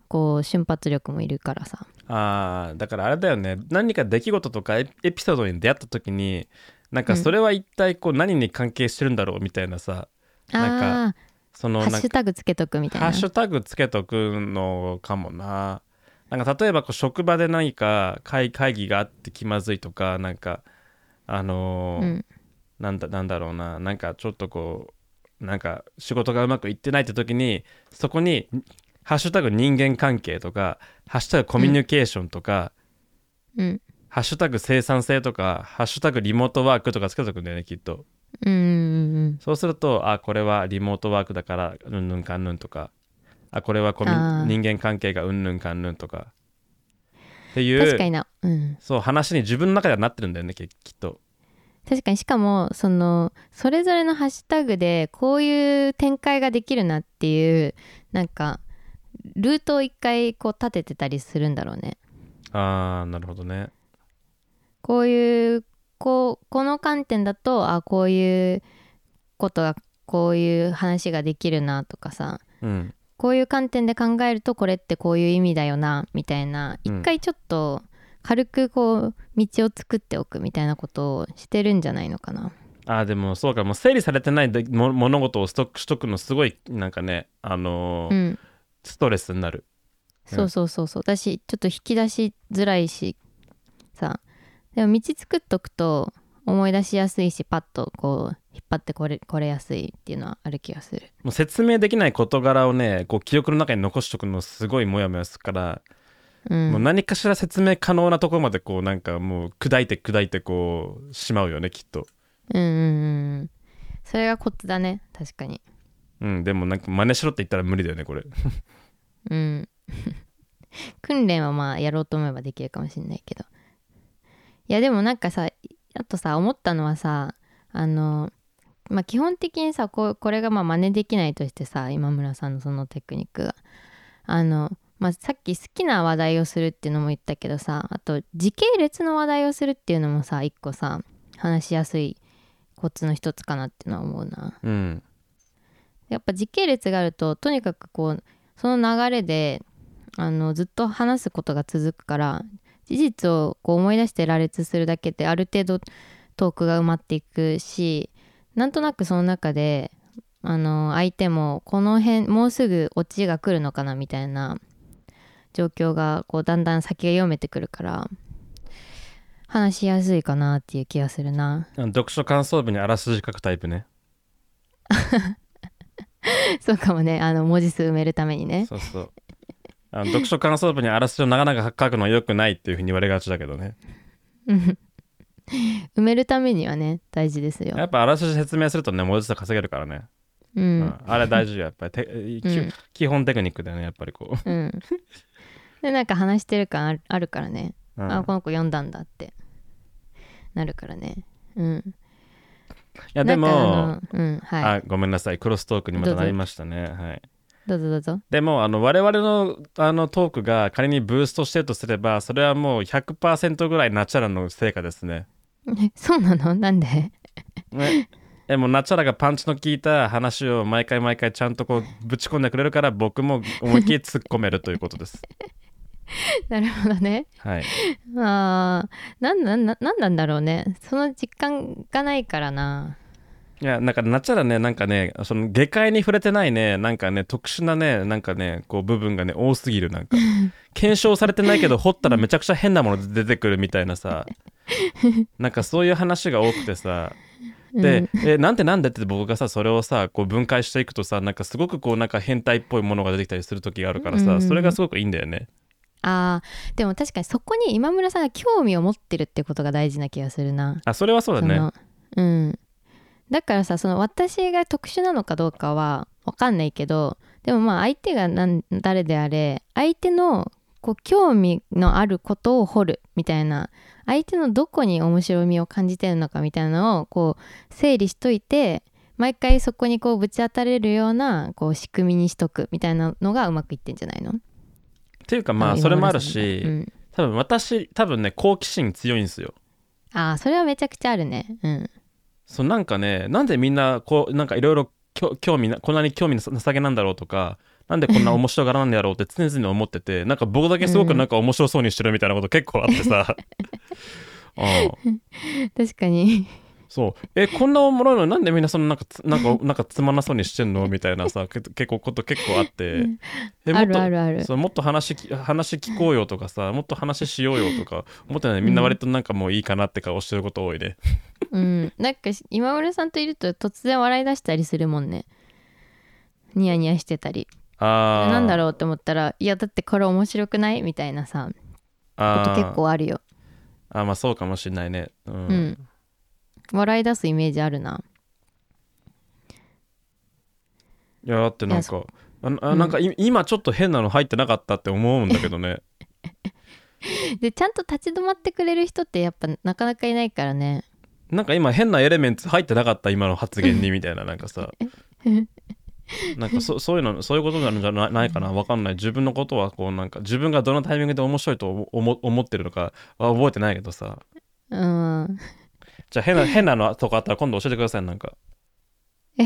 S1: こう瞬発力もいるからさ
S2: あーだからあれだよね何か出来事とかエピエピソードに出会った時になんか
S1: うん
S2: それは一体こう何に関係してるんだろうみたいなさ、なん
S1: あ
S2: そ
S1: あー
S2: の
S1: ハ
S2: な
S1: ッ
S2: んか
S1: シュタグつけとくみたい
S2: ハ
S1: な
S2: ッシュタグつけとくのかもななんか例えばこう職場で何か会会議があって気まずいとかなんかあのー
S1: うん
S2: なんだなんだろうななんかちょっとこうなんか仕事がうまくいってないって時にそこに「ハッシュタグ人間関係」とか「ハッシュタグコミュニケーション」とか、
S1: うん
S2: ハッシュタグ生産性とか、ハッシュタグリモートワークとかつけとくんだよね、きっと。
S1: うんうん
S2: そうすると、あ、これはリモートワークだから、うんぬんかんぬんとか、あ、これはコミ
S1: あー
S2: 人間関係がうんぬんかんぬんとか。って
S1: うん確か
S2: い
S1: に
S2: う、
S1: なうん
S2: そう、話に自分の中ではなってるんだよね、ききっと。
S1: 確かにしかもそのそれぞれのハッシュタグでこういう展開ができるなっていうなんかルートを一回こう立ててたりするんだろうね
S2: あー、なるほどね。
S1: こういうこうこの観点だとあこういうことがこういう話ができるなとかさ
S2: うん。
S1: こういう観点で考えるとこれってこういう意味だよなみたいな
S2: うん
S1: 一回ちょっと軽くこう道を作っておくみたいなことをしてるんじゃないのかな。
S2: あー、でもそうか、もう整理されてないでも物事をストックしとくの、すごい、なんかね、あの
S1: う
S2: ー
S1: ん
S2: ストレスになる。うん
S1: そうそうそうそうだしちょっと引き出しづらいしさでも道作っとくと思い出しやすいしパッとこう引っ張ってこれこれやすいっていうのはある気がする
S2: もう説明できない事柄をね、こう記憶の中に残しとくのすごいモヤモヤするから、
S1: うん
S2: もう何かしら説明可能なところまでこうなんかもう砕いて砕いてこうしまうよねきっと
S1: うんうんうんそれがコツだね確かに
S2: うんでもなんか真似しろって言ったら無理だよねこれ
S1: うん *laughs* 訓練はまあやろうと思えばできるかもしれないけどいやでもなんかさあとさ思ったのはさあのまあ基本的にさこうこれがまあ真似できないとしてさ今村さんのそのテクニックがあの、まあ、さっき好きな話題をするっていうのも言ったけどさあと時系列の話題をするっていうのもさ一個さ話しやすいコツの一つかなってのは思うな。
S2: うん
S1: やっぱ時系列があるととにかくこうその流れであのずっと話すことが続くから事実をこう思い出して羅列するだけである程度トークが埋まっていくしなんとなくその中であの相手もこの辺もうすぐオチが来るのかなみたいな状況がこうだんだん先が読めてくるから話しやすいかなっていう気がするな *laughs*
S2: あの読書感想文にあらすじ書くタイプね
S1: そうかもねあの文字数埋めるためにね
S2: そうそうあの読書感想文にあらすじをなかなか書くのは良くないっていうふうに言われがちだけどね
S1: うん *laughs* 埋めるためにはね大事です
S2: や
S1: よ。
S2: っぱあらすじ説明するとね文字数稼げるからね、
S1: う
S2: うん
S1: ん、
S2: あれ大事よやっぱりてき
S1: うん
S2: 基本テクニックだよねやっぱりこう、
S1: うん、でなんか話してる感あるあるからね、
S2: うん
S1: あこの子読んだんだってなるからね。うん、
S2: いやでも、
S1: なんかあのうんはい、
S2: あごめんなさいクロストークにまたなりましたねはい
S1: どうぞどうぞ。 *laughs*
S2: でもあの我々のあのトークが仮にブーストしてるとすればそれはもう100%ぐらいナチャラの成果ですね。
S1: えそうなのなんで *laughs*
S2: ねでもナチャラがパンチの効いた話を毎回毎回ちゃんとこうぶち込んでくれるから僕も思いっきり突っ込めるということです。
S1: なるほどね。
S2: はい、
S1: あーなんなんなんなんなんだろうねその実感がないからな。
S2: いやなんかナチャラねなんかねその下界に触れてないねなんかね特殊なねなんかねこう部分がね多すぎるなんか検証されてないけど掘ったらめちゃくちゃ変なもの出てくるみたいなさなんかそういう話が多くてさで、えなんてなんでって僕がさそれをさこう分解していくとさなんかすごくこうなんか変態っぽいものが出てきたりする時があるからさ、
S1: うん
S2: それがすごくいいんだよね
S1: あーでも確かにそこに今村さんが興味を持ってるってことが大事な気がするな。
S2: あそれはそうだね
S1: のうんだからさその私が特殊なのかどうかは分かんないけどでもまあ相手がなん誰であれ相手のこう興味のあることを掘るみたいな相手のどこに面白みを感じてるのかみたいなのをこう整理しといて毎回そこにこうぶち当たれるようなこう仕組みにしとくみたいなのがうまくいってんじゃないの
S2: っていうかまあそれもあるし、
S1: うん、
S2: 多分私多分ね好奇心強いんですよ
S1: ああそれはめちゃくちゃあるねうん
S2: そうなんかねなんでみんなこうなんかいろいろ興味なこんなに興味なさげなんだろうとかなんでこんな面白がらなんだろうって常々思っててなんか僕だけすごくなんか面白そうにしてるみたいなこと結構あっ
S1: *laughs*
S2: てさうん
S1: 確かに
S2: そうえこんなおもろいのになんでみんなそのなんかつな
S1: *laughs*
S2: んかなんかつまんなそうにしてんのみたいなさけ結構こと結構あってえも
S1: あ
S2: っ
S1: る
S2: と
S1: あるある
S2: そうもっと話き話聞こうよとかさもっと話しようよとか思ってないみんな割となんかもういいかなって顔してること多いね、
S1: うん、なんかし今村さんといると突然笑い出したりするもんねニヤニヤしてたり
S2: ああ
S1: なんだ
S2: ろう
S1: ろうと思ったら「いやだってこれ面白くない?」みたいなさこ
S2: あ
S1: と
S2: ー
S1: 結構あるよ、
S2: あーまあそうかもしれないねうん、
S1: うん、笑い出すイメージあるない
S2: やだってなん
S1: い
S2: かああ
S1: うん
S2: なんかい、今ちょっと変なの入ってなかったって思うんだけどね
S1: でちゃんと立ち止まってくれる人ってやっぱなかなかいないからね
S2: なんか今変なエレメンツ入ってなかった今の発言にみたいななんか
S1: *laughs*
S2: さなんかそそういうのそういうことなんじゃなないかなわかんない自分のことはこうなんか自分がどのタイミングで面白いと思思思ってるのかは覚えてないけどさ
S1: うん
S2: じゃあ変
S1: *laughs*
S2: な変なのとかあったら今度教えてくださいなんか
S1: え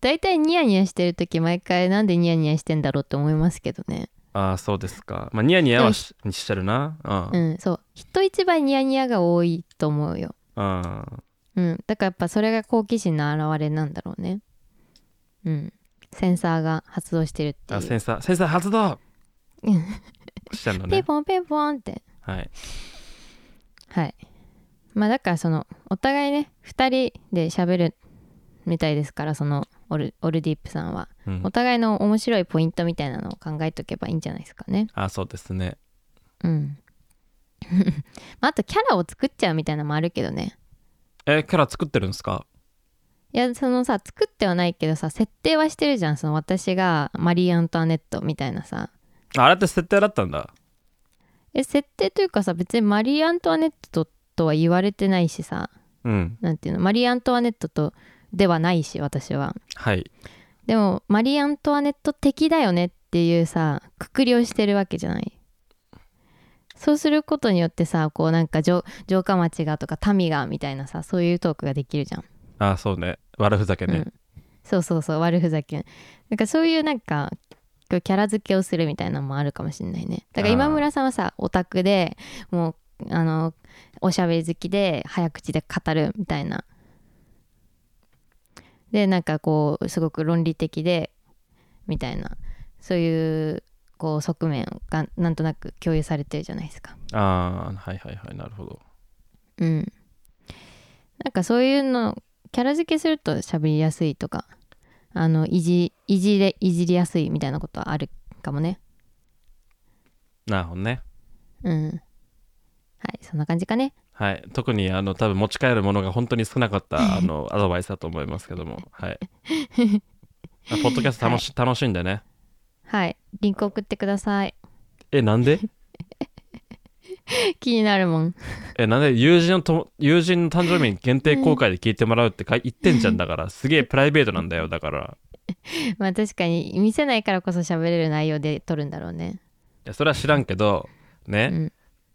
S1: 大体ニヤニヤしてる時毎回なんでニヤニヤしてんだろうって思いますけどね
S2: ああそうですかまあニヤニヤはししてるなうん、
S1: うんそう人一倍ニヤニヤが多いと思うよ
S2: うん、
S1: うん、だからやっぱそれが好奇心の表れなんだろうね。うん、センサーが発動してるってい
S2: あ
S1: う。
S2: センサーセンサー発動
S1: うん
S2: してるの
S1: ピン
S2: ね
S1: ポンピンポンって。
S2: はい
S1: はい。まあだからそのお互いね2人で喋るみたいですからそのオルオルディップさんは
S2: うん
S1: お互いの面白いポイントみたいなのを考えとけばいいんじゃないですかね。
S2: あそうですね
S1: うん。 *laughs* まああとキャラを作っちゃうみたいなのもあるけどね。
S2: えキャラ作ってるんですか
S1: いやそのさ作ってはないけどさ設定はしてるじゃんその私がマリー・アントワネットみたいなさ
S2: ああれって設定だったんだ
S1: え設定というかさ別にマリー・アントワネットとは言われてないしさ
S2: うん
S1: なんていうのマリー・アントワネットとではないし私は
S2: はい
S1: でもマリー・アントワネット的だよねっていうさくくりをしてるわけじゃないそうすることによってさこうなんか城城下町がとか民がみたいなさそういうトークができるじゃん
S2: あそうね悪ふざけね、
S1: うんそうそうそう悪ふざけなんかそういうなんかこうキャラ付けをするみたいなのもあるかもしれないねだから今村さんはさオタクでもうあのおしゃべり好きで早口で語るみたいなでなんかこうすごく論理的でみたいなそういうこう側面がなんとなく共有されてるじゃないですか
S2: ああはいはいはいなるほど
S1: うんなんかそういうのキャラ付けすると喋りやすいとかあのいじいじれいじりやすいみたいなことはあるかもね
S2: なるほどね
S1: うんはいそんな感じかね
S2: はい特にあの多分持ち帰るものが本当に少なかった
S1: *laughs*
S2: あのアドバイスだと思いますけどもはいあポッドキャスト楽し,、楽しんでね
S1: はいリンク送ってください *laughs*
S2: えなんで
S1: 気になるもん
S2: えなんで友人のとも友人の誕生日に限定公開で聞いてもらうってか言ってんじゃんだからすげえプライベートなんだよだから
S1: まあ確かに見せないからこそ喋れる内容で撮るんだろうね
S2: いやそれは知らんけどね、
S1: うん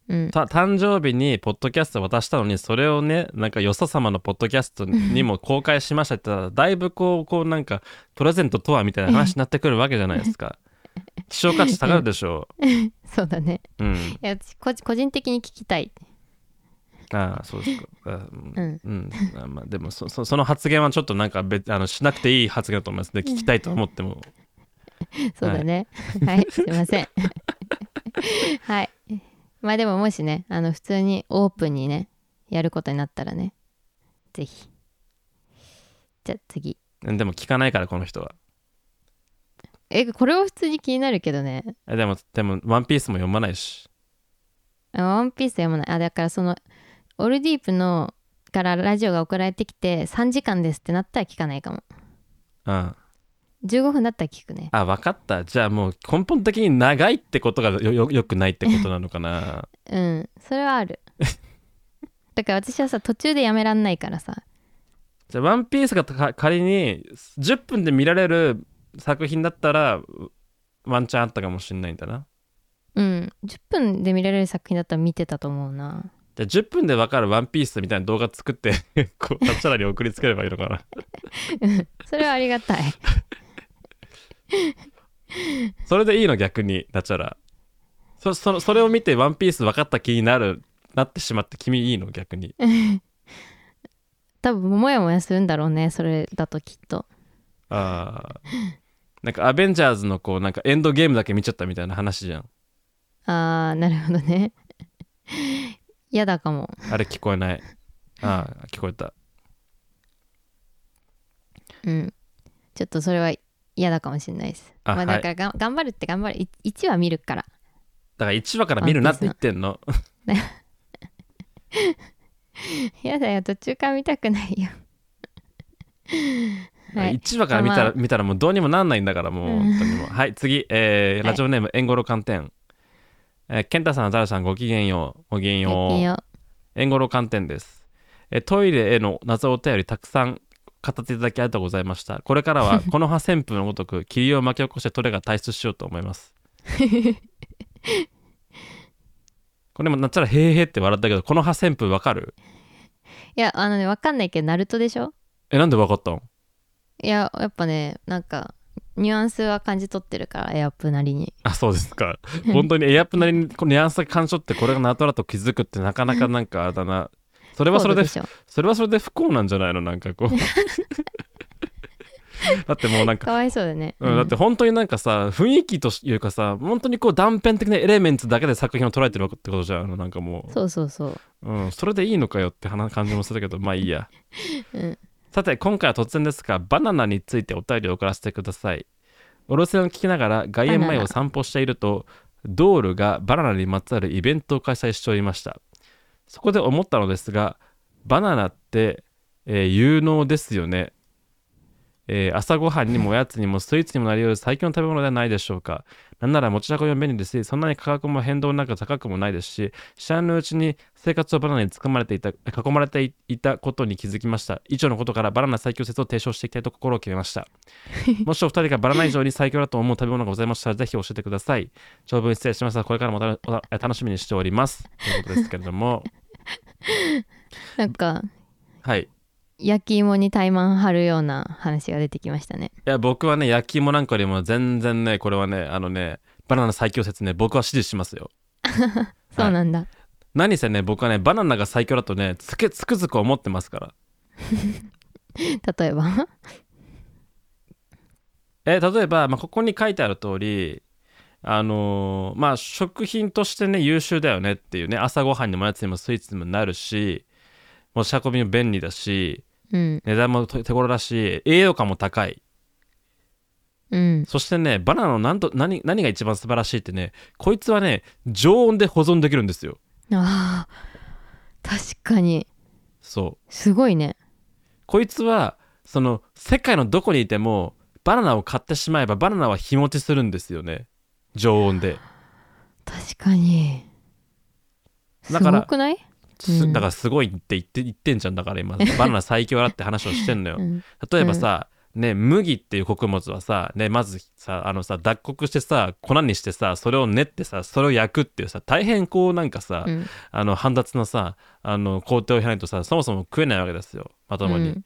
S1: うん
S2: た誕生日にポッドキャスト渡したのにそれをねなんかよそ様のポッドキャストにも公開しましたって言ったらだいぶこうこうなんかプレゼントとはみたいな話になってくるわけじゃないです *laughs* か希少価値下がるでしょ
S1: そうだね
S2: ううん
S1: いや私こ個人的に聞きたい
S2: ああそうですかあうん
S1: うん
S2: うんあまあでもそそその発言はちょっとなんか別あのしなくていい発言だと思いますで聞きたいと思っても
S1: そうだね。 *laughs* はい、すいません。はい。まあでももしね、あの普通にオープンにね、やることになったらね、ぜひ。じゃあ次。
S2: でも聞かないからこの人は
S1: え、これは普通に気になるけどね。
S2: えでもでも「ワンピースも読まないし
S1: あワンピース読まない。あ、だからその、オルディープのからラジオが送られてきて3時間ですってなったら聞かないかも。
S2: うん
S1: 15分だったら聞くね。
S2: あ分かったじゃあもう根本的に長いってことがよよよくないってことなのかな
S1: うん、それは *laughs* ある。だから私はさ、途中でやめらんないからさ。
S2: じゃあ、ワンピースがか仮に10分で見られる作品だったら、うワンチャンあったかもしれないんだな。
S1: うん、10分で見られる作品だったら見てたと思うな。
S2: じゃあ、10分でわかるワンピースみたいな動画作って、 *laughs* こう、チャラに送りつければいいのかな。
S1: それはありが
S2: *laughs*
S1: たい
S2: それでいいの、逆に、ダチャラ。そそのそれを見て、ワンピース分かった気になる、なってしまって、君いいの、逆に。
S1: 多分もやもやするんだろうねそれだときっと
S2: ああ。なんか、アベンジャーズの、こう、なんか、エンドゲームだけ見ちゃったみたいな話じゃん。
S1: あーなるほどね嫌だかも
S2: あれ、聞こえない。ああ、聞こえた。
S1: うんちょっとそれは嫌だかもしれないです
S2: あ
S1: まあ
S2: はい
S1: だからがん、頑張るって頑張る1話見るから *laughs*
S2: だから、1話から見るなって言ってんの。
S1: 嫌だよ途中から見たくない
S2: *laughs*
S1: よはい
S2: 1話から見たら,、
S1: まあ
S2: 見たらもうどうにもなんないんだからもう本当にもうはい次、えー
S1: はい
S2: ラジオネーム円五郎寒天、えー、健太さんあざらさんごきげんようごきげん
S1: ごきげんよ
S2: よう円五郎寒天です、えートイレへの謎お便りたくさん語っていただきありがとうございましたこれか
S1: *laughs*
S2: らはこの葉旋風のごとく霧を巻き起こしてトレが退出しようと思います
S1: *laughs*
S2: これもなっちゃらへーへーって笑ったけどこの葉旋風わかる
S1: ういやあのねわかんないけどナルトでしょ
S2: えなんでわかったん
S1: いややっぱねなんかニュアンスは感じ取ってるからエアップなりに
S2: *laughs* あそうですか本当にエアプなりにこのニュアンス感傷ってこれがナトラと気づくってなかなかなんかあれだなそれはそれで
S1: コードしょ
S2: それはそれで不幸なんじゃないのなんかこう *laughs* だってもうなんか
S1: かわいそうだね、
S2: うん、だって本当になんかさ雰囲気というかさ本当にこう断片的なエレメンツだけで作品を捉えてるわけってことじゃんあのなんかも
S1: そうそうそう
S2: う、うん、それでいいのかよって話感じもする
S1: *laughs*
S2: けどまあいいや、
S1: うん
S2: さて今回は突然ですがバナナについてお便りを送らせてくださいおろせを聞きながら外苑前を散歩しているとドールがバナナにまつわるイベントを開催しておりましたそこで思ったのですがバナナって、えー有能ですよね、えー朝ごはんにもおやつにもスイーツにもなり得る最強の食べ物ではないでしょうかなんなら持ち運びも便利ですしそんなに価格も変動なんか高くもないですし知らぬうちに生活をバナナに掴まれていた囲まれていたことに気づきました以上のことからバナナ最強説を提唱していきたいと心を決めましたもしお二人がバナナ以上に最強だと思う食べ物がございましたらぜひ教えてください長文失礼しましたこれからもお楽お楽楽しみにしておりますということですけれども
S1: なんか
S2: はいい
S1: 焼き芋に怠慢張るような話が出てきましたね
S2: や僕はね焼き芋なんかよりも全然ねこれはねあのねバナナ最強説ね僕は支持しますよ
S1: そうなんだ、
S2: 何せね僕はねバナナが最強だとねつけつくづく思ってますから
S1: 例えば
S2: えー例えば、まあ、ここに書いてある通りあのーまあ食品としてね優秀だよねっていうね朝ごはんにもおやつにもスイーツにもなるし持ち運びも便利だし
S1: うん
S2: 値段も手手頃だし栄養価も高い
S1: うん
S2: そしてねバナナの何と何何が一番素晴らしいってねこいつはね常温で保存できるんですよ
S1: あー確かに
S2: そう
S1: すごいね
S2: こいつはその世界のどこにいてもバナナを買ってしまえばバナナは日持ちするんですよね常温で
S1: 確かにす
S2: だから
S1: ごくない、
S2: す
S1: うん
S2: だからすごいって言って言ってんじゃんだから
S1: *laughs*
S2: 今バナナ最強だって話をしてんのよ
S1: うん、
S2: 例えばさ、ね麦っていう穀物はさ、ね、まずさあのさ脱穀してさ粉にしてさそれを練ってさそれを焼くっていうさ大変こうなんかさ、
S1: うん
S2: あの煩雑なさあの工程を経ないとさそもそも食えないわけですよまともに、
S1: うん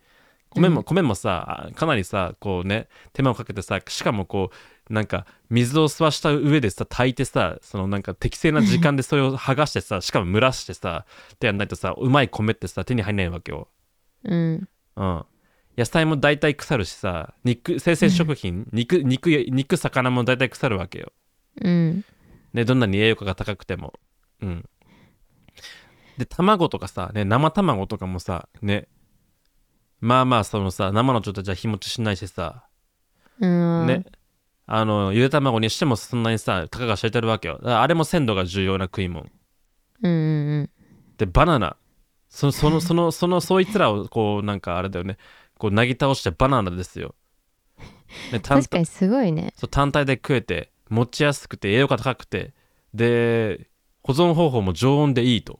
S2: 米も
S1: うん
S2: 米もさあかなりさこうね手間をかけてさしかもこうなんか水を吸わした上でさ炊いてさそのなんか適正な時間でそれを剥がしてさしかも蒸らしてさってやんないとさうまい米ってさ手に入んないわけよ、
S1: うん
S2: うん、野菜も大体腐るしさ肉生鮮食品肉肉肉魚も大体腐るわけよ
S1: うん
S2: ね、どんなに栄養価が高くても。うん。で、卵とかさ、ね、生卵とかもさ、ね、まあまあ、そのさ、生の状態じゃ日持ちしないしさ、
S1: うん
S2: ね、あの、ゆで卵にしてもそんなにさ、たかが知れてるわけよ。だからあれも鮮度が重要な食い物。
S1: うんうん
S2: で、バナナ。そ
S1: *laughs*
S2: その、その、その、そいつらを、こう、なんかあれだよね、こう、なぎ倒してバナナですよ。ね、単
S1: 確かにすごいね
S2: そう単体で食えて持ちやすくて栄養価高くてで保存方法も常温でいいと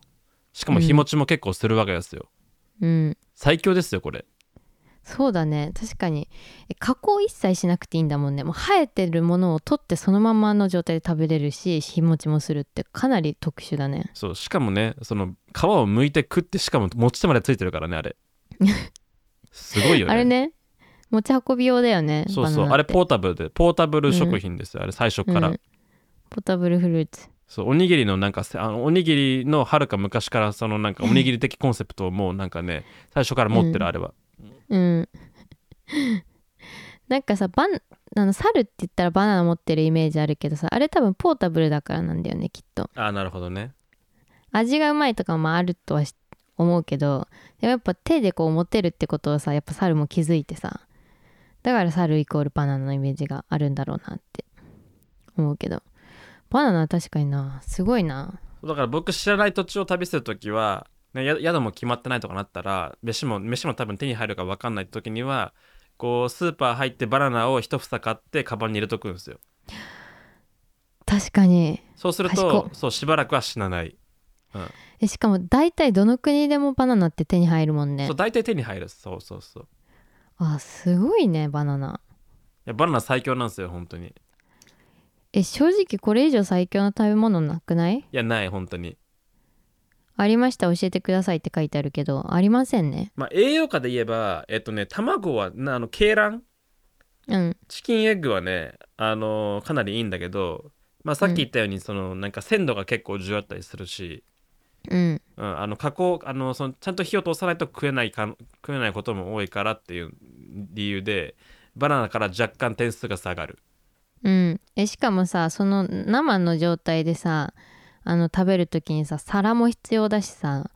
S2: しかも日持ちも結構するわけですよ、
S1: うん
S2: 最強ですよこれ
S1: そうだね確かにえ加工一切しなくていいんだもんねもう生えてるものを取ってそのままの状態で食べれるし日持ちもするってかなり特殊だね
S2: そうしかもねその皮を剥いて食ってしかも持ち手までついてるからね
S1: *laughs*
S2: あれすごいよね
S1: あれね持ち運び用だよね
S2: そうそ
S1: バナ
S2: うあ
S1: ナ
S2: れ
S1: って
S2: ポータブルでポータブル食品ですよ、あれ最初から、
S1: うんポタブルフルーツ
S2: そうおにぎりのなんかせあのおにぎりのはるか昔からそのなんかおにぎり的コンセプトをもうなんかね最初から持って
S1: う
S2: る、
S1: ん
S2: あれは
S1: うん *laughs* なんかさバンあの猿って言ったらバナナ持ってるイメージあるけどさあれ多分ポータブルだからなんだよねきっと
S2: ああなるほどね
S1: 味がうまいとかもあるとはし思うけどでもやっぱ手でこう持てるってことをさやっぱ猿も気づいてさだから猿イコールバナナのイメージがあるんだろうなって思うけどバナナは確かになすごいな
S2: だから僕知らない土地を旅するときは、ね、や宿も決まってないとかなったら飯も飯も多分手に入るか分かんないときにはこうスーパー入ってバナナを一房買ってカバンに入れとくんですよ
S1: 確かに
S2: そうする
S1: 賢
S2: とそうしばらくは死なない、
S1: えしかも大体どの国でもバナナって手に入るもんね
S2: そう大体手に入るそうそうそうい
S1: あすごいねバナナ
S2: やバナナ最強なんですよ本当にい
S1: え正直これ以上最強の食べ物なくない
S2: やない本当に
S1: ありました教えてくださいって書いてあるけどありませんね
S2: まあ栄養価で言えばえっとね卵はなあの鶏卵
S1: うん
S2: チキンエッグはね、あのーかなりいいんだけど、まあ、さっき言ったように、そのなんか鮮度が結構重要だったりするし、
S1: うん
S2: うん、あの加工あのそのちゃんと火を通さないと食えないか食えないことも多いからっていう理由でバナナから若干点数が下がる
S1: うんえしかもさその生の状態でさあの食べる時にさ皿も必要だしさ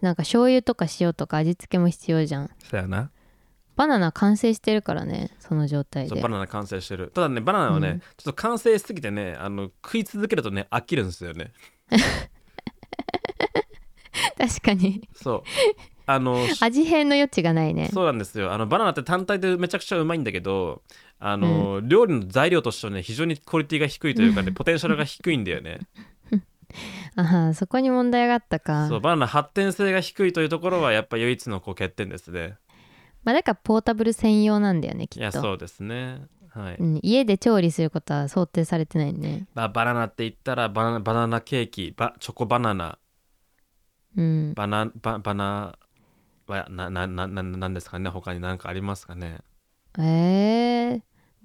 S1: なんか醤油とか塩とか味付けも必要じゃん
S2: そやな
S1: バナナ完成してるからねその状態
S2: そう
S1: で
S2: バナナ完成してるただねバナナはね、
S1: うん
S2: ちょっと完成しすぎてねあの食い続けるとね飽きるんですよね
S1: *laughs* 確かに
S2: そう
S1: *laughs*
S2: あのし
S1: 味変の余地がないね
S2: そうなんですよあのバナナって単体でめちゃくちゃうまいんだけどあの、料理の材料としてはね非常にクオリティが低いというかねポテンシャルが低いんだよね
S1: あはそこに問 *laughs* 題があったか
S2: そうバナナ発展性が低いというところはやっぱ唯一のこう欠点ですね
S1: まあだからポータブル専用なんだよねき
S2: い
S1: っ
S2: や
S1: と
S2: そうですねはい、
S1: うん、家で調理することは想定されてないね
S2: まあ、バナナって言ったらバナナバナナケーキバチョコバナナ
S1: うん
S2: バナババナはなななななんですかね他に何かありますかね
S1: えー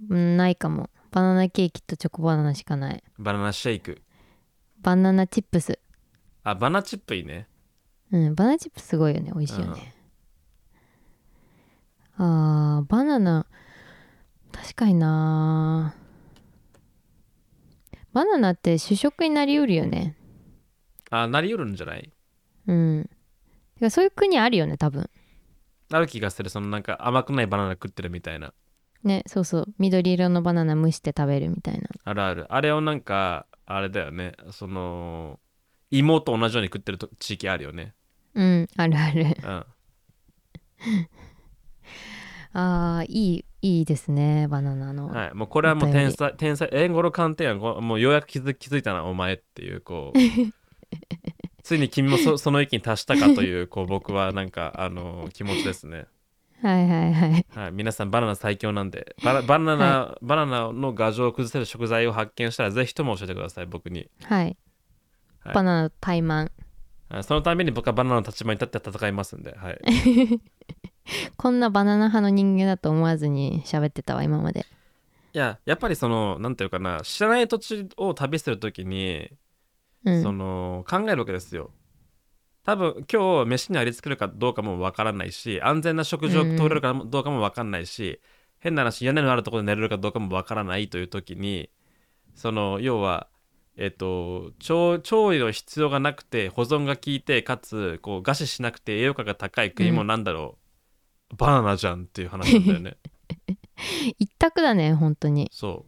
S1: うん、ないかもバナナケーキとチョコバナナしかない
S2: バナナシェイク
S1: バナナチップス
S2: あバナナチップいいね
S1: うんバナナチップスすごいよね美味しいよね、あーバナナ確かになバナナって主食になりうるよね
S2: あなりうるんじゃない
S1: うんてかそういう国あるよね多分
S2: ある気がするそのなんか甘くないバナナ食ってるみたいな
S1: ねそうそう緑色のバナナ蒸して食べるみたいな
S2: あるあるあれをなんかあれだよねその芋と同じように食ってると地域あるよね
S1: うんあるある
S2: うん
S1: ああいいいいですねバナナの、
S2: はいもうこれはもう
S1: お便り
S2: 天才天才エンゴロ鑑定案こうもうようやく気づ気づいたなお前っていうこう *laughs* ついに君もそその域に達したかという *laughs* こう僕はなんかあの気持ちですね
S1: はい、はいはい
S2: はい、皆さんバナナ最強なんでバナバナナ、バナナの牙城を崩せる食材を発見したらぜひとも教えてください僕に
S1: はい、
S2: はい
S1: バナナ怠慢
S2: はいそのために僕はバナナの立場に立って戦いますんで、 *laughs* はい、
S1: こんなバナナ派の人間だと思わずに喋ってたわ今まで
S2: いややっぱりそのなんていうかな知らない土地を旅する時に、
S1: うん
S2: その考えるわけですよ多分今日飯にありつけるかどうかもわからないし安全な食事を取れるかもどうかもわかんないし、変な話屋根のあるところで寝れるかどうかもわからないという時にその要はえっと調調理の必要がなくて保存が効いてかつこう餓死しなくて栄養価が高い食い物なんだろう、バナナじゃんっていう話なんだ
S1: *laughs*
S2: よね
S1: 一択だね本当に
S2: そ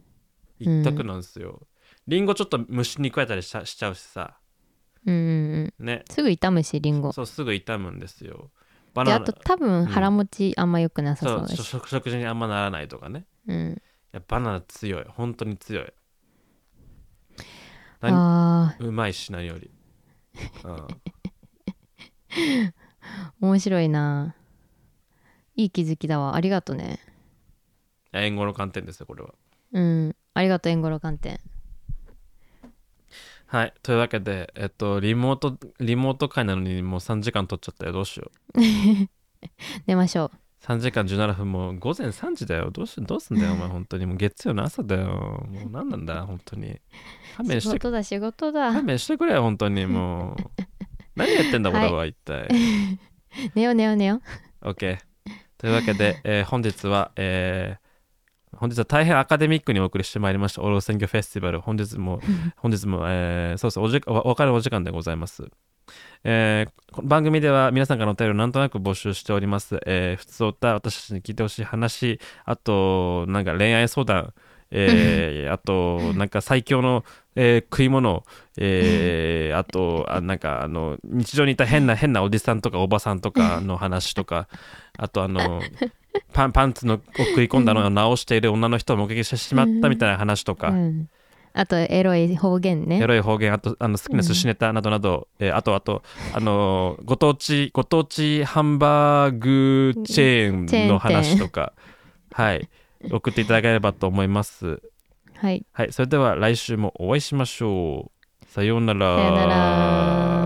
S2: う
S1: うん
S2: 一択なんですよ、りんごちょっと虫に食われたりしちゃしちゃうしさ
S1: うんうんうん
S2: ね
S1: すぐ傷むしりんご
S2: そうすぐ傷むんですよバ
S1: で
S2: ナ
S1: あ
S2: ナ
S1: と多分腹持ちあんま良くなさ
S2: そ
S1: そうだ
S2: う
S1: し、
S2: 食食事にあんまならないとかね
S1: うん、
S2: いやバナナ強い本当に強い何
S1: あ
S2: うまいし何より、うん、
S1: ー面白いないい気づきだわありがとね
S2: 英語の観点ですよこれは
S1: うんありがとうエンゴロ観点
S2: はいというわけでえっとリモートリモート会なのにもう3時間取っちゃったよどうしよう
S1: 寝ましょ
S2: 3時間17分もう午前3時だよどうしどうすんだよお前本当にもう月曜の朝だよもう何なんだ本当に勘
S1: う
S2: 弁
S1: 仕
S2: して
S1: 事だ仕事だ
S2: 勘弁してくれよ本当にもう何やってんだ俺は一体
S1: 寝よう寝よう寝よう
S2: OK というわけで、えー本日は、えー本日は大変アカデミックにお送りしてまいりましたオーロ選挙フェスティバル本日も本日も、えーそうそうおじおお別れのお時間でございますえーこの番組では皆さんからのお便りをなんとなく募集しております。えー、普通歌、私たちに聞いてほしい話、あと、なんか恋愛相談、えーあと、なんか最強の、えー食い物、えーあと、あなんかあの、日常にいた変な、変なおじさんとかおばさんとかの話とか、あと、あの、パンパンツのを食い込んだのを直している女の人を目撃してしまったみたいな話と
S1: う
S2: か、
S1: ん、あとエロい方言ね
S2: エロい方言、あとあの好きな寿司ネタなどなど、えーあとあと、あのーご当地、ご当地ハンバーグチェ
S1: チェ
S2: ー
S1: ーン
S2: ン
S1: 店
S2: の話とか、はい、送っていただければと思います。
S1: はい
S2: はい、それでは来週もお会いしましょう。さようなら。
S1: さよなら